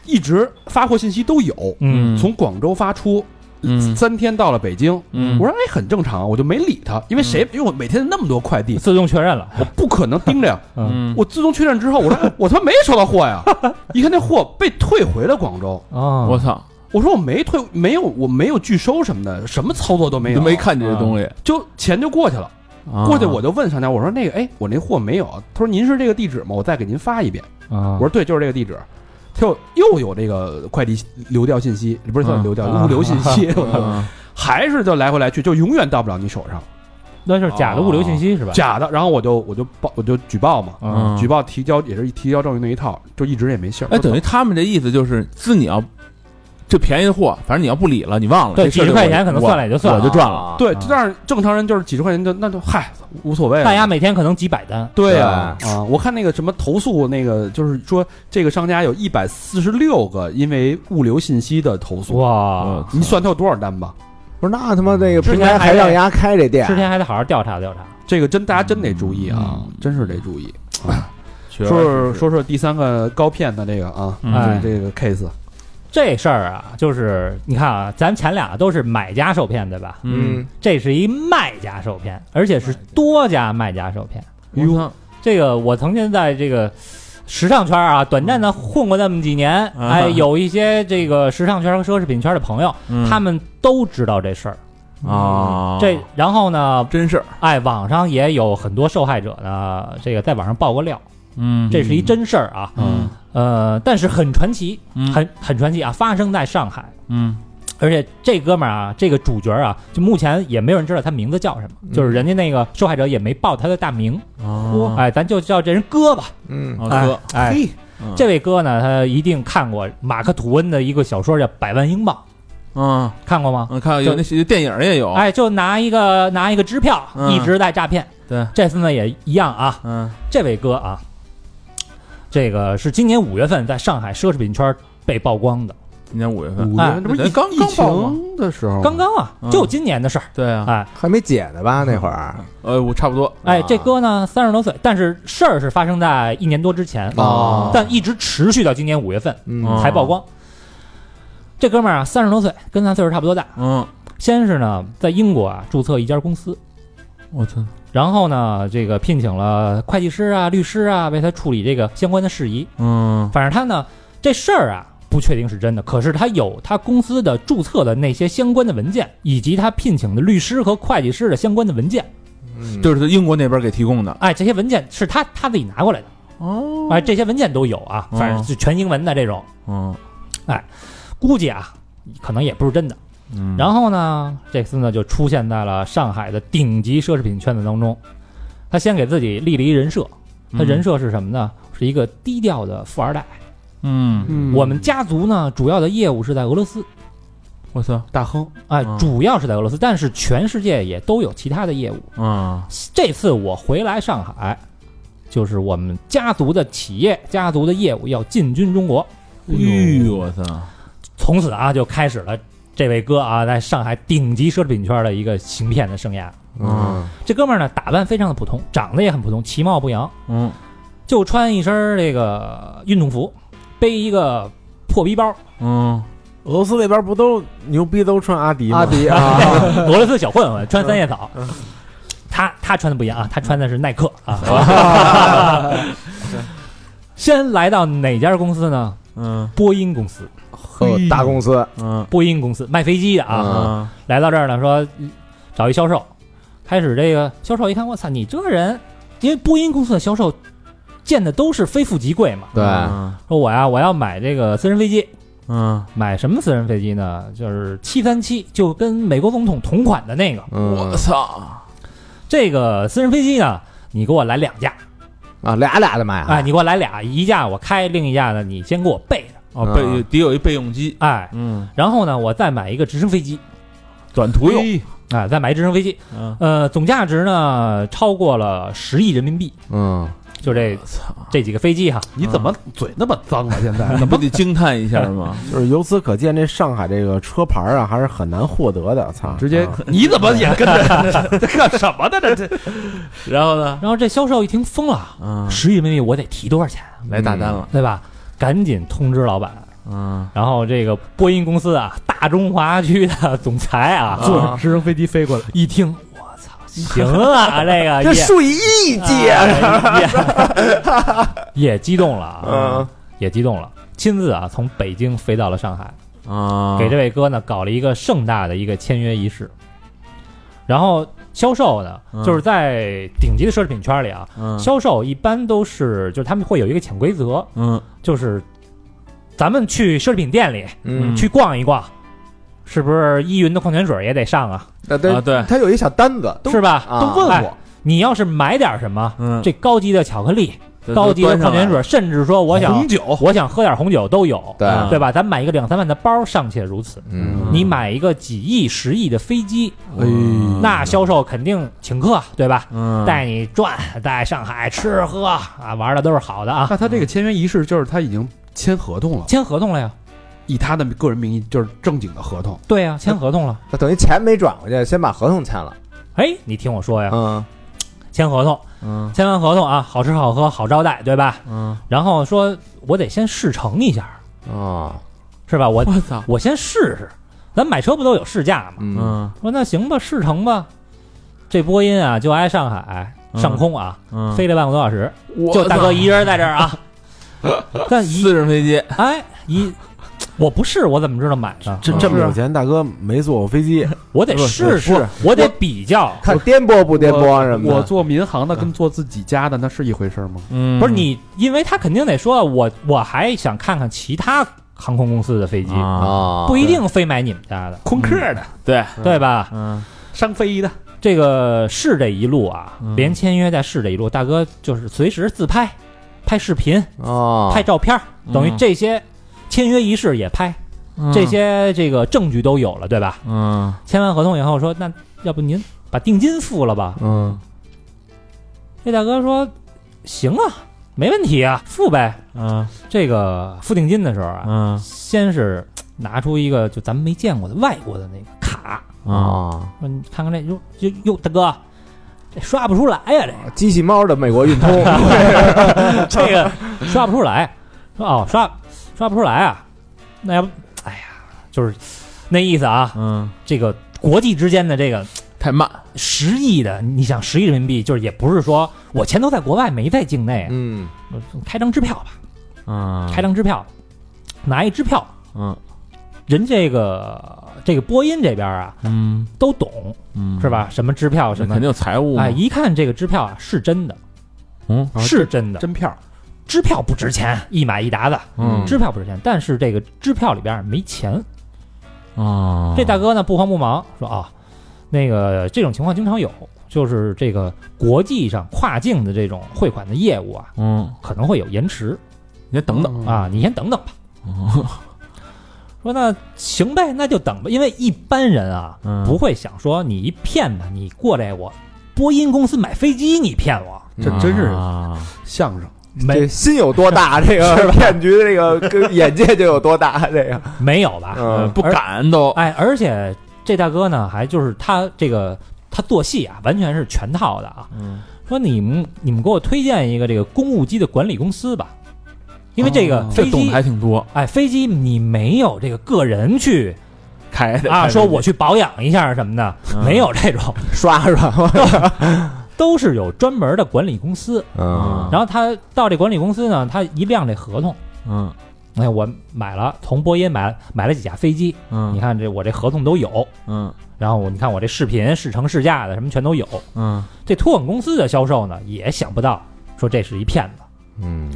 Speaker 1: 一直发货信息都有，
Speaker 7: 嗯
Speaker 1: 从广州发出，
Speaker 7: 嗯
Speaker 1: 三天到了北京，
Speaker 7: 嗯
Speaker 1: 我说哎很正常，我就没理他，因为谁因为我每天那么多快 递，
Speaker 3: 自动确认了。
Speaker 1: 我不可能盯着呀。
Speaker 3: 啊
Speaker 7: 嗯
Speaker 1: 我自从确认之后，我说 哎我他妈没收到货呀，一看那货被退回了广州，
Speaker 3: 啊，
Speaker 7: 我操，
Speaker 1: 我说我没退，没有我没有拒收什么的，什么操作都
Speaker 3: 哎
Speaker 1: 没
Speaker 7: 都
Speaker 1: 有，
Speaker 7: 没看见这东西，
Speaker 3: 啊
Speaker 1: 就钱就过去了。
Speaker 7: 啊
Speaker 1: 过去我就问商家，我说那个哎我那货没有，他说您是这个地址吗？我再给您发一遍。
Speaker 3: 啊
Speaker 1: 我说对，就是这个地址。他又又有这个快递流调信息，不是算
Speaker 7: 嗯
Speaker 1: 流调
Speaker 3: 啊
Speaker 1: 物流信 息，
Speaker 7: 嗯
Speaker 1: 还是就来回来去，就永远到不了你手上，
Speaker 3: 那就是假的物流信息是吧？
Speaker 1: 假的。然后我就我就报我就举报嘛，
Speaker 3: 嗯
Speaker 7: 嗯
Speaker 1: 举报提交也是提交证据那一套，就一直也没信儿。
Speaker 7: 哎，等于他们这意思就是，自你要这便宜的货，反正你要不理了，你忘了，
Speaker 3: 对，
Speaker 7: 哦这事
Speaker 3: 几
Speaker 7: 儿
Speaker 3: 十
Speaker 7: 就
Speaker 3: 块
Speaker 7: 我
Speaker 3: 钱可能算了也就算
Speaker 7: 我就
Speaker 3: 了。
Speaker 7: 赚了。
Speaker 1: 对
Speaker 3: 啊，
Speaker 1: 但是正常人就是几十块钱就那就嗨无所谓了。
Speaker 3: 大家每天可能几百单，
Speaker 1: 对啊啊！我看那个什么投诉，那个就是说这个商家有一百四十六个因为物流信息的投诉，
Speaker 7: 嗯
Speaker 3: 哇！
Speaker 1: 你算他有多少单吧？
Speaker 2: 不是那他妈那个
Speaker 3: 之
Speaker 2: 平
Speaker 3: 前
Speaker 2: 台
Speaker 3: 还
Speaker 2: 还让丫开这店
Speaker 3: 之，前还得好好调查调查。
Speaker 1: 这个真大家真得注意啊，真是得注意。
Speaker 7: 啊
Speaker 1: 说说说说第三个高骗的这个啊，
Speaker 7: 嗯
Speaker 1: 就是
Speaker 3: 哎
Speaker 1: 这个 case，
Speaker 3: 这事儿啊，就是你看啊，咱前俩都是买家受骗，对吧？
Speaker 7: 嗯，
Speaker 3: 这是一卖家受骗，而且是多家卖家受骗。
Speaker 7: 我操
Speaker 3: 这个我曾经在这个时尚圈啊，短暂的混过那么几年，
Speaker 7: 嗯
Speaker 3: 哎，有一些这个时尚圈和奢侈品圈的朋友，
Speaker 7: 嗯
Speaker 3: 他们都知道这事儿。
Speaker 7: 啊，
Speaker 3: 这然后呢，
Speaker 7: 真事儿，
Speaker 3: 哎，网上也有很多受害者呢，这个在网上爆过料，
Speaker 7: 嗯
Speaker 3: 这是一真事儿啊。
Speaker 7: 嗯
Speaker 3: 呃，但是很传奇，
Speaker 7: 嗯
Speaker 3: 很很传奇啊，发生在上海。
Speaker 7: 嗯
Speaker 3: 而且这哥们儿啊，这个主角啊，就目前也没有人知道他名字叫什么，
Speaker 7: 嗯
Speaker 3: 就是人家那个受害者也没报他的大名，
Speaker 7: 啊，
Speaker 3: 哎，咱就叫这人哥吧。
Speaker 2: 嗯，
Speaker 7: 哦
Speaker 3: 哎
Speaker 7: 哥，
Speaker 3: 哎，
Speaker 1: 嘿
Speaker 7: 嗯
Speaker 3: 这位哥呢，他一定看过马克吐温的一个小说叫《百万英镑
Speaker 7: 啊，》，
Speaker 3: 看过吗？
Speaker 7: 嗯，看有那些电影儿也有，
Speaker 3: 哎，就拿一个拿一个支票，
Speaker 7: 嗯
Speaker 3: 一直在诈骗。
Speaker 7: 对，
Speaker 3: 这次呢也一样啊。
Speaker 7: 嗯
Speaker 3: 这位哥啊，这个是今年五月份在上海奢侈品圈被曝光的，
Speaker 7: 今年五月份，
Speaker 1: 五
Speaker 3: 哎
Speaker 1: 月这不是
Speaker 7: 咱
Speaker 1: 疫
Speaker 7: 刚
Speaker 1: 疫
Speaker 7: 刚报吗
Speaker 1: 情的时候吗，
Speaker 3: 刚刚啊，
Speaker 7: 嗯
Speaker 3: 就今年的事儿。
Speaker 7: 对啊，
Speaker 3: 哎
Speaker 2: 还没解呢吧那会儿
Speaker 7: 呃，我差不多，
Speaker 3: 哎，这哥呢三十多岁，但是事儿是发生在一年多之前，
Speaker 7: 哦
Speaker 2: 啊，
Speaker 3: 但一直持续到今年五月份
Speaker 2: 嗯
Speaker 7: 啊
Speaker 3: 才曝光。这哥们儿啊，三十多岁，跟咱岁数差不多大。
Speaker 7: 嗯，
Speaker 3: 先是呢，在英国啊注册一家公司，
Speaker 7: 我操，
Speaker 3: 然后呢，这个聘请了会计师啊、律师啊，为他处理这个相关的事宜。
Speaker 7: 嗯
Speaker 3: 反正他呢，这事儿啊不确定是真的，可是他有他公司的注册的那些相关的文件，以及他聘请的律师和会计师的相关的文件。
Speaker 2: 嗯
Speaker 7: 就是英国那边给提供的，
Speaker 3: 哎，这些文件是他他自己拿过来的。哦，哎，这些文件都有啊，
Speaker 7: 哦
Speaker 3: 反正是全英文的这种，
Speaker 7: 嗯
Speaker 3: 估计啊，可能也不是真的。
Speaker 7: 嗯，
Speaker 3: 然后呢，这次呢就出现在了上海的顶级奢侈品圈子当中。他先给自己立了一人设，他人设是什么呢？是一个低调的富二代。
Speaker 7: 嗯，
Speaker 1: 嗯
Speaker 3: 我们家族呢，主要的业务是在俄罗斯，
Speaker 7: 我操，
Speaker 1: 大亨
Speaker 3: 哎，
Speaker 7: 嗯
Speaker 3: 主要是在俄罗斯，但是全世界也都有其他的业务。
Speaker 7: 啊，
Speaker 3: 这次我回来上海，就是我们家族的企业、家族的业务要进军中国。
Speaker 7: 哎呦，我操，
Speaker 3: 从此啊，就开始了这位哥啊，在上海顶级奢侈品圈的一个行骗的生涯。
Speaker 2: 嗯
Speaker 3: 这哥们儿呢，打扮非常的普通，长得也很普通，其貌不扬，
Speaker 7: 嗯
Speaker 3: 就穿一身儿这个运动服，背一个破皮包，
Speaker 7: 嗯
Speaker 5: 俄罗斯那边不都牛逼都穿阿迪吗？
Speaker 2: 阿 迪
Speaker 3: 哎
Speaker 2: 啊，
Speaker 3: 俄罗斯小混混，穿三叶草。他他穿的不一样啊，他穿的是耐克啊。 先来到哪家公司呢？
Speaker 7: 嗯
Speaker 3: 波音公司，
Speaker 2: 呃大公司
Speaker 7: 嗯
Speaker 3: 波音公司卖飞机的啊，
Speaker 7: 啊
Speaker 3: 来到这儿呢，说嗯找一销售，开始这个销售一看，我操，你这人，因为波音公司的销售见的都是非富即贵嘛，
Speaker 2: 对
Speaker 3: 说我呀，我要买这个私人飞机，
Speaker 7: 嗯
Speaker 3: 买什么私人飞机呢？就是七三七，就跟美国总统同款的那个，
Speaker 2: 嗯
Speaker 7: 操
Speaker 3: 这个私人飞机呢，你给我来两架，
Speaker 2: 啊俩俩的买啊
Speaker 3: 哎，你给我来俩，一架我开，另一架呢你先给我备着，
Speaker 7: 哦
Speaker 2: 嗯
Speaker 7: 备得有一备用机，
Speaker 3: 哎，
Speaker 7: 嗯，
Speaker 3: 然后呢，我再买一个直升飞机，
Speaker 7: 短途用，
Speaker 3: 啊，再买一直升飞机，
Speaker 7: 嗯
Speaker 3: 呃，总价值呢超过了十亿人民币，
Speaker 2: 嗯
Speaker 3: 就这
Speaker 7: 操，
Speaker 3: 这几个飞机哈，
Speaker 1: 你怎么嘴那么脏啊？现 在
Speaker 7: 你嗯不得惊叹一下吗？
Speaker 5: 就是由此可见，这上海这个车牌啊，还是很难获得的。操，
Speaker 1: 直接
Speaker 5: 啊
Speaker 1: 你怎么也跟 着这干什么呢？这这
Speaker 7: 然后呢？
Speaker 3: 然后这销售一听疯了，
Speaker 7: 嗯，
Speaker 3: 十亿人民币我得提多少钱啊，
Speaker 7: 来大单了，
Speaker 3: 对吧？赶紧通知老板。
Speaker 7: 嗯，
Speaker 3: 然后这个波音公司啊，大中华区的总裁啊，
Speaker 7: 坐着
Speaker 3: 直升飞机飞过来，一听，我操，行啊，这个
Speaker 2: 这
Speaker 3: 也
Speaker 2: 数以亿计啊
Speaker 3: 啊，也也激动了
Speaker 2: 嗯
Speaker 3: 啊，也激动了，亲自啊从北京飞到了上海，
Speaker 7: 啊，
Speaker 3: 给这位哥呢搞了一个盛大的一个签约仪式。然后销售呢，
Speaker 7: 嗯
Speaker 3: 就是在顶级的奢侈品圈里啊，
Speaker 7: 嗯
Speaker 3: 销售一般都是就是他们会有一个潜规则，
Speaker 7: 嗯
Speaker 3: 就是咱们去奢侈品店里
Speaker 2: 嗯
Speaker 3: 去逛一逛，是不是依云的矿泉水也得上啊？
Speaker 2: 啊
Speaker 7: 啊
Speaker 2: 对
Speaker 7: 对，
Speaker 2: 他有一小单子
Speaker 3: 是吧？
Speaker 2: 啊
Speaker 1: 都问
Speaker 3: 哎
Speaker 1: 我，
Speaker 3: 你要是买点什么，
Speaker 7: 嗯，
Speaker 3: 这高级的巧克力、
Speaker 7: 这
Speaker 3: 高级的矿泉，
Speaker 7: 都端上
Speaker 3: 水，
Speaker 7: 来
Speaker 3: 甚至说我想
Speaker 1: 红酒
Speaker 3: 我想喝点红酒都有，
Speaker 2: 对
Speaker 7: 啊
Speaker 3: 对吧？咱买一个两三万的包尚且如此，
Speaker 2: 嗯
Speaker 3: 你买一个几亿、十亿的飞机，
Speaker 1: 哎
Speaker 7: 嗯
Speaker 3: 那销售肯定请客，对吧？
Speaker 7: 嗯，
Speaker 3: 带你转，带上海吃喝啊，玩的都是好的啊。
Speaker 1: 那他这个签约仪式就是他已经签合同了，
Speaker 3: 签合同了呀？
Speaker 1: 以他的个人名义就是正经的合同。
Speaker 3: 对呀、签合同了。
Speaker 2: 那等于钱没转过去，先把合同签了
Speaker 3: 哎，你听我说呀，
Speaker 2: 嗯
Speaker 3: 签合同，
Speaker 7: 嗯
Speaker 3: 签完合同啊，好吃好喝好招待，对吧？
Speaker 7: 嗯，
Speaker 3: 然后说我得先试乘一下，
Speaker 2: 哦
Speaker 3: 是吧？ 我
Speaker 7: 我 操，
Speaker 3: 我先试试，咱买车不都有试驾吗？
Speaker 2: 嗯
Speaker 7: 嗯
Speaker 3: 说那行吧，试乘吧。这波音啊，就挨上海上空啊，
Speaker 7: 嗯，
Speaker 3: 飞了半个多小时，
Speaker 7: 我
Speaker 3: 就大哥一人在这儿啊。 但一
Speaker 7: 私人飞机，
Speaker 3: 哎一，我不试我怎么知道买呢？
Speaker 5: 这这么有钱，大哥没坐过 飞机，
Speaker 3: 我得试试，我得比较。
Speaker 2: 看颠簸不颠
Speaker 7: 啊
Speaker 2: 簸啊什
Speaker 1: 我
Speaker 2: 么的
Speaker 1: 做民航的跟做自己家的那是一回事吗？
Speaker 7: 嗯
Speaker 3: 不是你，因为他肯定得说，我我还想看看其他航空公司的飞机，
Speaker 7: 啊，
Speaker 2: 啊
Speaker 3: 不一定非买你们家
Speaker 7: 嗯
Speaker 3: 的，
Speaker 1: 空客的、
Speaker 7: 对，
Speaker 3: 对吧？
Speaker 7: 嗯
Speaker 1: 商飞的，
Speaker 3: 这个试这一路啊
Speaker 7: 嗯，
Speaker 3: 连签约带试这一路，大哥就是随时自拍、拍视频、
Speaker 2: 啊
Speaker 3: 拍照片儿，
Speaker 7: 嗯
Speaker 3: 等于这些签约仪式也拍，这，些这个证据都有了，对吧？
Speaker 7: 嗯
Speaker 3: 签完合同以后说，那要不您把定金付了吧？
Speaker 2: 嗯
Speaker 3: 这大哥说，行啊，没问题啊，付呗。
Speaker 7: 嗯
Speaker 3: 这个付定金的时候啊，
Speaker 7: 嗯
Speaker 3: 先是嘖拿出一个就咱们没见过的外国的那个卡，
Speaker 2: 哦
Speaker 7: 啊，
Speaker 3: 说你嗯看看这，哟哟哟，大哥，这刷不出来呀、这个。
Speaker 2: 机器猫的美国运通
Speaker 3: 这个刷不出来，说哦刷刷不出来啊，那要不哎呀，就是那意思啊，
Speaker 7: 嗯，
Speaker 3: 这个国际之间的这个
Speaker 7: 太慢，
Speaker 3: 十亿的，你想十亿人民币，就是也不是说我钱都在国外没在境内，啊
Speaker 2: 嗯
Speaker 3: 开张支票吧，
Speaker 7: 嗯，
Speaker 3: 开张支票，拿一支票，
Speaker 7: 嗯
Speaker 3: 人这个这个波音这边啊
Speaker 7: 嗯
Speaker 3: 都懂
Speaker 7: 嗯，
Speaker 3: 是？吧？什么支票
Speaker 7: 这
Speaker 3: 什么
Speaker 7: 肯定。有财务嘛
Speaker 3: 哎，，一看这个支票啊，是真的，
Speaker 7: 嗯
Speaker 3: 是真的。
Speaker 1: 真票，
Speaker 3: 支票不值钱，一买一沓的，
Speaker 7: 嗯
Speaker 3: 支票不值钱，但是这个支票里边没钱。
Speaker 7: 啊，
Speaker 3: 哦这大哥呢不慌不忙说啊，那个这种情况经常有，就是这个国际上跨境的这种汇款的业务啊，
Speaker 7: 嗯，
Speaker 3: 可能会有延迟
Speaker 7: 你先等等，
Speaker 3: 啊，你先等等吧。说那行呗，那就等吧，因为一般人啊
Speaker 7: 嗯
Speaker 3: 不会想说你一骗吧，你过来我波音公司买飞机你骗我，
Speaker 1: 这真是
Speaker 7: 啊
Speaker 1: 相声。
Speaker 2: 这
Speaker 3: 没
Speaker 2: 心有多大，这个骗局的这个跟眼界就有多大， 这个
Speaker 3: 没有吧？
Speaker 7: 呃
Speaker 2: 嗯
Speaker 7: 不敢都，
Speaker 3: 哎，而且这大哥呢，还就是他这个他做戏啊，完全是全套的啊。
Speaker 7: 嗯
Speaker 3: 说你们你们给我推荐一个这个公务机的管理公司吧，因为这个
Speaker 7: 哦这
Speaker 3: 飞
Speaker 7: 懂
Speaker 3: 机，
Speaker 7: 得还挺多，
Speaker 3: 哎，飞机你没有这个个人去啊
Speaker 7: 开的
Speaker 3: 啊，说我去保养一下什么的，
Speaker 7: 嗯
Speaker 3: 没有这种，
Speaker 2: 刷刷，
Speaker 3: 都是有专门的管理公司。
Speaker 5: 嗯
Speaker 3: 然后他到这管理公司呢，他一亮这合同，
Speaker 7: 嗯
Speaker 3: 哎，我买了从波音买了买了几架飞机，
Speaker 7: 嗯，
Speaker 3: 你看这我这合同都有，
Speaker 7: 嗯
Speaker 3: 然后我你看我这视频试乘试驾的什么全都有。
Speaker 7: 嗯
Speaker 3: 这托管公司的销售呢，也想不到说这是一骗子
Speaker 5: 嗯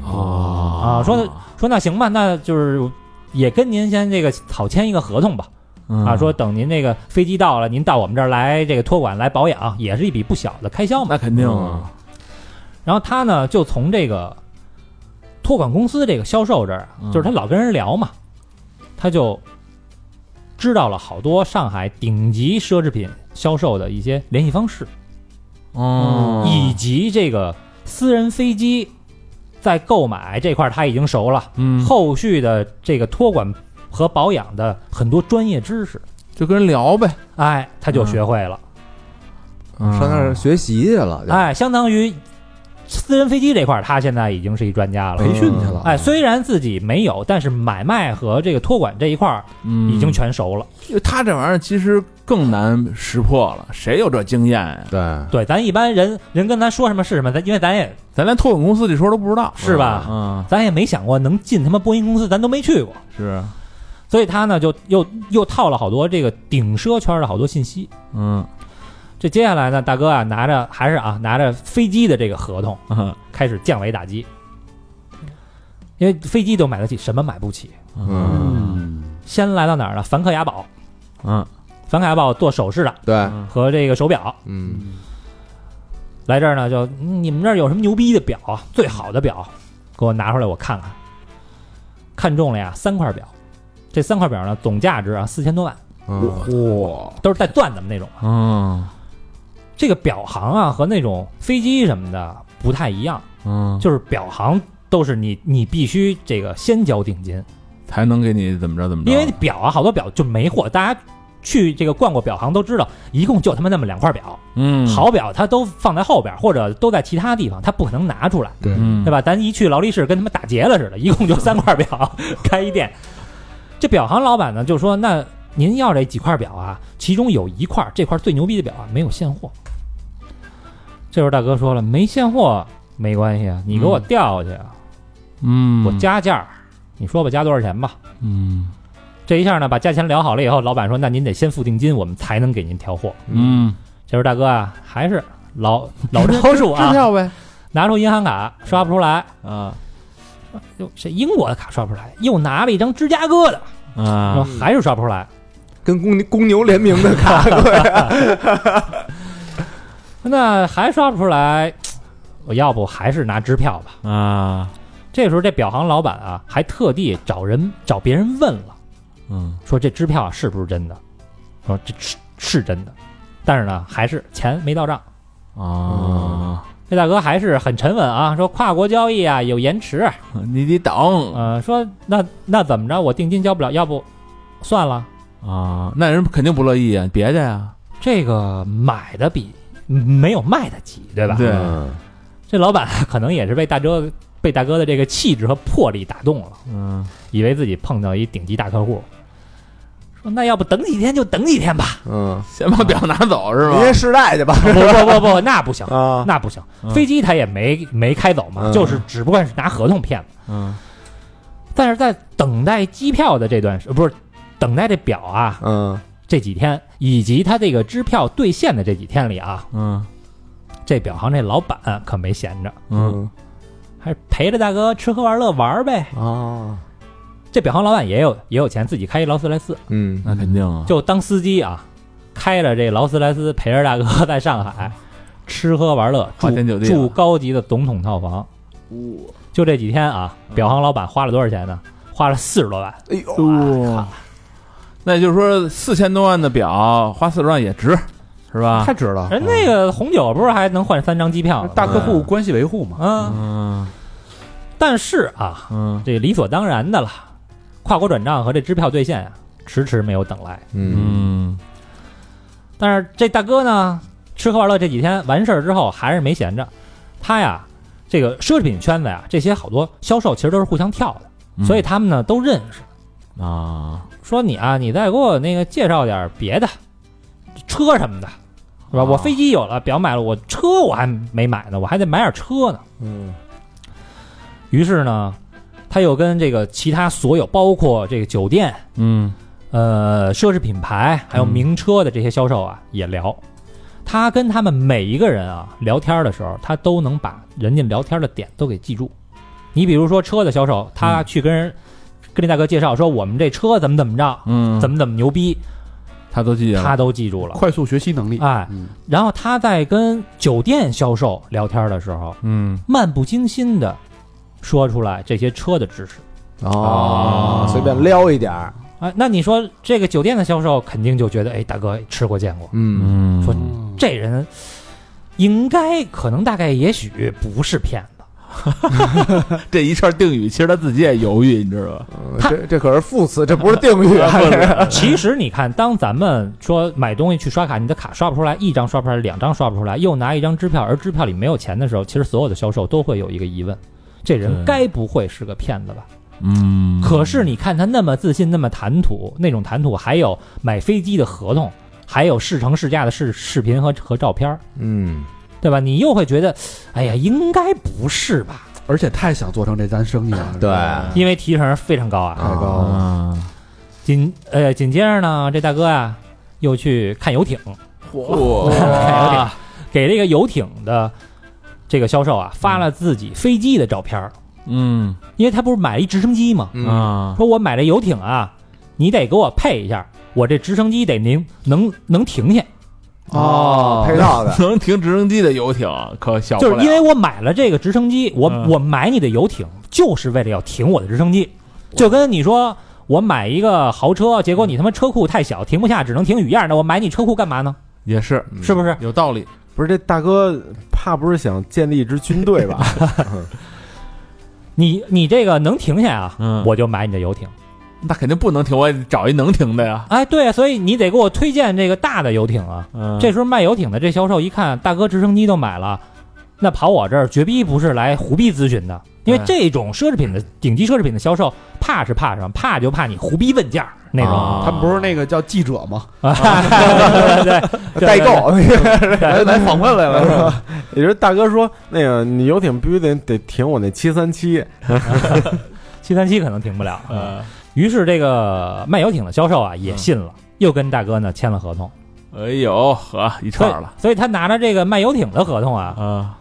Speaker 3: 啊，
Speaker 7: 哦
Speaker 3: 说说那行吧，那就是也跟您先这个草签一个合同吧。
Speaker 7: 嗯
Speaker 3: 啊，说等您这个飞机到了，您到我们这儿来这个托管来保养，也是一笔不小的开销嘛。
Speaker 7: 那肯定啊，
Speaker 3: 然后他呢，就从这个托管公司这个销售这儿啊，
Speaker 7: 嗯
Speaker 3: 就是他老跟人聊嘛，他就知道了好多上海顶级奢侈品销售的一些联系方式，嗯
Speaker 7: 哦
Speaker 3: 以及这个私人飞机在购买这块儿他已经熟了，
Speaker 7: 嗯，
Speaker 3: 后续的这个托管和保养的很多专业知识，
Speaker 7: 就跟人聊呗，
Speaker 3: 哎，他就学会了。
Speaker 7: 上
Speaker 2: 上那儿学习去了，
Speaker 7: 嗯
Speaker 2: 就
Speaker 3: 哎，相当于私人飞机这块，儿，他现在已经是一专家了。
Speaker 2: 培训去了。
Speaker 3: 哎，虽然自己没有，但是买卖和这个托管这一块儿
Speaker 7: 嗯
Speaker 3: 已经全熟了。
Speaker 7: 因为他这玩意儿其实更难识破了，谁有这经验呀？
Speaker 5: 对，
Speaker 3: 对，咱一般人人跟咱说什么是什么，咱因为咱也
Speaker 7: 咱连托管公司这说都不知道，
Speaker 3: 是吧
Speaker 7: 嗯，
Speaker 3: 咱也没想过能进他妈波音公司，咱都没去过，
Speaker 7: 是，
Speaker 3: 所以他呢就又又套了好多这个顶奢圈的好多信息。
Speaker 7: 嗯
Speaker 3: 这接下来呢，大哥啊，拿着还是啊拿着飞机的这个合同
Speaker 7: 嗯
Speaker 3: 开始降维打击，因为飞机都买得起，什么买不起？
Speaker 7: 嗯
Speaker 3: 先来到哪儿呢？梵克雅宝，
Speaker 7: 嗯
Speaker 3: 梵克雅宝做首饰的
Speaker 2: 对，
Speaker 3: 和这个手表，
Speaker 2: 嗯，
Speaker 3: 来这儿呢，就嗯你们这儿有什么牛逼的表啊？最好的表，给我拿出来我看看。看中了呀，三块表，这三块表呢，总价值啊四千多万，
Speaker 2: 嗯
Speaker 1: 哇，
Speaker 3: 都是带钻的那种。
Speaker 7: 嗯
Speaker 3: 这个表行啊和那种飞机什么的不太一样，
Speaker 7: 嗯，
Speaker 3: 就是表行都是你你必须这个先交定金，
Speaker 7: 才能给你怎么着怎么着，
Speaker 3: 因为表啊好多表就没货，大家。去这个逛过表行都知道，一共就他妈那么两块表，
Speaker 7: 嗯
Speaker 3: 好表它都放在后边儿，或者都在其他地方，它不可能拿出来。
Speaker 7: 嗯
Speaker 3: 对吧？咱一去劳力士，跟他们打劫了似的，一共就三块表，开一店。这表行老板呢就说：“那您要这几块表啊，其中有一块这块最牛逼的表啊没有现货。”这时候大哥说了：“没现货没关系啊，你给我调去啊，
Speaker 7: 嗯，
Speaker 3: 我加价儿，你说吧，加多少钱吧。”
Speaker 7: 嗯
Speaker 3: 这一下呢，把价钱聊好了以后，老板说：“那您得先付定金，我们才能给您调货。
Speaker 7: 嗯，”
Speaker 3: 这时候大哥啊，还是老老 招数啊，
Speaker 7: 票呗
Speaker 3: 拿出银行卡刷不出来，
Speaker 7: 啊
Speaker 3: 哟，这英国的卡刷不出来，又拿了一张芝加哥的，然后
Speaker 7: 啊，
Speaker 3: 还是刷不出来。
Speaker 2: 跟公公牛联名的卡，对，
Speaker 3: 那还刷不出来，我要不还是拿支票吧。
Speaker 7: 啊，
Speaker 3: 这时候这表行老板啊，还特地找人找别人问了，
Speaker 7: 嗯
Speaker 3: 说这支票啊是不是真的？说这是是真的，但是呢，还是钱没到账。
Speaker 7: 啊，
Speaker 3: 这大哥还是很沉稳啊，说跨国交易啊有延迟，
Speaker 7: 你得等
Speaker 3: 呃，说那那怎么着，我定金交不了，要不算了。
Speaker 7: 啊，那人肯定不乐意啊，别的呀，
Speaker 3: 这个买的比没有卖的急，对吧？嗯
Speaker 7: 对，
Speaker 3: 这老板可能也是被大哥被大哥的这个气质和魄力打动了，
Speaker 7: 嗯
Speaker 3: 以为自己碰到一顶级大客户，说那要不等几天就等几天吧？
Speaker 2: 嗯，
Speaker 7: 先把表拿走是吧
Speaker 2: 您？先试戴去吧，
Speaker 3: 不不不不，那不行，
Speaker 2: 啊，
Speaker 3: 那不行
Speaker 7: 嗯，
Speaker 3: 飞机他也没没开走嘛，
Speaker 2: 嗯
Speaker 3: 就是只不过是拿合同骗了。
Speaker 7: 嗯
Speaker 3: 但是在等待机票的这段时，呃不是等待这表啊
Speaker 2: 嗯，
Speaker 3: 这几天，以及他这个支票兑现的这几天里啊，
Speaker 7: 嗯
Speaker 3: 这表行这老板可没闲着，
Speaker 7: 嗯
Speaker 3: 还是陪着大哥吃喝玩乐玩儿呗。
Speaker 7: 哦
Speaker 2: 啊，
Speaker 3: 这表行老板也有也有钱，自己开一劳斯莱斯。
Speaker 2: 嗯，
Speaker 7: 那肯定啊，
Speaker 3: 就当司机啊，开着这劳斯莱斯陪着大哥 在上海吃喝玩乐，
Speaker 7: 花
Speaker 3: 住
Speaker 7: 天酒地啊
Speaker 3: 住高级的总统套房。就这几天啊，表行老板花了多少钱呢？花了四十多万。
Speaker 2: 哎呦，
Speaker 7: 哇，那也就是说四千多万的表花四十万也值，是吧嗯
Speaker 2: 太？值了，
Speaker 3: 人那个红酒不是还能换三张机票呢？
Speaker 1: 大客户关系维护嘛，
Speaker 3: 嗯，
Speaker 7: 嗯
Speaker 3: 但是啊，
Speaker 7: 嗯
Speaker 3: 这理所当然的了，跨国转账和这支票兑现啊，迟迟没有等来。
Speaker 2: 嗯，
Speaker 7: 嗯
Speaker 3: 但是这大哥呢，吃喝玩乐这几天完事儿之后还是没闲着，他呀，这个奢侈品圈子呀，这些好多销售其实都是互相跳的，
Speaker 7: 嗯
Speaker 3: 所以他们呢都认识。
Speaker 7: 啊
Speaker 3: 说你啊，你再给我那个介绍点别的车什么的，是吧？我飞机有了，表买了，我车我还没买呢，我还得买点车呢。
Speaker 5: 嗯
Speaker 3: 于是呢，他又跟这个其他所有，包括这个酒店、
Speaker 7: 嗯
Speaker 3: 呃奢侈品牌还有
Speaker 7: 嗯
Speaker 3: 名车的这些销售啊、也聊。他跟他们每一个人啊聊天的时候，他都能把人家聊天的点都给记住。你比如说车的销售，他
Speaker 7: 嗯
Speaker 3: 去跟人、跟那大哥介绍说我们这车怎么怎么着，
Speaker 7: 嗯，
Speaker 3: 怎
Speaker 7: 么
Speaker 3: 么怎么牛逼，
Speaker 7: 他都记下了？
Speaker 3: 他都记住了。
Speaker 1: 快速学习能力，
Speaker 7: 啊
Speaker 3: 哎，
Speaker 1: 嗯
Speaker 3: 然后他在跟酒店销售聊天的时候，
Speaker 7: 嗯，
Speaker 3: 漫不经心的说出来这些车的知识。
Speaker 2: 哦，随便撩一点儿，
Speaker 3: 哎，那你说这个酒店的销售肯定就觉得，哎，大哥吃过见过，
Speaker 2: 嗯，
Speaker 7: 嗯
Speaker 3: 说这人应该可能大概也许不是骗子。
Speaker 7: 这一串定语，其实他自己也犹豫，你知道吧？
Speaker 3: 他
Speaker 2: 这这可是副词，这不是定语啊，
Speaker 3: 呃其实你看，当咱们说买东西去刷卡，你的卡刷不出来，一张刷不出来，两张刷不出来，又拿一张支票，而支票里没有钱的时候，其实所有的销售都会有一个疑问：这人
Speaker 7: 对
Speaker 3: 该不会是个骗子吧？
Speaker 7: 嗯
Speaker 3: 可是你看他那么自信，那么谈吐，那种谈吐，还有买飞机的合同，还有试乘试驾的视视频和和照片儿，
Speaker 2: 嗯，
Speaker 3: 对吧？你又会觉得，哎呀，应该不是吧？
Speaker 1: 而且太想做成这单生意了，
Speaker 2: 对，
Speaker 3: 因为提成非常高啊。
Speaker 2: 太高了，
Speaker 7: 啊，
Speaker 3: 紧呃，紧接着呢，这大哥啊，又去看游艇， 看游艇，给这个游艇的这个销售啊发了自己飞机的照片儿，
Speaker 7: 嗯
Speaker 3: 因为他不是买了一直升机嘛，
Speaker 2: 嗯，
Speaker 7: 啊，
Speaker 3: 说我买这游艇啊，你得给我配一下，我这直升机得您能能停下。
Speaker 2: 哦，配套的，
Speaker 7: 能停直升机的游艇可小不
Speaker 3: 就
Speaker 7: 了，
Speaker 3: 是因为我买了这个直升机，我、
Speaker 7: 嗯
Speaker 3: 我买你的游艇就是为了要停我的直升机，就跟你说我买一个豪车，结果你他妈车库太小，停不下，只能停雨燕，那我买你车库干嘛呢？
Speaker 7: 也是嗯
Speaker 3: 是不是？
Speaker 7: 有道理。
Speaker 5: 不是这大哥怕不是想建立一支军队吧？
Speaker 3: 你你这个能停下啊，
Speaker 7: 嗯
Speaker 3: 我就买你的游艇。
Speaker 7: 那肯定不能停，我也找一能停的呀。
Speaker 3: 哎，对啊，所以你得给我推荐这个大的游艇啊。
Speaker 7: 嗯
Speaker 3: 这时候卖游艇的这销售一看，大哥直升机都买了，那跑我这儿绝逼不是来胡逼咨询的，因为
Speaker 7: 哎
Speaker 3: 这种奢侈品的顶级奢侈品的销售，怕是怕什么？怕就怕你胡逼问价儿那种。啊
Speaker 7: 啊
Speaker 1: 他们不是那个叫记者吗？
Speaker 3: 对，对
Speaker 2: 代购，
Speaker 5: 来来访问来了，也就是大哥说那个你游艇必须得得停我那七三七，
Speaker 3: 七三七可能停不了。嗯
Speaker 7: 呃，
Speaker 3: 于是这个卖游艇的销售啊也信了，又跟大哥呢签了合同。
Speaker 7: 哎呦呵，一
Speaker 3: 所以
Speaker 7: 串了，
Speaker 3: 所以他拿着这个卖游艇的合同啊，
Speaker 7: 啊，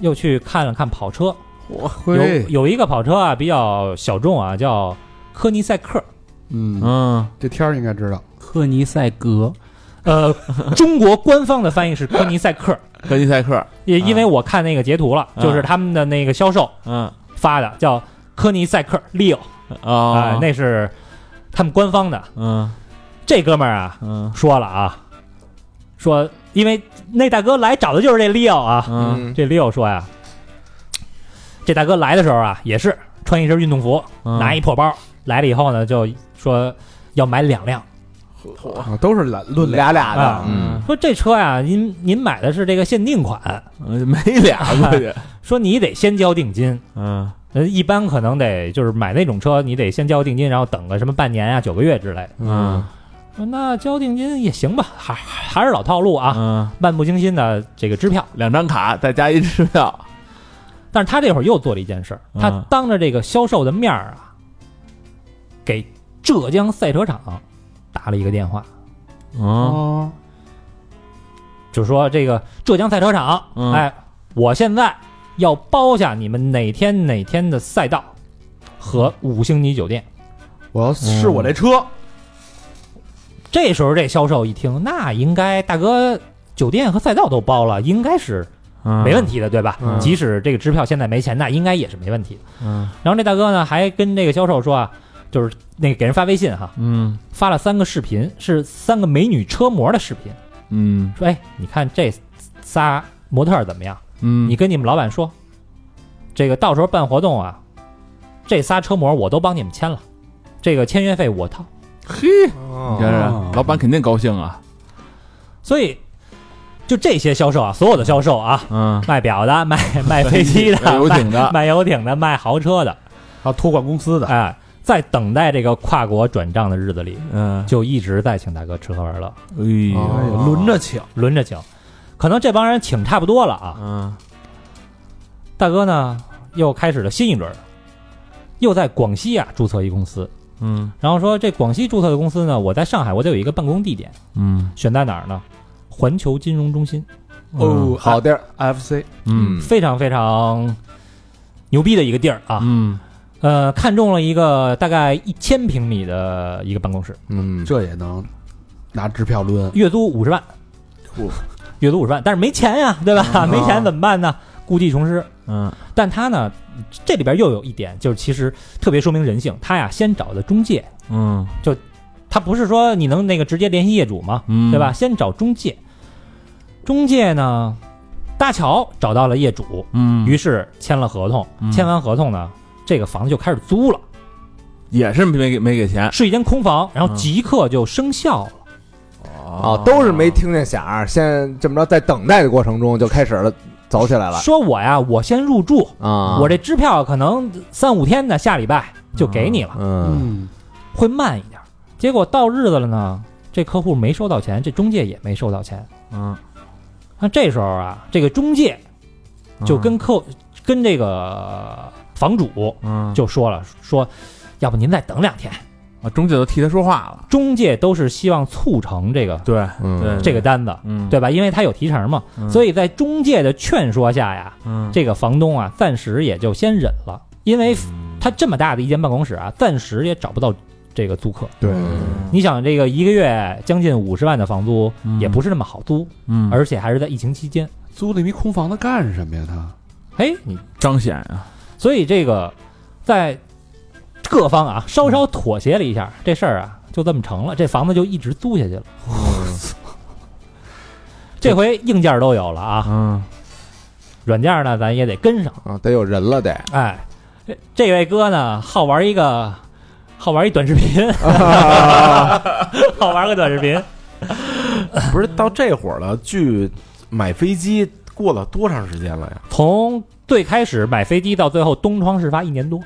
Speaker 3: 又去看了看跑车。有
Speaker 1: 嘿，
Speaker 3: 有一个跑车啊比较小众啊，叫科尼赛克。
Speaker 1: 嗯，
Speaker 7: 嗯
Speaker 1: 这天儿应该知道，
Speaker 11: 科尼赛格，
Speaker 3: 呃，中国官方的翻译是科尼赛克，
Speaker 7: 科尼赛克，
Speaker 3: 也因为我看那个截图了，
Speaker 7: 啊
Speaker 3: 就是他们的那个销售
Speaker 7: 嗯
Speaker 3: 发的叫科尼赛克 Leo 啊、
Speaker 7: 啊，
Speaker 3: 那是他们官方的。
Speaker 7: 嗯
Speaker 3: 这哥们儿啊，
Speaker 7: 嗯
Speaker 3: 说了啊，说因为那大哥来找的就是这 Leo 啊，
Speaker 7: 嗯
Speaker 3: 这 Leo 说呀，这大哥来的时候啊，也是穿一身运动服，
Speaker 7: 嗯
Speaker 3: 拿一破包来了以后呢，就说要买两辆，
Speaker 1: 啊，都是懒论俩，
Speaker 2: 俩俩的
Speaker 3: 啊，
Speaker 2: 嗯，
Speaker 3: 说这车呀、您您买的是这个限定款，
Speaker 7: 嗯，没俩估计，
Speaker 3: 说你得先交定金。
Speaker 7: 嗯
Speaker 3: 呃，一般可能得就是买那种车，你得先交定金，然后等个什么半年啊、九个月之类的。
Speaker 7: 嗯
Speaker 3: 说那交定金也行吧，还还是老套路啊，
Speaker 7: 嗯，
Speaker 3: 漫不经心的这个支票。
Speaker 7: 两张卡再加一支票，
Speaker 3: 但是他这会儿又做了一件事儿，
Speaker 7: 嗯
Speaker 3: 他当着这个销售的面儿啊，给浙江赛车场打了一个电话，
Speaker 7: 嗯
Speaker 1: 哦，
Speaker 3: 就说这个浙江赛车场，
Speaker 7: 嗯
Speaker 3: 哎，我现在要包下你们哪天哪天的赛道和五星级酒店。
Speaker 1: 我要是我这车，
Speaker 3: 这时候这销售一听，那应该大哥酒店和赛道都包了，应该是
Speaker 7: 嗯，
Speaker 3: 没问题的，对吧？
Speaker 7: 嗯
Speaker 3: 即使这个支票现在没钱，那应该也是没问题的。
Speaker 7: 嗯
Speaker 3: 然后这大哥呢，还跟这个销售说啊，就是那个给人发微信哈，
Speaker 7: 嗯
Speaker 3: 发了三个视频，是三个美女车模的视频，
Speaker 7: 嗯
Speaker 3: 说：“哎，你看这仨模特儿怎么样？
Speaker 7: 嗯，
Speaker 3: 你跟你们老板说，这个到时候办活动啊，这仨车模我都帮你们签了，这个签约费我掏。
Speaker 7: 嘿，你瞧瞧，老板肯定高兴啊，”
Speaker 3: 所以，就这些销售啊，所有的销售啊，
Speaker 7: 嗯，
Speaker 3: 卖表的、 卖卖飞机的、
Speaker 7: 卖游艇的
Speaker 3: 卖卖游艇的、卖豪车的，
Speaker 1: 啊，托管公司的，
Speaker 3: 哎，在等待这个跨国转账的日子里，
Speaker 7: 嗯，
Speaker 3: 就一直在请大哥吃喝玩乐，
Speaker 7: 哎呦，
Speaker 5: 哦
Speaker 1: 轮着请，
Speaker 3: 轮着请。可能这帮人请差不多了啊，
Speaker 7: 嗯，
Speaker 3: 大哥呢又开始了新一轮，又在广西啊注册一公司，
Speaker 7: 嗯
Speaker 3: 然后说这广西注册的公司呢，我在上海我得有一个办公地点，
Speaker 7: 嗯
Speaker 3: 选在哪儿呢？环球金融中心，
Speaker 1: 哦，
Speaker 2: 好地儿，
Speaker 1: FC
Speaker 7: 嗯
Speaker 3: 非常非常牛逼的一个地儿啊。
Speaker 7: 嗯，
Speaker 3: 呃，看中了一个大概一千平米的一个办公室，
Speaker 2: 嗯，
Speaker 1: 这也能拿支票抡，
Speaker 3: 月租五十万， 月租五十万，但是没钱呀，对
Speaker 7: 啊
Speaker 3: 吧？没钱怎么办呢？故技重施。
Speaker 7: 嗯
Speaker 3: 但他呢，这里边又有一点，就是其实特别说明人性。他呀，先找的中介，
Speaker 7: 嗯
Speaker 3: 他不是说你能那个直接联系业主吗？
Speaker 7: 嗯，
Speaker 3: 对吧？？先找中介，中介呢搭桥找到了业主，
Speaker 7: 嗯，
Speaker 3: 于是签了合同。
Speaker 7: 嗯
Speaker 3: 签完合同呢，这个房子就开始租了，
Speaker 7: 也是没给没给钱
Speaker 3: 是一间空房，然后
Speaker 7: 嗯
Speaker 3: 即刻就生效了。
Speaker 2: 啊，都是没听见响儿，先这么着，在等待的过程中就开始了，走起来了
Speaker 3: 说我呀，我先入住，
Speaker 2: 啊！
Speaker 3: 我这支票可能三五天呢，下礼拜就给你了，
Speaker 2: 嗯，
Speaker 1: 嗯，
Speaker 3: 会慢一点。结果到日子了呢，这客户没收到钱，这中介也没收到钱。
Speaker 7: 嗯，
Speaker 3: 那这时候啊，这个中介
Speaker 7: 嗯
Speaker 3: 就
Speaker 2: 嗯
Speaker 3: 跟客、跟这个房主
Speaker 7: 嗯
Speaker 3: 就说了，说要不您再等两天。
Speaker 7: 啊，中介都替他说话了，
Speaker 3: 中介都是希望促成这个
Speaker 7: 对
Speaker 2: 嗯
Speaker 7: 对
Speaker 3: 这个单子，
Speaker 7: 嗯
Speaker 3: 对吧？因为他有提成嘛，所以在中介的劝说下呀，
Speaker 7: 嗯
Speaker 3: 这个房东啊，暂时也就先忍了，因为他这么大的一间办公室啊，暂时也找不到这个租客。
Speaker 1: 对，
Speaker 3: 你想，这个一个月将近五十万的房租
Speaker 7: 嗯
Speaker 3: 也不是那么好租，
Speaker 7: 嗯
Speaker 3: 而且还是在疫情期间。
Speaker 1: 租那么一空房子干什么呀？他
Speaker 3: 哎，你
Speaker 7: 彰显啊，
Speaker 3: 所以这个在各方啊稍稍妥协了一下，这事儿啊就这么成了，这房子就一直租下去了。这回硬件都有了啊，
Speaker 7: 嗯
Speaker 3: 软件呢咱也得跟上。
Speaker 2: 啊，得有人了得，
Speaker 3: 哎，这这位哥呢，好玩一个，好玩一短视频，好玩个短视频。
Speaker 5: 不是到这会儿了，距买飞机过了多长时间了呀？
Speaker 3: 从最开始买飞机到最后东窗事发一年多，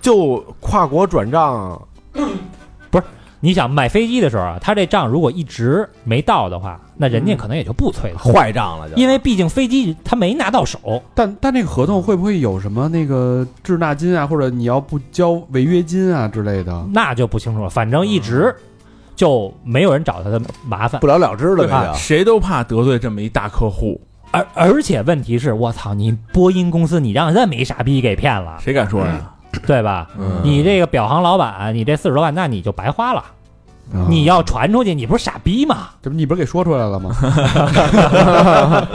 Speaker 5: 就跨国转账，
Speaker 3: 你想买飞机的时候啊，他这账如果一直没到的话，那人家可能也就不催了，
Speaker 2: 坏账了就，
Speaker 3: 因为毕竟飞机他没拿到手，
Speaker 1: 但但这个合同会不会有什么那个滞纳金啊，或者你要不交违约金啊之类的？
Speaker 3: 那就不清楚了。反正一直就没有人找他的麻烦
Speaker 2: 不，了了之了，
Speaker 3: 对吧
Speaker 2: 这
Speaker 7: 谁都怕得罪这么一大客户，
Speaker 3: 而而且问题是，我操，你波音公司你让这么一傻逼给骗 了，
Speaker 7: 谁敢说呀？
Speaker 3: 对吧？
Speaker 2: 嗯
Speaker 3: 你这个表行老板，你这四十多万，那你就白花了。嗯
Speaker 1: 嗯
Speaker 3: 你要传出去，你不是傻 逼吗？
Speaker 1: 啊这不你不是给说出来了吗？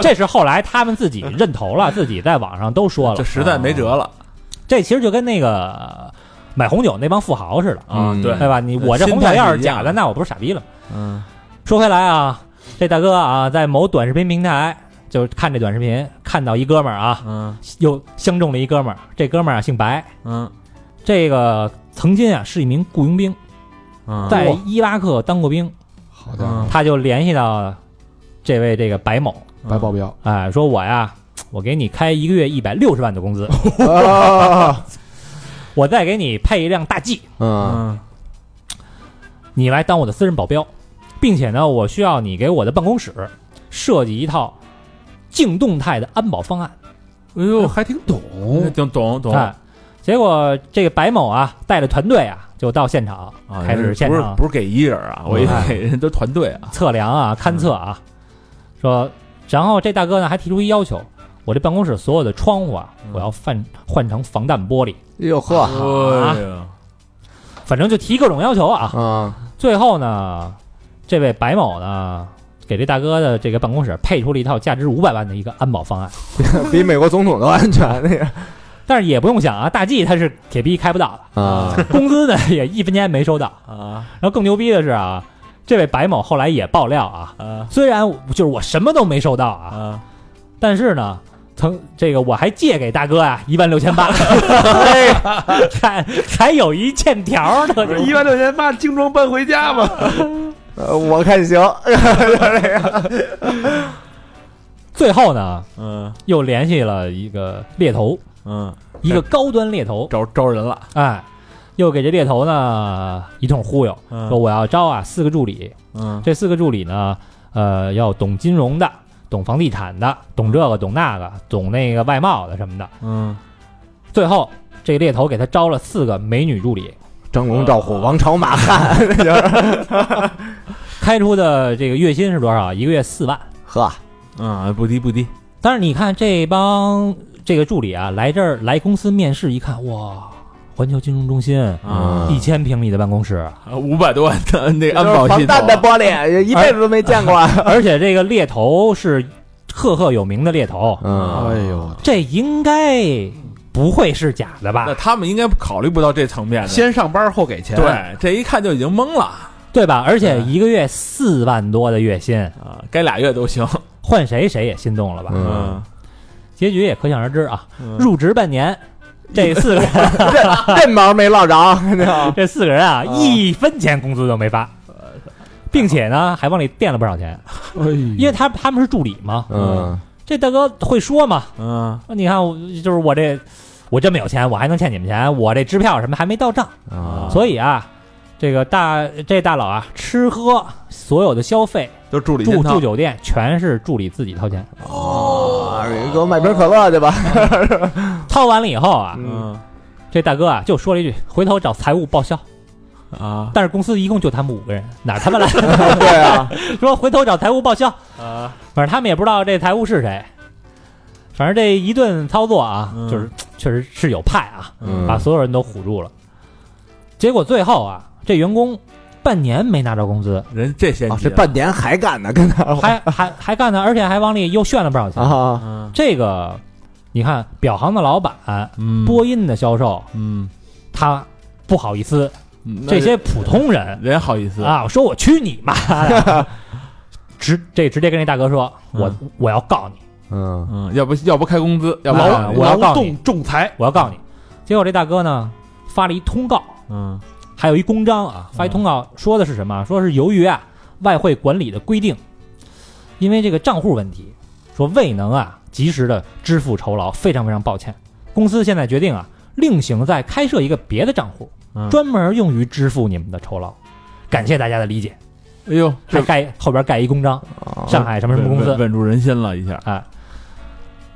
Speaker 3: 这是后来他们自己认头了，自己在网上都说了啊
Speaker 7: 这。实在没辙了
Speaker 3: 这其实就跟那个买红酒那帮富豪似的，
Speaker 7: 啊，
Speaker 2: 嗯
Speaker 7: 对，
Speaker 3: 对吧？你我这红酒要是假的，那我不是傻逼了吗？
Speaker 7: 嗯
Speaker 3: 说回来啊，这大哥啊，在某短视频平台就是看这短视频，看到一哥们儿啊，
Speaker 7: 嗯
Speaker 3: 又相中了一哥们儿。这哥们儿啊姓白，
Speaker 7: 嗯
Speaker 3: 这个曾经啊是一名雇佣兵，
Speaker 7: 嗯，
Speaker 3: 在伊拉克当过兵。
Speaker 1: 好家伙，
Speaker 3: 他就联系到这位这个白某，
Speaker 1: 白保镖，
Speaker 3: 哎，说我呀，我给你开一个月一百六十万的工资，
Speaker 2: 个啊，
Speaker 3: 我再给你配一辆大 G，
Speaker 2: 嗯
Speaker 7: 嗯
Speaker 3: 你来当我的私人保镖，并且呢，我需要你给我的办公室设计一套静动态的安保方案。
Speaker 7: 哎呦，
Speaker 1: 哦还挺懂，
Speaker 7: 嗯懂懂懂
Speaker 3: 哎，结果这个白某啊，带着团队啊，就到现场
Speaker 7: 啊
Speaker 3: 开始现
Speaker 7: 不是
Speaker 3: 场
Speaker 7: 不是给一人啊，我以为人都团队啊，
Speaker 3: 测量啊、勘测啊，说，然后这大哥呢还提出一要求。我这办公室所有的窗户啊，我要换换成防弹玻璃，
Speaker 2: 哟呵，
Speaker 7: 哎呀
Speaker 3: 反正就提各种要求啊。
Speaker 2: 啊，
Speaker 3: 最后呢，这位白某呢，给这大哥的这个办公室配出了一套价值五百万的一个安保方案。
Speaker 2: 比美国总统都安全那个
Speaker 3: 但是也不用想啊，大 G 他是铁逼开不到
Speaker 2: 啊
Speaker 3: 的，工资呢也一分钱没收到。
Speaker 7: 啊
Speaker 3: 然后更牛逼的是啊，这位白某后来也爆料啊，
Speaker 7: 啊
Speaker 3: 虽然我就是我什么都没收到啊，
Speaker 7: 啊！
Speaker 3: 但是呢。曾这个我还借给大哥啊一万六千八， 还还有一欠条呢，
Speaker 13: 不是一万六千八精装搬回家吗？
Speaker 2: 呃我看行，
Speaker 3: 最后呢
Speaker 7: 嗯
Speaker 3: 又联系了一个猎头，
Speaker 7: 嗯，
Speaker 3: 一个高端猎头，
Speaker 7: 招招人了，
Speaker 3: 哎，又给这猎头呢一通忽悠，说我要招啊四个助理，
Speaker 7: 嗯
Speaker 3: 这四个助理呢，呃，要懂金融的，懂房地产的，懂这个懂那个，懂那个外贸的什么的。
Speaker 7: 嗯，
Speaker 3: 最后这个猎头给他招了四个美女助理，
Speaker 2: 张龙赵虎、王朝马汉，
Speaker 3: 开出的这个月薪是多少？一个月四万。
Speaker 2: 呵，
Speaker 7: 啊，不低不低，
Speaker 3: 但是你看这帮这个助理啊，来这儿来公司面试一看，哇，环球金融中心
Speaker 7: 啊
Speaker 3: 一千平米的办公室，
Speaker 7: 五百多万的那个安保
Speaker 2: 防
Speaker 7: 系
Speaker 2: 弹的
Speaker 7: 统，
Speaker 2: 玻璃，一辈子都没见过。
Speaker 5: 哎
Speaker 3: 而且这个猎头是赫赫有名的猎头，
Speaker 2: 嗯，
Speaker 1: 哎呦，
Speaker 3: 这应该不会是假的吧
Speaker 7: 那？他们应该考虑不到这层面的。
Speaker 1: 先上班后给钱，，
Speaker 7: 对，这一看就已经懵了
Speaker 3: 对吧？而且一个月四万多的月薪，
Speaker 7: 啊，该俩月都行。
Speaker 3: 换谁谁也心动了吧？
Speaker 7: 嗯，
Speaker 3: 结局也可想而知啊。
Speaker 7: 嗯
Speaker 3: 入职半年，这四个人，
Speaker 2: 这毛没落着，啊
Speaker 3: 这四个人啊，一分钱工资都没发，并且呢，还往里垫了不少钱，
Speaker 1: 哎
Speaker 3: 因为他他们是助理嘛。
Speaker 2: 嗯，
Speaker 3: 这大哥会说嘛？
Speaker 7: 嗯
Speaker 3: 你看，我就是我这我这么有钱，我还能欠你们钱？我这支票什么还没到账，
Speaker 2: 啊
Speaker 3: 所以啊，这个大这大佬啊，吃喝所有的消费，
Speaker 7: 就助理
Speaker 3: 住
Speaker 7: 先
Speaker 3: 住
Speaker 7: 掏，
Speaker 3: 酒店全是助理自己掏钱，
Speaker 2: 哦，给我买瓶可乐去吧。
Speaker 3: 掏完了以后啊，
Speaker 7: 嗯
Speaker 3: 这大哥啊就说了一句：“回头找财务报销。”
Speaker 7: 啊，
Speaker 3: 但是公司一共就他们五个人，哪他妈来？
Speaker 2: 嗯
Speaker 3: 对啊，说回头找财务报销啊，反正他们也不知道这财务是谁。反正这一顿操作啊，
Speaker 7: 嗯
Speaker 3: 就是确实是有派啊，
Speaker 2: 嗯
Speaker 3: 把所有人都唬住了。结果最后啊，这员工半年没拿着工资，
Speaker 7: 嗯人这先
Speaker 2: 啊
Speaker 7: 急
Speaker 2: 这
Speaker 7: 了
Speaker 2: 半年还干呢，跟他
Speaker 3: 还还还干呢，而且还往里又炫了不少钱。
Speaker 2: 哦啊，
Speaker 7: 嗯
Speaker 3: 这个你看，表行的老板、
Speaker 7: 嗯
Speaker 3: 播音的销售，
Speaker 7: 嗯，
Speaker 3: 他不好意思，
Speaker 7: 嗯
Speaker 3: 这些普通人
Speaker 7: 人好意思，
Speaker 3: 啊，我说我去你妈的！直这直接跟这大哥说，我、我要告你，
Speaker 2: 嗯，
Speaker 7: 嗯，要不要不开工资，要不
Speaker 3: 啊我要
Speaker 13: 劳
Speaker 3: 告你，
Speaker 13: 动仲裁，
Speaker 3: 我要告你。结果这大哥呢发了一通告，
Speaker 7: 嗯
Speaker 3: 还有一公章啊，发一通告说的是什么？说是由于啊外汇管理的规定，因为这个账户问题，说未能啊及时的支付酬劳，非常非常抱歉。公司现在决定啊，另行再开设一个别的账户，
Speaker 7: 嗯
Speaker 3: 专门用于支付你们的酬劳。感谢大家的理解，
Speaker 7: 哎呦，
Speaker 3: 还盖后边盖一公章，上海什么什么公司
Speaker 7: 稳，稳住人心了一下，
Speaker 3: 哎，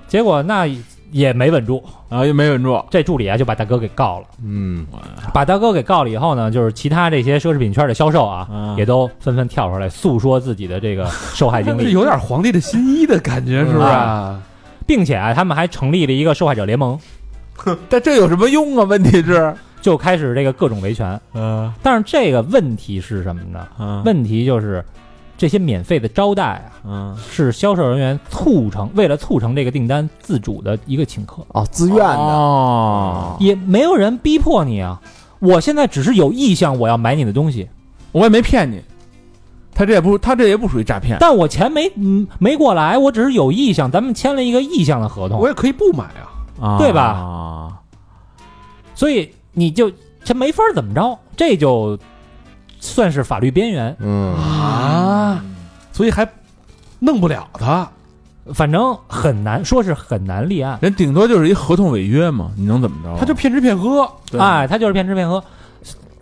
Speaker 3: 结果那也没稳住，
Speaker 7: 啊，又没稳住，
Speaker 3: 这助理啊就把大哥给告了。
Speaker 2: 嗯，
Speaker 3: 把大哥给告了以后呢，就是其他这些奢侈品圈的销售啊，
Speaker 7: 啊
Speaker 3: 也都纷纷跳出来诉说自己的这个受害经
Speaker 1: 这
Speaker 3: 历，
Speaker 1: 有点皇帝的新衣的感觉，是不是啊？
Speaker 3: 并且啊，他们还成立了一个受害者联盟，
Speaker 7: 但这有什么用啊？问题是，
Speaker 3: 就开始这个各种维权。
Speaker 7: 嗯
Speaker 3: 但是这个问题是什么呢？
Speaker 7: 嗯
Speaker 3: 问题就是这些免费的招待啊，
Speaker 7: 嗯，
Speaker 3: 是销售人员促成为了促成这个订单自主的一个请客。
Speaker 2: 哦，自愿的，
Speaker 7: 哦，
Speaker 3: 也没有人逼迫你啊。我现在只是有意向，我要买你的东西，
Speaker 7: 我也没骗你，他这也不，他这也不属于诈骗，
Speaker 3: 但我钱没嗯没过来，我只是有意向，咱们签了一个意向的合
Speaker 1: 我
Speaker 3: 同，
Speaker 1: 也可以不买啊。
Speaker 7: 啊
Speaker 3: 对吧
Speaker 7: 啊，
Speaker 3: 所以你就这没法怎么着，这就算是法律边缘。
Speaker 2: 嗯，
Speaker 1: 啊，所以还弄不了他。
Speaker 3: 反正很难说是很难立案，
Speaker 7: 人顶多就是一合同违约嘛，你能怎么着啊？
Speaker 1: 他就骗吃骗喝，
Speaker 7: 对
Speaker 3: 哎，他就是骗吃骗喝。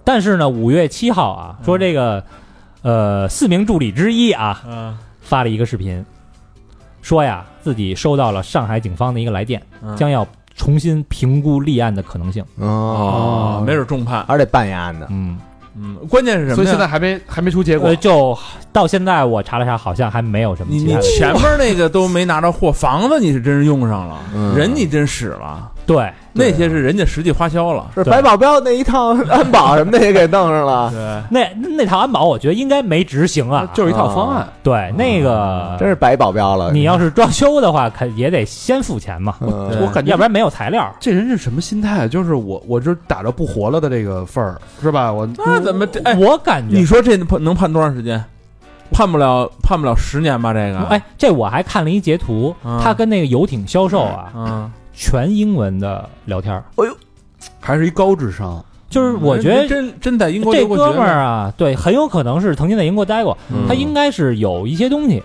Speaker 3: 但是呢，五月七号啊，说这个呃四名助理之一啊
Speaker 7: 嗯
Speaker 3: 发了一个视频，说呀自己收到了上海警方的一个来电，
Speaker 7: 嗯
Speaker 3: 将要重新评估立案的可能性。
Speaker 2: 哦，
Speaker 7: 没准重判，
Speaker 2: 还得办案呢。
Speaker 3: 嗯，
Speaker 7: 嗯，关键是什么呀？
Speaker 1: 所以现在还没还没出结果
Speaker 3: 呃，。就到现在我查了查，好像还没有什么
Speaker 7: 你
Speaker 3: 其
Speaker 7: 你
Speaker 3: 他的。
Speaker 7: 前面那个都没拿着货，房子你是真是用 上了，
Speaker 2: 嗯
Speaker 7: 人你真使了，
Speaker 3: 对，啊
Speaker 7: 那些是人家实际花销了。
Speaker 2: 是
Speaker 3: 对
Speaker 2: 白保镖那一套 安保什么的也给弄上 了，
Speaker 7: 对，
Speaker 3: 那那套安保我觉得应该没执行啊。
Speaker 1: 就是一套方案，
Speaker 3: 对那个，
Speaker 2: 真是白保镖了。
Speaker 3: 你要是装修的话，肯也得先付钱嘛，
Speaker 2: 嗯
Speaker 7: 对
Speaker 1: 我感觉
Speaker 3: 要不然没有材料。
Speaker 1: 这人是什么心态？啊就是我，我就是打着不活了的这个份儿，是吧？我
Speaker 7: 那怎么这？哎，
Speaker 3: 嗯我感觉
Speaker 7: 你说这判能判多长时间？判不了，判不了十年吧？这个，
Speaker 3: 哎，这我还看了一截图，
Speaker 7: 嗯
Speaker 3: 他跟那个游艇销售啊，
Speaker 7: 嗯，
Speaker 3: 全英文的聊天儿，
Speaker 1: 还是一高智商，
Speaker 3: 就是我觉
Speaker 7: 人
Speaker 3: 得
Speaker 7: 真真在英
Speaker 3: 嗯
Speaker 7: 国
Speaker 3: 这
Speaker 7: 留过
Speaker 3: 哥
Speaker 7: 学
Speaker 3: 们儿啊，对，很有可能是曾经在英国待过，他
Speaker 7: 嗯
Speaker 3: 应该是有一些东西，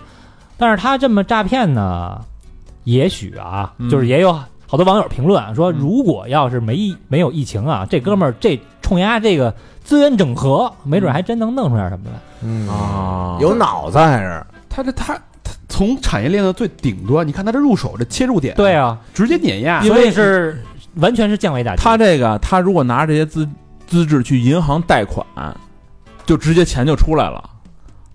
Speaker 3: 但是他这么诈骗呢，也许啊，
Speaker 7: 嗯
Speaker 3: 就是也有好多网友评论啊，说如果要是没疫没有疫情啊，这哥们儿这冲牙这个资源整合，没准还真能弄出点什么来。
Speaker 2: 嗯
Speaker 7: 啊
Speaker 2: 有脑子还是
Speaker 1: 他这他他从产业链的最顶端，你看他这入手这切入点，
Speaker 3: 对，啊，
Speaker 1: 直接碾压。
Speaker 3: 所以是完全是降维打击。
Speaker 7: 他这个，他如果拿着这些资资质去银行贷款，就直接钱就出来了，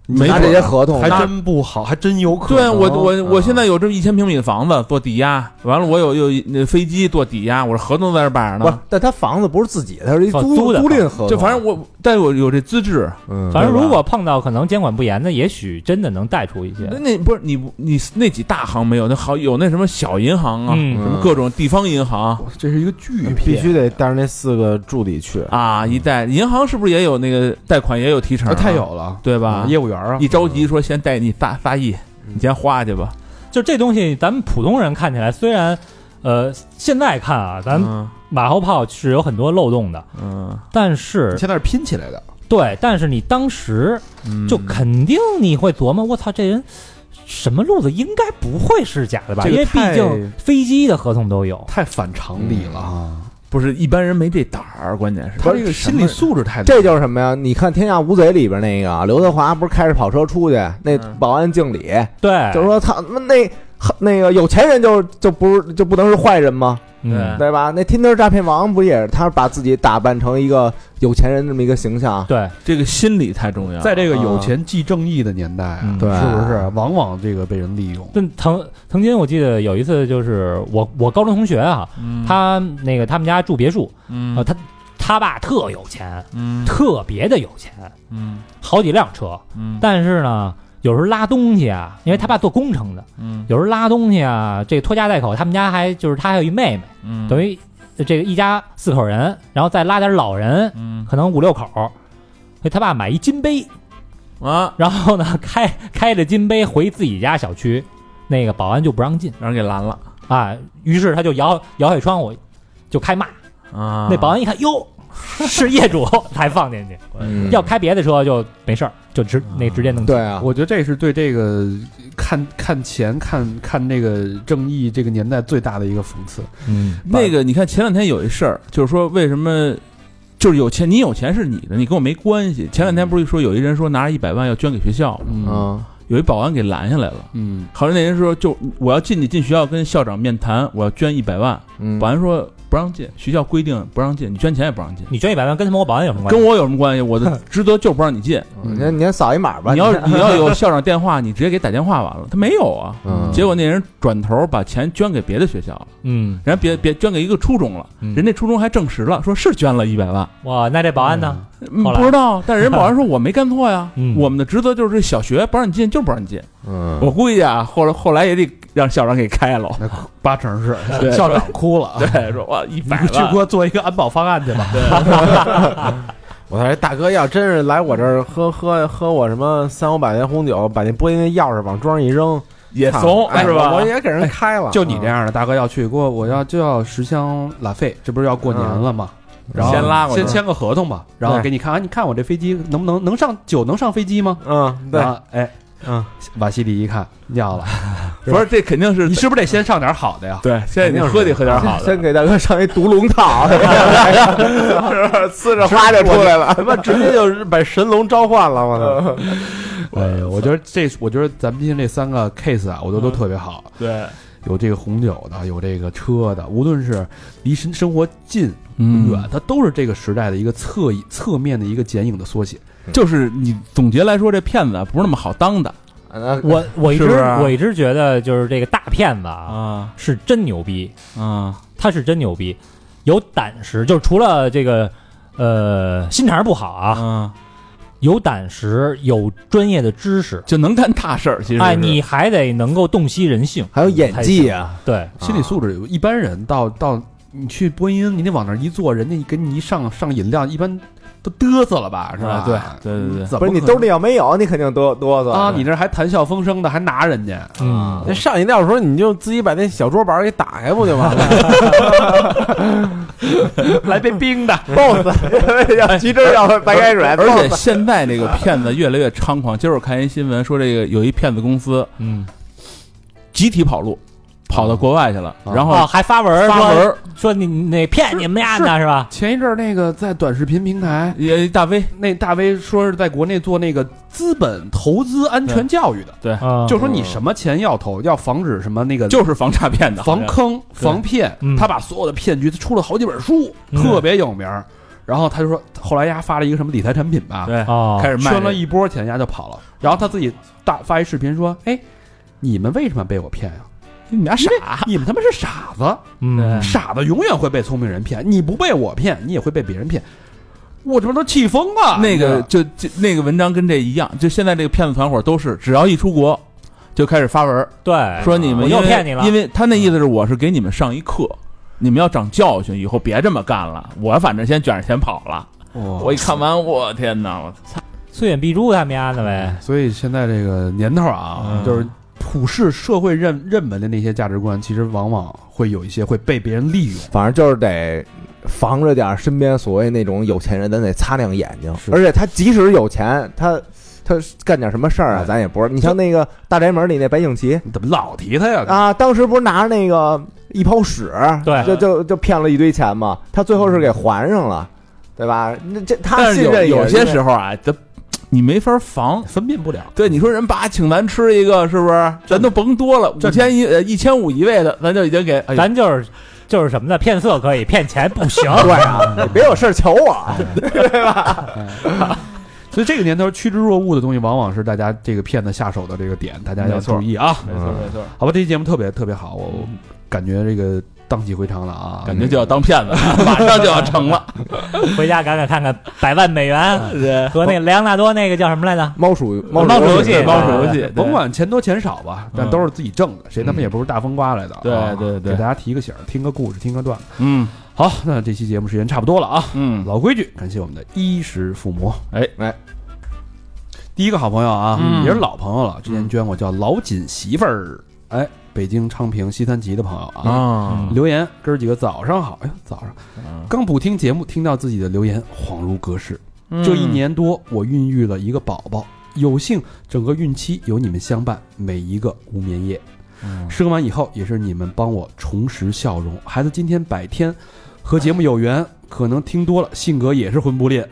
Speaker 7: 没
Speaker 2: 拿这
Speaker 7: 准
Speaker 2: 些合同
Speaker 1: 还真不好，还真有可能。
Speaker 7: 对我我我
Speaker 2: 啊
Speaker 7: 现在有这么一千平米的房子做抵押，完了我有有那飞机做抵押，我这合同在这摆着
Speaker 2: 不是
Speaker 7: 呢。？
Speaker 2: 但他房子不是自己，他是一
Speaker 3: 哦
Speaker 2: 租
Speaker 3: 租的
Speaker 2: 租赁合同，
Speaker 7: 就反正我，但我有这资质，
Speaker 2: 嗯
Speaker 3: 反正如果碰到可能监管不严的，也许真的能带出一些
Speaker 7: 那。那不是你不你那几大行没有，那好有那什么小银行啊，
Speaker 3: 嗯
Speaker 7: 什么各种地方银行
Speaker 1: 这是一个巨片，
Speaker 5: 必须得带着那四个助理去。
Speaker 7: 啊，一贷银行是不是也有那个贷款也有提成、
Speaker 1: 啊太，有了，
Speaker 7: 对吧？
Speaker 1: 业务员啊，
Speaker 7: 一着急说先贷你仨仨亿，你先花去吧。
Speaker 3: 就这东西，咱们普通人看起来虽然，呃，现在看啊，咱们
Speaker 7: 嗯
Speaker 3: 马后炮是有很多漏洞的，
Speaker 7: 嗯
Speaker 3: 但是
Speaker 1: 现在是拼起来的。
Speaker 3: 对，但是你当时
Speaker 7: 嗯，
Speaker 3: 就肯定你会琢磨，我操，这人什么路子应该不会是假的吧？
Speaker 1: 这
Speaker 3: 因
Speaker 1: 个
Speaker 3: 为毕
Speaker 1: 太
Speaker 3: 竟飞机的合同都有，
Speaker 1: 太反常理了哈，
Speaker 7: 不是一般人没这胆儿，关键是
Speaker 1: 他这个心理素质太
Speaker 2: 这就是什么呀？你看《天下无贼》里边那个啊刘德华，不是开着跑车出去，那
Speaker 7: 嗯
Speaker 2: 保安敬礼，
Speaker 3: 对，
Speaker 2: 就是说他那那那个有钱人就就不是就不能是坏人吗？
Speaker 3: 嗯，
Speaker 2: 对吧？那 Tinder 诈骗王不也是他把自己打扮成一个有钱人这么一个形象？
Speaker 3: 对，
Speaker 7: 这个心理太重要。
Speaker 1: 在这个有钱即正义的年代啊
Speaker 3: 嗯，
Speaker 2: 对
Speaker 1: 是不是？往往这个被人利用，
Speaker 3: 但曾曾经我记得有一次，就是我我高中同学啊，
Speaker 7: 嗯
Speaker 3: 他那个他们家住别墅，啊，
Speaker 7: 嗯
Speaker 3: 他他爸特有钱，
Speaker 7: 嗯
Speaker 3: 特别的有钱，
Speaker 7: 嗯
Speaker 3: 好几辆车，
Speaker 7: 嗯
Speaker 3: 但是呢，有时候拉东西啊，因为他爸做工程的，
Speaker 7: 嗯
Speaker 3: 有时候拉东西啊，这个拖家带口，他们家还就是他还有一妹妹，
Speaker 7: 嗯
Speaker 3: 等于这个一家四口人，然后再拉点老人，
Speaker 7: 嗯
Speaker 3: 可能五六口。所以他爸买一金杯，
Speaker 7: 啊，
Speaker 3: 然后呢， 开开着金杯回自己家小区，那个保安就不让进
Speaker 7: 让人给拦了
Speaker 3: 啊，于是他就摇摇下窗户，就开骂。
Speaker 7: 啊。
Speaker 3: 那保安一看，哟，是业主 才放进去，
Speaker 2: 嗯
Speaker 3: 要开别的车就没事儿，就直那直接
Speaker 7: 嗯
Speaker 3: 弄进。
Speaker 2: 对啊，
Speaker 1: 我觉得这是对这个看看钱、看看这个正义这个年代最大的一个讽刺。
Speaker 3: 嗯，
Speaker 7: 那个，你看前两天有一事儿，就是说为什么就是有钱，你有钱是你的，你跟我没关系。前两天不是说有一人说拿着一百万要捐给学校吗？
Speaker 1: 嗯
Speaker 2: 嗯
Speaker 7: 有一保安给拦下来了。
Speaker 1: 嗯，
Speaker 7: 好像那人说，就我要进去进学校跟校长面谈，我要捐一百万。
Speaker 2: 嗯
Speaker 7: 保安说不让进，学校规定不让进，你捐钱也不让进，
Speaker 3: 你捐一百万跟他们我保安有什么关
Speaker 7: 跟
Speaker 3: 系？
Speaker 7: 我有什么关系？我的职责就不让你进。
Speaker 1: 嗯
Speaker 2: 你先你先扫一码吧。
Speaker 7: 嗯你要你要有校长电话，你直接给打电话完了。他没有啊，
Speaker 2: 嗯
Speaker 7: 结果那人转头把钱捐给别的学校了，
Speaker 3: 嗯，
Speaker 7: 人家别别捐给一个初中了，
Speaker 3: 嗯
Speaker 7: 人家初中还证实了，说是捐了一百万，
Speaker 3: 哇，那这保安呢？
Speaker 7: 嗯
Speaker 3: 后来
Speaker 7: 不知道，但是人保安说我没干错呀
Speaker 3: 嗯，
Speaker 7: 我们的职责就是小学不让你进就不让你进，
Speaker 2: 嗯
Speaker 7: 我估计啊，后来后来也得让校长给开了，
Speaker 1: 八成是
Speaker 7: 对
Speaker 1: 校长哭了，
Speaker 7: 对，说哇一百
Speaker 1: 你 去给
Speaker 7: 万，
Speaker 1: 我做一个安保方案去 吧。
Speaker 5: 我说大哥，要真是来我这儿喝喝喝我什么三五百年红酒，把那玻璃那钥匙往桌上一扔，
Speaker 7: 也
Speaker 5: 操
Speaker 7: 怂
Speaker 5: 哎
Speaker 7: 是吧
Speaker 5: 我？也给人开了。
Speaker 1: 就你这样的大哥要去，给我我要就要十箱拉菲，这不是要过年了吗？然后
Speaker 7: 先拉过去
Speaker 1: 先签个合同吧，然后给你看啊，你看我这飞机能不能能上酒能上飞机吗？
Speaker 5: 嗯，对
Speaker 2: 啊
Speaker 1: 然，后哎，
Speaker 5: 嗯，
Speaker 1: 瓦西里一看尿 了，
Speaker 7: 不是这肯定是
Speaker 1: 你是不是得先上点好的呀？
Speaker 7: 对，现在你喝得喝点好的
Speaker 2: 先，给大哥上一毒龙套， 呲着花就出来了。嗯
Speaker 5: 他妈直接就是把神龙召唤了，我操！
Speaker 1: 哎，我觉得这，我觉得咱们今天这三个 case 啊，我觉得都特别好，
Speaker 7: 对，
Speaker 1: 有这个红酒的，有这个车的，无论是离生生活近
Speaker 7: 嗯
Speaker 1: 远，它都是这个时代的一个侧影侧面的一个剪影的缩写。
Speaker 7: 就是你总结来说，这骗子啊不是那么好当的
Speaker 2: 那
Speaker 3: 我我一直
Speaker 7: 是不是
Speaker 3: 我一直觉得就是这个大骗子啊，
Speaker 7: 啊
Speaker 3: 是真牛逼，
Speaker 7: 啊，
Speaker 3: 他是真牛逼，有胆识，就是除了这个呃心肠不好啊，
Speaker 7: 啊，
Speaker 3: 有胆识，有专业的知识，
Speaker 7: 就能干大事儿。其实
Speaker 3: 哎，
Speaker 7: 是
Speaker 3: 你还得能够洞悉人性，
Speaker 2: 还有演技啊，
Speaker 3: 对，
Speaker 1: 心理素质，一般人到到你去播音，你得往那儿一坐，人家给你一上上饮料，一般都嘚瑟了吧，是吧？
Speaker 7: 啊对对对对
Speaker 1: 怎么
Speaker 2: 不是你
Speaker 1: 可能
Speaker 2: 兜里要没有，你肯定哆哆嗦
Speaker 1: 啊？你这还谈笑风生的，还拿人家，
Speaker 7: 啊
Speaker 3: 嗯，
Speaker 5: 那上饮料的时候，你就自己把那小桌板给打开不就完 了？
Speaker 13: 来杯冰的，
Speaker 2: boss 要急着要白开水
Speaker 7: 而 且
Speaker 3: 哦
Speaker 2: ，boss
Speaker 7: 现在这个骗子越来越猖狂。今儿我看一新闻说，这个有一骗子公司
Speaker 3: 嗯
Speaker 7: 集体跑路，跑到国外去了，然
Speaker 3: 哦，
Speaker 7: 后
Speaker 3: 还发文儿
Speaker 7: 发文
Speaker 3: 说
Speaker 7: 儿
Speaker 3: 说你那骗你们呀
Speaker 1: 是
Speaker 3: 的是吧？
Speaker 1: 前一阵儿那个在短视频平台，
Speaker 7: 也大 V
Speaker 1: 那大 V 说是在国内做那个资本投资安全教育的，
Speaker 3: 嗯，
Speaker 1: 就说你什么钱要投，要防止什么那个
Speaker 7: 就是防诈骗的，
Speaker 1: 防坑、防骗
Speaker 3: 嗯，
Speaker 1: 他把所有的骗局，他出了好几本书，
Speaker 3: 嗯
Speaker 1: 特别有名儿。然后他就说，后来丫发了一个什么理财产品吧，
Speaker 7: 对，
Speaker 3: 哦，
Speaker 7: 开始卖
Speaker 1: 圈
Speaker 7: 这
Speaker 1: 了
Speaker 7: 个
Speaker 1: 一波钱，丫就跑了。然后他自己大发一视频说：“哎，你们为什么被我骗呀、
Speaker 7: 你俩傻
Speaker 1: 因为你们他妈是傻子，
Speaker 3: 嗯，
Speaker 1: 傻子永远会被聪明人骗，你不被我骗，你也会被别人骗。”我这不都气疯了？
Speaker 7: 那
Speaker 1: 你知
Speaker 7: 个
Speaker 1: 道
Speaker 7: 就就那个文章跟这一样，就现在这个骗子团伙都是，只要一出国就开始发文儿
Speaker 3: 对，
Speaker 7: 说你们
Speaker 3: 哎我
Speaker 7: 因
Speaker 3: 又
Speaker 7: 为
Speaker 3: 骗你了，
Speaker 7: 因为他那意思是我是给你们上一课，你们要长教训，以后别这么干了。我反正先卷着钱跑了。
Speaker 3: 哦
Speaker 7: 我一看完，我天哪！我
Speaker 3: 碎眼必诛他们家的呗。
Speaker 1: 所以现在这个年头啊，
Speaker 7: 嗯
Speaker 1: 就是普世社会认认为的那些价值观，其实往往会有一些会被别人利用。
Speaker 2: 反正就是得防着点儿身边所谓那种有钱人，咱得擦亮眼睛。而且他即使有钱，他他干点什么事儿啊，
Speaker 1: 哎
Speaker 2: 咱也不是。你像那个大宅门里那白景琦
Speaker 1: 你怎么老提他呀？
Speaker 2: 啊，当时不是拿着那个一泡屎，
Speaker 7: 哎
Speaker 3: 对
Speaker 2: 就就就骗了一堆钱嘛。他最后是给还上了，对吧？那这他
Speaker 7: 但是
Speaker 2: 信
Speaker 7: 有
Speaker 2: 任
Speaker 7: 有些时
Speaker 2: 候
Speaker 7: 候啊，这你没法防。
Speaker 1: 分辨不了。
Speaker 7: 对，你说人爸请咱吃一个，是不是？咱都甭多了，五千一呃一千五一位的，咱就已经给。哎呦
Speaker 3: 咱就是就是什么呢？骗色可以，骗钱不行。
Speaker 2: 对啊，你别有事儿求我。
Speaker 1: 所以这个年头趋之若鹜的东西，往往是大家这个骗子下手的这个点，大家要
Speaker 7: 没错
Speaker 1: 注意啊！
Speaker 7: 没错没错，
Speaker 1: 好吧，这期节目特别特别好，我感觉这个荡气回肠了啊，
Speaker 7: 感觉就要当骗子， 马上就要成了。
Speaker 3: 回家赶紧看看《百万美元》
Speaker 2: 啊
Speaker 3: 和那莱昂纳多那个叫什么来着？
Speaker 2: 猫鼠猫
Speaker 7: 猫鼠游
Speaker 2: 游
Speaker 1: 啊
Speaker 7: 戏，猫鼠游戏，对
Speaker 1: 甭管钱多钱少吧，但都是自己挣的，谁他妈也不是大风刮来的啊。
Speaker 7: 对对
Speaker 1: 给
Speaker 7: 对
Speaker 1: 大家提个醒儿，听个故事，听个段子。
Speaker 7: 嗯
Speaker 1: 好，那这期节目时间差不多了啊，
Speaker 7: 嗯，
Speaker 1: 老规矩，感谢我们的衣食父母。
Speaker 7: 哎
Speaker 2: 哎，
Speaker 1: 第一个好朋友啊，
Speaker 7: 嗯
Speaker 1: 也是老朋友了，之前捐过，叫老锦媳妇儿。哎，北京昌平西三旗的朋友啊，
Speaker 7: 啊，嗯
Speaker 1: 留言哥儿几个早上好，哎，早上刚补听节目，听到自己的留言，恍如隔世。
Speaker 7: 嗯
Speaker 1: 这一年多，我孕育了一个宝宝，有幸整个孕期有你们相伴，每一个无眠夜。
Speaker 7: 嗯
Speaker 1: 生完以后，也是你们帮我重拾笑容。孩子今天百天，和节目有缘，可能听多了，性格也是魂不吝。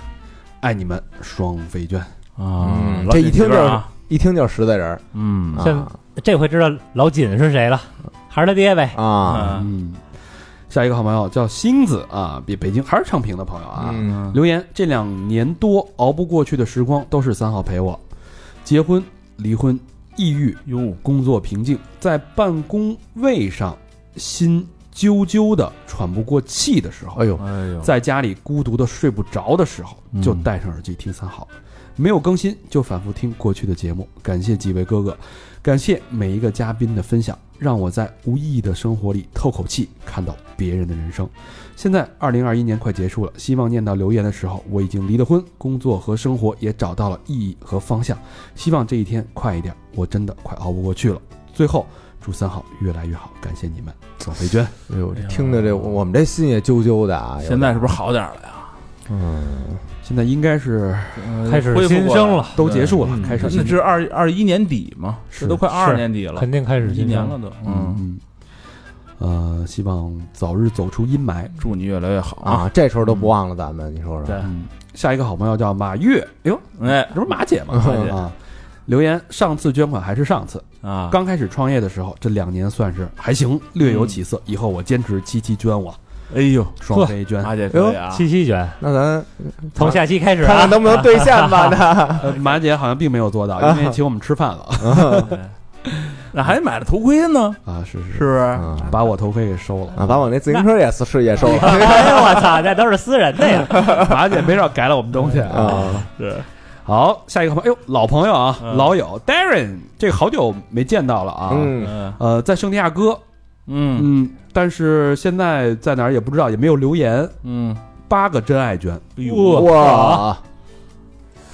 Speaker 1: 爱你们，双飞娟。
Speaker 7: 啊
Speaker 2: 嗯，
Speaker 7: 老
Speaker 2: 这
Speaker 7: 姐
Speaker 2: 一听
Speaker 7: 媳妇
Speaker 2: 就
Speaker 7: 儿
Speaker 2: 是
Speaker 7: 啊，
Speaker 2: 一听就是实在人儿
Speaker 7: 嗯
Speaker 3: 现
Speaker 2: 啊
Speaker 3: 这回知道老锦是谁了，还是他爹呗。
Speaker 2: 啊，
Speaker 7: 啊
Speaker 1: 嗯，下一个好朋友叫星子啊，比北京还是昌平的朋友啊。
Speaker 2: 嗯
Speaker 1: 留言：这两年多熬不过去的时光，都是三号陪我。结婚、离婚、抑郁、
Speaker 7: 哟，
Speaker 1: 工作瓶颈，在办公位上心揪揪的喘不过气的时候，
Speaker 2: 哎呦，
Speaker 7: 哎呦，
Speaker 1: 在家里孤独的睡不着的时候，
Speaker 7: 嗯
Speaker 1: 就戴上耳机听三好，没有更新就反复听过去的节目。感谢几位哥哥，感谢每一个嘉宾的分享，让我在无意义的生活里透口气，看到别人的人生。现在二零二一年快结束了，希望念到留言的时候，我已经离了婚，工作和生活也找到了意义和方向。希望这一天快一点，我真的快熬不过去了。最后，祝三好越来越好，感谢你们，小肥娟。
Speaker 2: 哎呦，这听着这我们这心也揪揪的啊。有嗯
Speaker 7: 现在是不是好点儿了呀？
Speaker 1: 现在应该是
Speaker 3: 开始
Speaker 7: 呃恢复
Speaker 3: 新
Speaker 7: 过
Speaker 3: 生
Speaker 7: 来
Speaker 3: 了，
Speaker 1: 都结束了，
Speaker 2: 嗯
Speaker 1: 开始
Speaker 7: 那这是二二一年底嘛，这都快二
Speaker 3: 是
Speaker 7: 年底了，
Speaker 3: 肯定开始
Speaker 7: 一
Speaker 3: 新
Speaker 7: 年
Speaker 3: 生
Speaker 7: 了。都。嗯，
Speaker 1: 嗯，呃，希望早日走出阴霾。
Speaker 7: 祝你越来越好！
Speaker 2: 啊，这时候都不忘了咱们，你说说
Speaker 7: 对
Speaker 1: 嗯，下一个好朋友叫马月，哎呦，
Speaker 7: 哎
Speaker 1: 这不是马姐吗？
Speaker 2: 马
Speaker 7: 嗯
Speaker 2: 姐
Speaker 1: 啊，留言上次捐款还是上次，
Speaker 7: 啊，
Speaker 1: 刚开始创业的时候，这两年算是啊还行，略有起
Speaker 7: 嗯
Speaker 1: 色。以后我坚持七七捐我，
Speaker 7: 哎呦，
Speaker 1: 双飞捐。
Speaker 7: 马
Speaker 3: 哎
Speaker 7: 姐可以啊，
Speaker 3: 七七卷，
Speaker 2: 那咱
Speaker 3: 从下期开始
Speaker 2: 看
Speaker 3: 啊
Speaker 2: 看，能不能兑现 吧？那
Speaker 7: 嗯
Speaker 1: 呃马姐好像并没有做到，因为请我们吃饭了
Speaker 7: 那还买了头盔呢，
Speaker 1: 啊，是是
Speaker 7: 嗯是不嗯是？
Speaker 2: 啊，
Speaker 1: 把我头盔给收了。
Speaker 2: 把我那自行车也是是也收 了
Speaker 3: 哎呦我操，这都是私人的呀！
Speaker 1: 马姐没少改了我们东西啊。
Speaker 2: 啊，
Speaker 1: 好，下一个好朋友，哎呦，老朋友啊，
Speaker 7: 嗯
Speaker 1: 老友 Darren，这好久没见到了啊。
Speaker 2: 嗯，
Speaker 7: 嗯
Speaker 1: 呃，在圣地亚哥，
Speaker 7: 嗯
Speaker 1: 嗯，但是现在在哪儿也不知道，也没有留言。
Speaker 7: 嗯，
Speaker 1: 八个真爱捐，
Speaker 7: 哎呦
Speaker 2: 哇，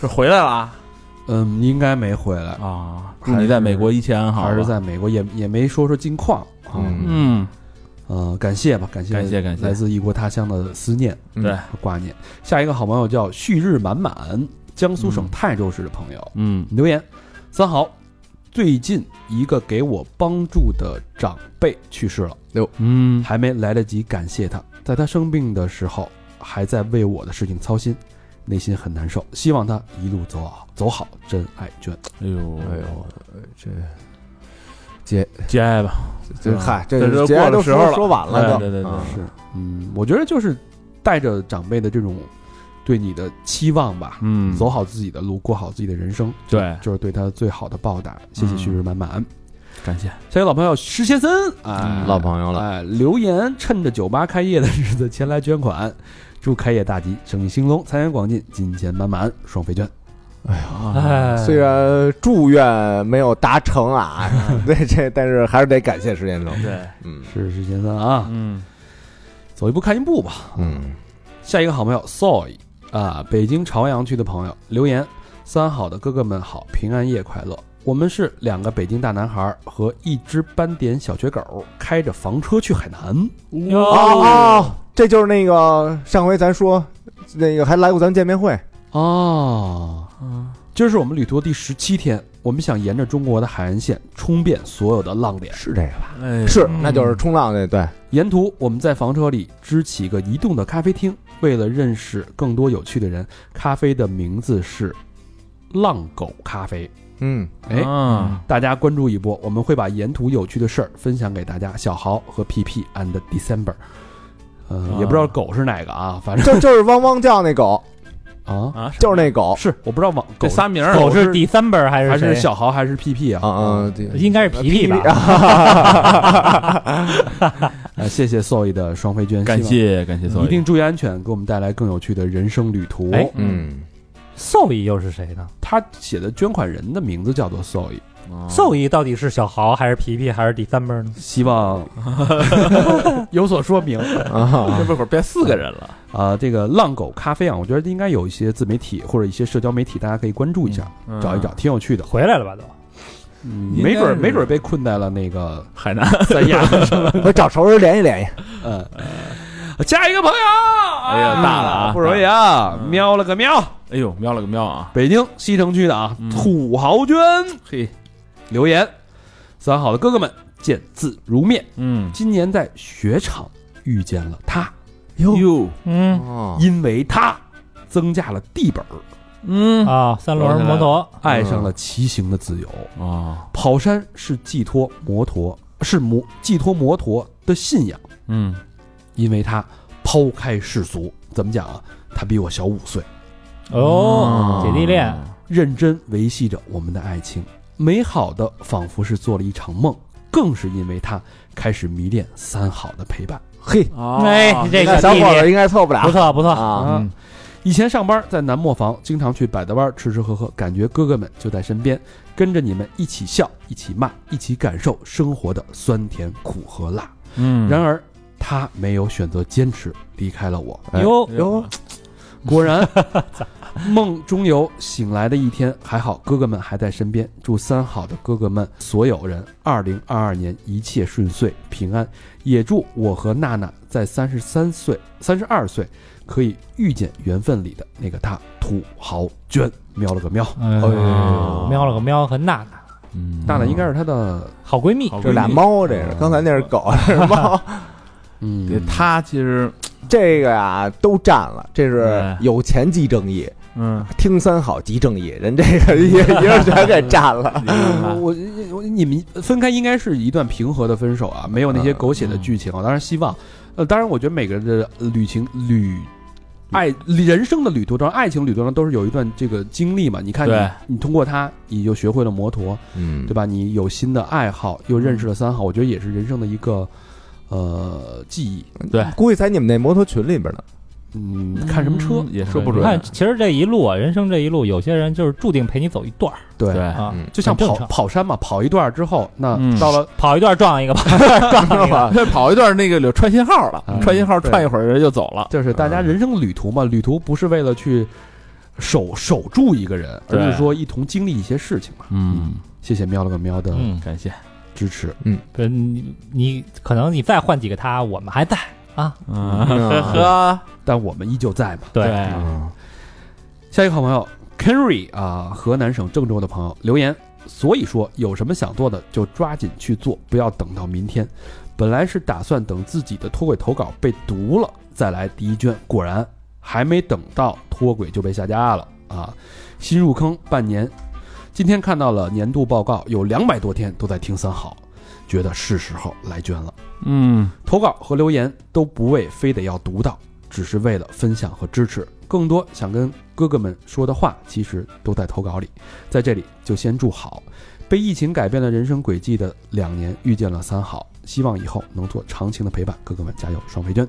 Speaker 7: 是回来了啊
Speaker 1: 嗯，应该没回来，
Speaker 7: 啊！祝你在美国一切安好吧，
Speaker 1: 还是在美国，也也没说说近况啊。
Speaker 2: 嗯
Speaker 7: 嗯，
Speaker 1: 呃，感谢吧，感谢
Speaker 7: 感谢感谢
Speaker 1: 来自异国他乡的思念
Speaker 2: 嗯
Speaker 7: 对，
Speaker 1: 和挂念。下一个好朋友叫旭日满满，江苏省泰州市的朋友、
Speaker 7: 嗯
Speaker 1: 留言：三好，最近一个给我帮助的长辈去世了，
Speaker 7: 嗯，
Speaker 1: 还没来得及感谢他，在他生病的时候还在为我的事情操心，内心很难受。希望他一路走好，走好，真爱娟。
Speaker 7: 哎呦，
Speaker 2: 哎呦，这
Speaker 7: 节哀吧，
Speaker 2: 这
Speaker 7: 嗯
Speaker 2: 嗨，
Speaker 7: 这
Speaker 2: 这
Speaker 7: 都
Speaker 2: 节
Speaker 7: 过
Speaker 2: 哀
Speaker 7: 了
Speaker 2: 都
Speaker 7: 时
Speaker 2: 说
Speaker 7: 候了
Speaker 2: 说晚
Speaker 7: 哎
Speaker 2: 了都，
Speaker 7: 对对对
Speaker 2: 啊
Speaker 1: 是，嗯，我觉得就是带着长辈的这种对你的期望吧，
Speaker 7: 嗯，
Speaker 1: 走好自己的路，过好自己的人生，
Speaker 7: 对，
Speaker 1: 就是对他最好的报答。谢谢
Speaker 7: 嗯
Speaker 1: 旭日满满。
Speaker 7: 感谢，
Speaker 1: 下一个老朋友施先生，哎，
Speaker 7: 嗯
Speaker 2: 老朋友了，
Speaker 1: 哎，留言趁着酒吧开业的日子前来捐款，祝开业大吉，生意兴隆，财源广进，金钱满满，双飞捐。
Speaker 3: 哎，
Speaker 2: 虽然祝愿没有达成啊， 对这，但是还是得感谢石先生。
Speaker 7: 嗯对，
Speaker 2: 嗯
Speaker 1: 是施先生啊，
Speaker 7: 嗯，
Speaker 1: 走一步看一步吧。
Speaker 2: 嗯，
Speaker 1: 下一个好朋友 Soy 啊，北京朝阳区的朋友留言：三好的哥哥们好，平安夜快乐。我们是两个北京大男孩和一只斑点小学狗，开着房车去海南。
Speaker 2: 哦哦，这就是那个上回咱说那个还来过咱们见面会，
Speaker 1: 哦，今儿是我们旅途的第十七天，我们想沿着中国的海岸线冲遍所有的浪点。
Speaker 2: 是这个吧？
Speaker 7: 哎，
Speaker 2: 是，那就是冲浪那对，
Speaker 1: 沿途我们在房车里支起个移动的咖啡厅，为了认识更多有趣的人，咖啡的名字是浪狗咖啡。
Speaker 2: 嗯，
Speaker 1: 哎，
Speaker 7: 啊，
Speaker 1: 大家关注一波，我们会把沿途有趣的事儿分享给大家。小豪和 PP and December，呃，
Speaker 7: 啊
Speaker 1: 也不知道狗是哪个啊，反正
Speaker 2: 就就是汪汪叫那狗，
Speaker 1: 啊，
Speaker 7: 啊，
Speaker 2: 就是那狗，
Speaker 1: 是我不知道网狗
Speaker 7: 这仨
Speaker 2: 哦
Speaker 7: 名儿，
Speaker 3: 狗是 December 还
Speaker 1: 还是
Speaker 3: 是谁？
Speaker 1: 小豪还是 PP 啊？
Speaker 2: 啊
Speaker 7: 嗯
Speaker 2: 啊，对
Speaker 3: 应该是皮皮吧？
Speaker 1: 呃，谢谢 Soy 的双飞捐，
Speaker 7: 感
Speaker 1: 希
Speaker 7: 谢感谢，
Speaker 1: 望一定注意安全，给我们带来更有趣的人生旅途。
Speaker 3: 哎
Speaker 2: 嗯，
Speaker 3: 兽医又是谁呢？
Speaker 1: 他写的捐款人的名字叫做 Soy，
Speaker 7: 啊哦
Speaker 3: 兽医到底是小豪还是皮皮还是 December 呢？
Speaker 1: 希 望有所说明。
Speaker 2: 啊，
Speaker 7: 这会儿变四个人了，
Speaker 1: 啊，这个浪狗咖啡啊，我觉得应该有一些自媒体或者一些社交媒体，大家可以关注一下，嗯找一找，挺有趣的。
Speaker 3: 回来了吧都？
Speaker 1: 嗯
Speaker 7: 嗯应
Speaker 1: 没准
Speaker 7: 该
Speaker 1: 儿
Speaker 7: 是
Speaker 1: 没准儿被困在了那个
Speaker 7: 海南，
Speaker 1: 三亚。
Speaker 2: 我找熟人联系联系，
Speaker 1: 嗯，下一个朋友，
Speaker 7: 啊哎呀大了啊
Speaker 1: 不容易啊，
Speaker 7: 嗯
Speaker 1: 喵了个喵！
Speaker 7: 哎呦，瞄了个瞄啊，
Speaker 1: 北京西城区的啊，
Speaker 7: 嗯
Speaker 1: 土豪娟
Speaker 7: 嘿，
Speaker 1: 留言：三好的哥哥们，见字如面。
Speaker 7: 嗯，
Speaker 1: 今年在雪场遇见了他，
Speaker 7: 哟，
Speaker 3: 嗯
Speaker 2: 哦，
Speaker 1: 因为他增加了地本儿，
Speaker 7: 嗯
Speaker 3: 啊，三轮摩托
Speaker 1: 爱上了骑行的自由。
Speaker 7: 啊，
Speaker 1: 跑山是寄托摩托，是摩寄托摩托的信仰，
Speaker 7: 嗯，
Speaker 1: 因为他抛开世俗，怎么讲啊？他比我小五岁，
Speaker 7: 嗯
Speaker 3: 哦，姐弟恋，
Speaker 1: 认真维系着我们的爱情，美好的仿佛是做了一场梦，更是因为他开始迷恋三好的陪伴。
Speaker 2: 嘿，
Speaker 7: 啊，
Speaker 3: 哎这
Speaker 2: 那
Speaker 3: 个
Speaker 2: 小
Speaker 3: 弟
Speaker 2: 伙
Speaker 3: 弟
Speaker 2: 子应该凑不了
Speaker 3: 不错嗯不错，
Speaker 2: 啊，
Speaker 1: 啊，以前上班在南磨坊，经常去百德湾吃吃喝喝，感觉哥哥们就在身边，跟着你们一起笑，一起骂，一起感受生活的酸甜苦和辣。
Speaker 7: 嗯，
Speaker 1: 然而他没有选择坚持，离开了我。
Speaker 2: 哎
Speaker 1: 哟
Speaker 7: 哟，
Speaker 1: 果然，梦中有醒来的一天。还好哥哥们还在身边，祝三好的哥哥们所有人二零二二年一切顺遂平安，也祝我和娜娜在三十三岁、三十二岁可以遇见缘分里的那个他。土豪娟喵了个喵，
Speaker 3: 哎呦喵了个喵和娜娜，
Speaker 7: 嗯
Speaker 1: 娜娜应该是他的，
Speaker 3: 好闺蜜，
Speaker 2: 这俩猫这是，刚才那是狗，这是猫，
Speaker 7: 对
Speaker 1: 嗯，
Speaker 7: 他其实，
Speaker 2: 这个呀都占了，这是
Speaker 7: 哎
Speaker 2: 有钱即正义，
Speaker 7: 嗯，
Speaker 2: 听三好即正义，人这个一 一人全给占了。
Speaker 3: 啊
Speaker 1: 我我我你们分开应该是一段平和的分手啊，没有那些狗血的剧情啊。当然希望，呃，当然我觉得每个人的旅行旅。爱人生的旅途中，爱情旅途中都是有一段这个经历嘛。你看你
Speaker 7: 对，
Speaker 1: 你通过它，你就学会了摩托，
Speaker 2: 嗯
Speaker 1: 对吧？你有新的爱好，又认识了三好，我觉得也是人生的一个呃记忆。
Speaker 7: 对，
Speaker 2: 估计在你们那摩托群里 边呢。
Speaker 1: 嗯，看什么车
Speaker 7: 嗯也说不
Speaker 3: 你
Speaker 7: 准，
Speaker 3: 看，其实这一路啊，人生这一路，有些人就是注定陪你走一段儿
Speaker 1: 对，
Speaker 7: 对，
Speaker 3: 啊，
Speaker 2: 嗯
Speaker 1: 就像
Speaker 3: 很正
Speaker 1: 跑
Speaker 3: 常
Speaker 1: 跑山嘛，跑一段之后，那
Speaker 7: 嗯
Speaker 1: 到了
Speaker 3: 跑一段撞一个，跑一段 撞一个，
Speaker 7: 这跑一段那个有串信号了，串信号串一会儿就走了。
Speaker 1: 就是大家
Speaker 3: 嗯
Speaker 1: 人生旅途嘛，旅途不是为了去守守住一个人，而
Speaker 7: 对
Speaker 1: 是说一同经历一些事情嘛。
Speaker 7: 嗯，
Speaker 1: 谢谢喵了个喵的
Speaker 3: 嗯，
Speaker 7: 感谢，
Speaker 1: 支持，
Speaker 3: 不是你你可能你再换几个他，我们还在，
Speaker 7: 嗯，
Speaker 2: 呵
Speaker 3: 啊
Speaker 7: 呵，
Speaker 1: 但我们依旧在嘛。
Speaker 3: 对，
Speaker 7: 对，
Speaker 1: 下一个好朋友 Kenry 啊，河南省郑州的朋友留言：所以说，有什么想做的就抓紧去做，不要等到明天。本来是打算等自己的脱轨投稿被读了再来第一卷，果然还没等到脱轨就被下架了啊！新入坑半年，今天看到了年度报告，有两百多天都在听三好，觉得是时候来捐了。
Speaker 7: 嗯，
Speaker 1: 投稿和留言都不为非得要读到，只是为了分享和支持。更多想跟哥哥们说的话，其实都在投稿里。在这里就先祝好，被疫情改变了人生轨迹的两年，遇见了三好，希望以后能做长情的陪伴。哥哥们加油，双飞娟。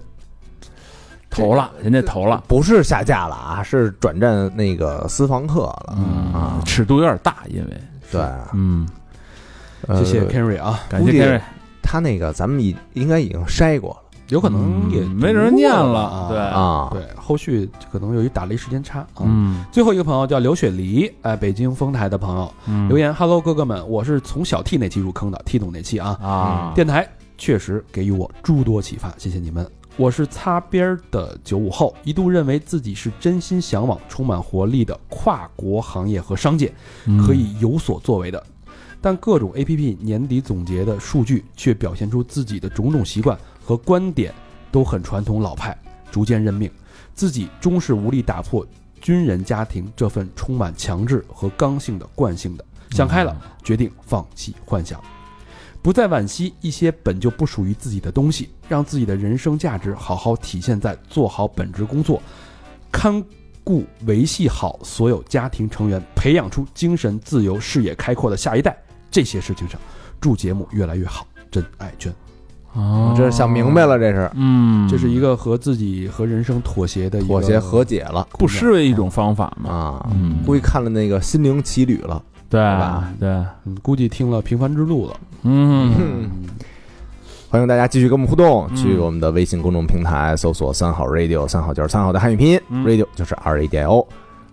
Speaker 7: 投了，人家投了，
Speaker 2: 不是下架了啊，是转战那个私房课了。
Speaker 7: 嗯
Speaker 2: 啊，
Speaker 7: 尺度有点大，因为
Speaker 2: 对，
Speaker 7: 嗯，
Speaker 1: 谢谢
Speaker 2: 呃
Speaker 1: Kerry 啊，
Speaker 7: 感
Speaker 2: 估
Speaker 7: 谢
Speaker 2: 计
Speaker 7: Gary，
Speaker 2: 他那个咱们已应该已经筛过了
Speaker 1: 有可能也
Speaker 7: 嗯没人念
Speaker 1: 啊
Speaker 7: 了，对，
Speaker 2: 啊。
Speaker 1: 对，后续可能由于打了一时间差啊。
Speaker 7: 嗯
Speaker 1: 最后一个朋友叫刘雪梨，哎，北京丰台的朋友
Speaker 7: 嗯，
Speaker 1: 留言：Hello，哥哥们，我是从小 T 那期入坑的，T 总那期啊，
Speaker 7: 啊，
Speaker 1: 电台确实给予我诸多启发，谢谢你们。我是擦边儿的九五后，一度认为自己是真心向往充满活力的跨国行业和商界，
Speaker 7: 嗯
Speaker 1: 可以有所作为的。但各种 APP 年底总结的数据却表现出自己的种种习惯和观点都很传统老派，逐渐认命，自己终是无力打破军人家庭这份充满强制和刚性的惯性的。想开了，决定放弃幻想，不再惋惜一些本就不属于自己的东西，让自己的人生价值好好体现在做好本职工作，看顾维系好所有家庭成员，培养出精神自由、视野开阔的下一代这些事情上，祝节目越来越好。真哎爱娟，
Speaker 2: 嗯
Speaker 7: 哦，
Speaker 2: 这是想明白了，这是
Speaker 7: 嗯，
Speaker 1: 这是一
Speaker 7: 个
Speaker 1: 个和自己和人生妥协的一个
Speaker 2: 妥协和解了
Speaker 1: 姑娘
Speaker 7: 不失为一种方法嘛，
Speaker 2: 啊。
Speaker 7: 哎嗯，
Speaker 2: 估计看了那个《心灵奇旅》了，
Speaker 7: 对
Speaker 2: 吧
Speaker 7: 对，
Speaker 1: 嗯，估计听了《平凡之路》 了。
Speaker 7: 嗯，
Speaker 2: 嗯，欢迎大家继续跟我们互动，
Speaker 7: 嗯
Speaker 2: 去我们的微信公众平台搜索“三好 radio”，三好就是三好的汉语拼音、
Speaker 7: 嗯
Speaker 2: r a d i o 就是 R A D I O，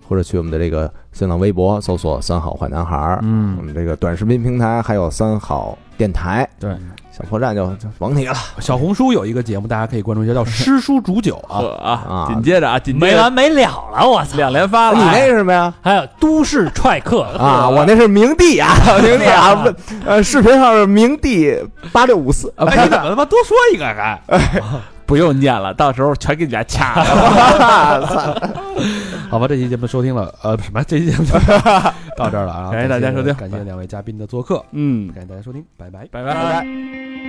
Speaker 2: 或者去我们的这个新浪微博搜索“三好坏男孩”，儿”，我
Speaker 7: 嗯，
Speaker 2: 们这个短视频平台还有三好电台，
Speaker 7: 对，
Speaker 2: 小破站就就甭提了
Speaker 1: 小红书有一个节目，大家可以关注一下，叫《诗书煮酒》啊。
Speaker 7: 呵啊
Speaker 2: 啊，
Speaker 7: 紧接着啊，紧接
Speaker 3: 没
Speaker 7: 着
Speaker 3: 完没了了，我操！
Speaker 7: 两连发
Speaker 2: 你
Speaker 7: 了啊，
Speaker 2: 那是什么呀？
Speaker 3: 还有都市 踹客
Speaker 2: 啊，我那是明帝 啊，明帝啊，不呃，视频号是明帝八六五 四，
Speaker 7: 哎，你怎么他妈多说一个还？哎不用念了，到时候全给你家掐 了。
Speaker 1: 好吧，这期节目收听了，呃，什么？这期节目到这儿了啊！
Speaker 7: 感谢大家收听
Speaker 1: 感谢两位嘉宾的做客，
Speaker 7: 嗯，
Speaker 1: 感谢大家收听，拜拜。
Speaker 7: 拜拜。
Speaker 2: 拜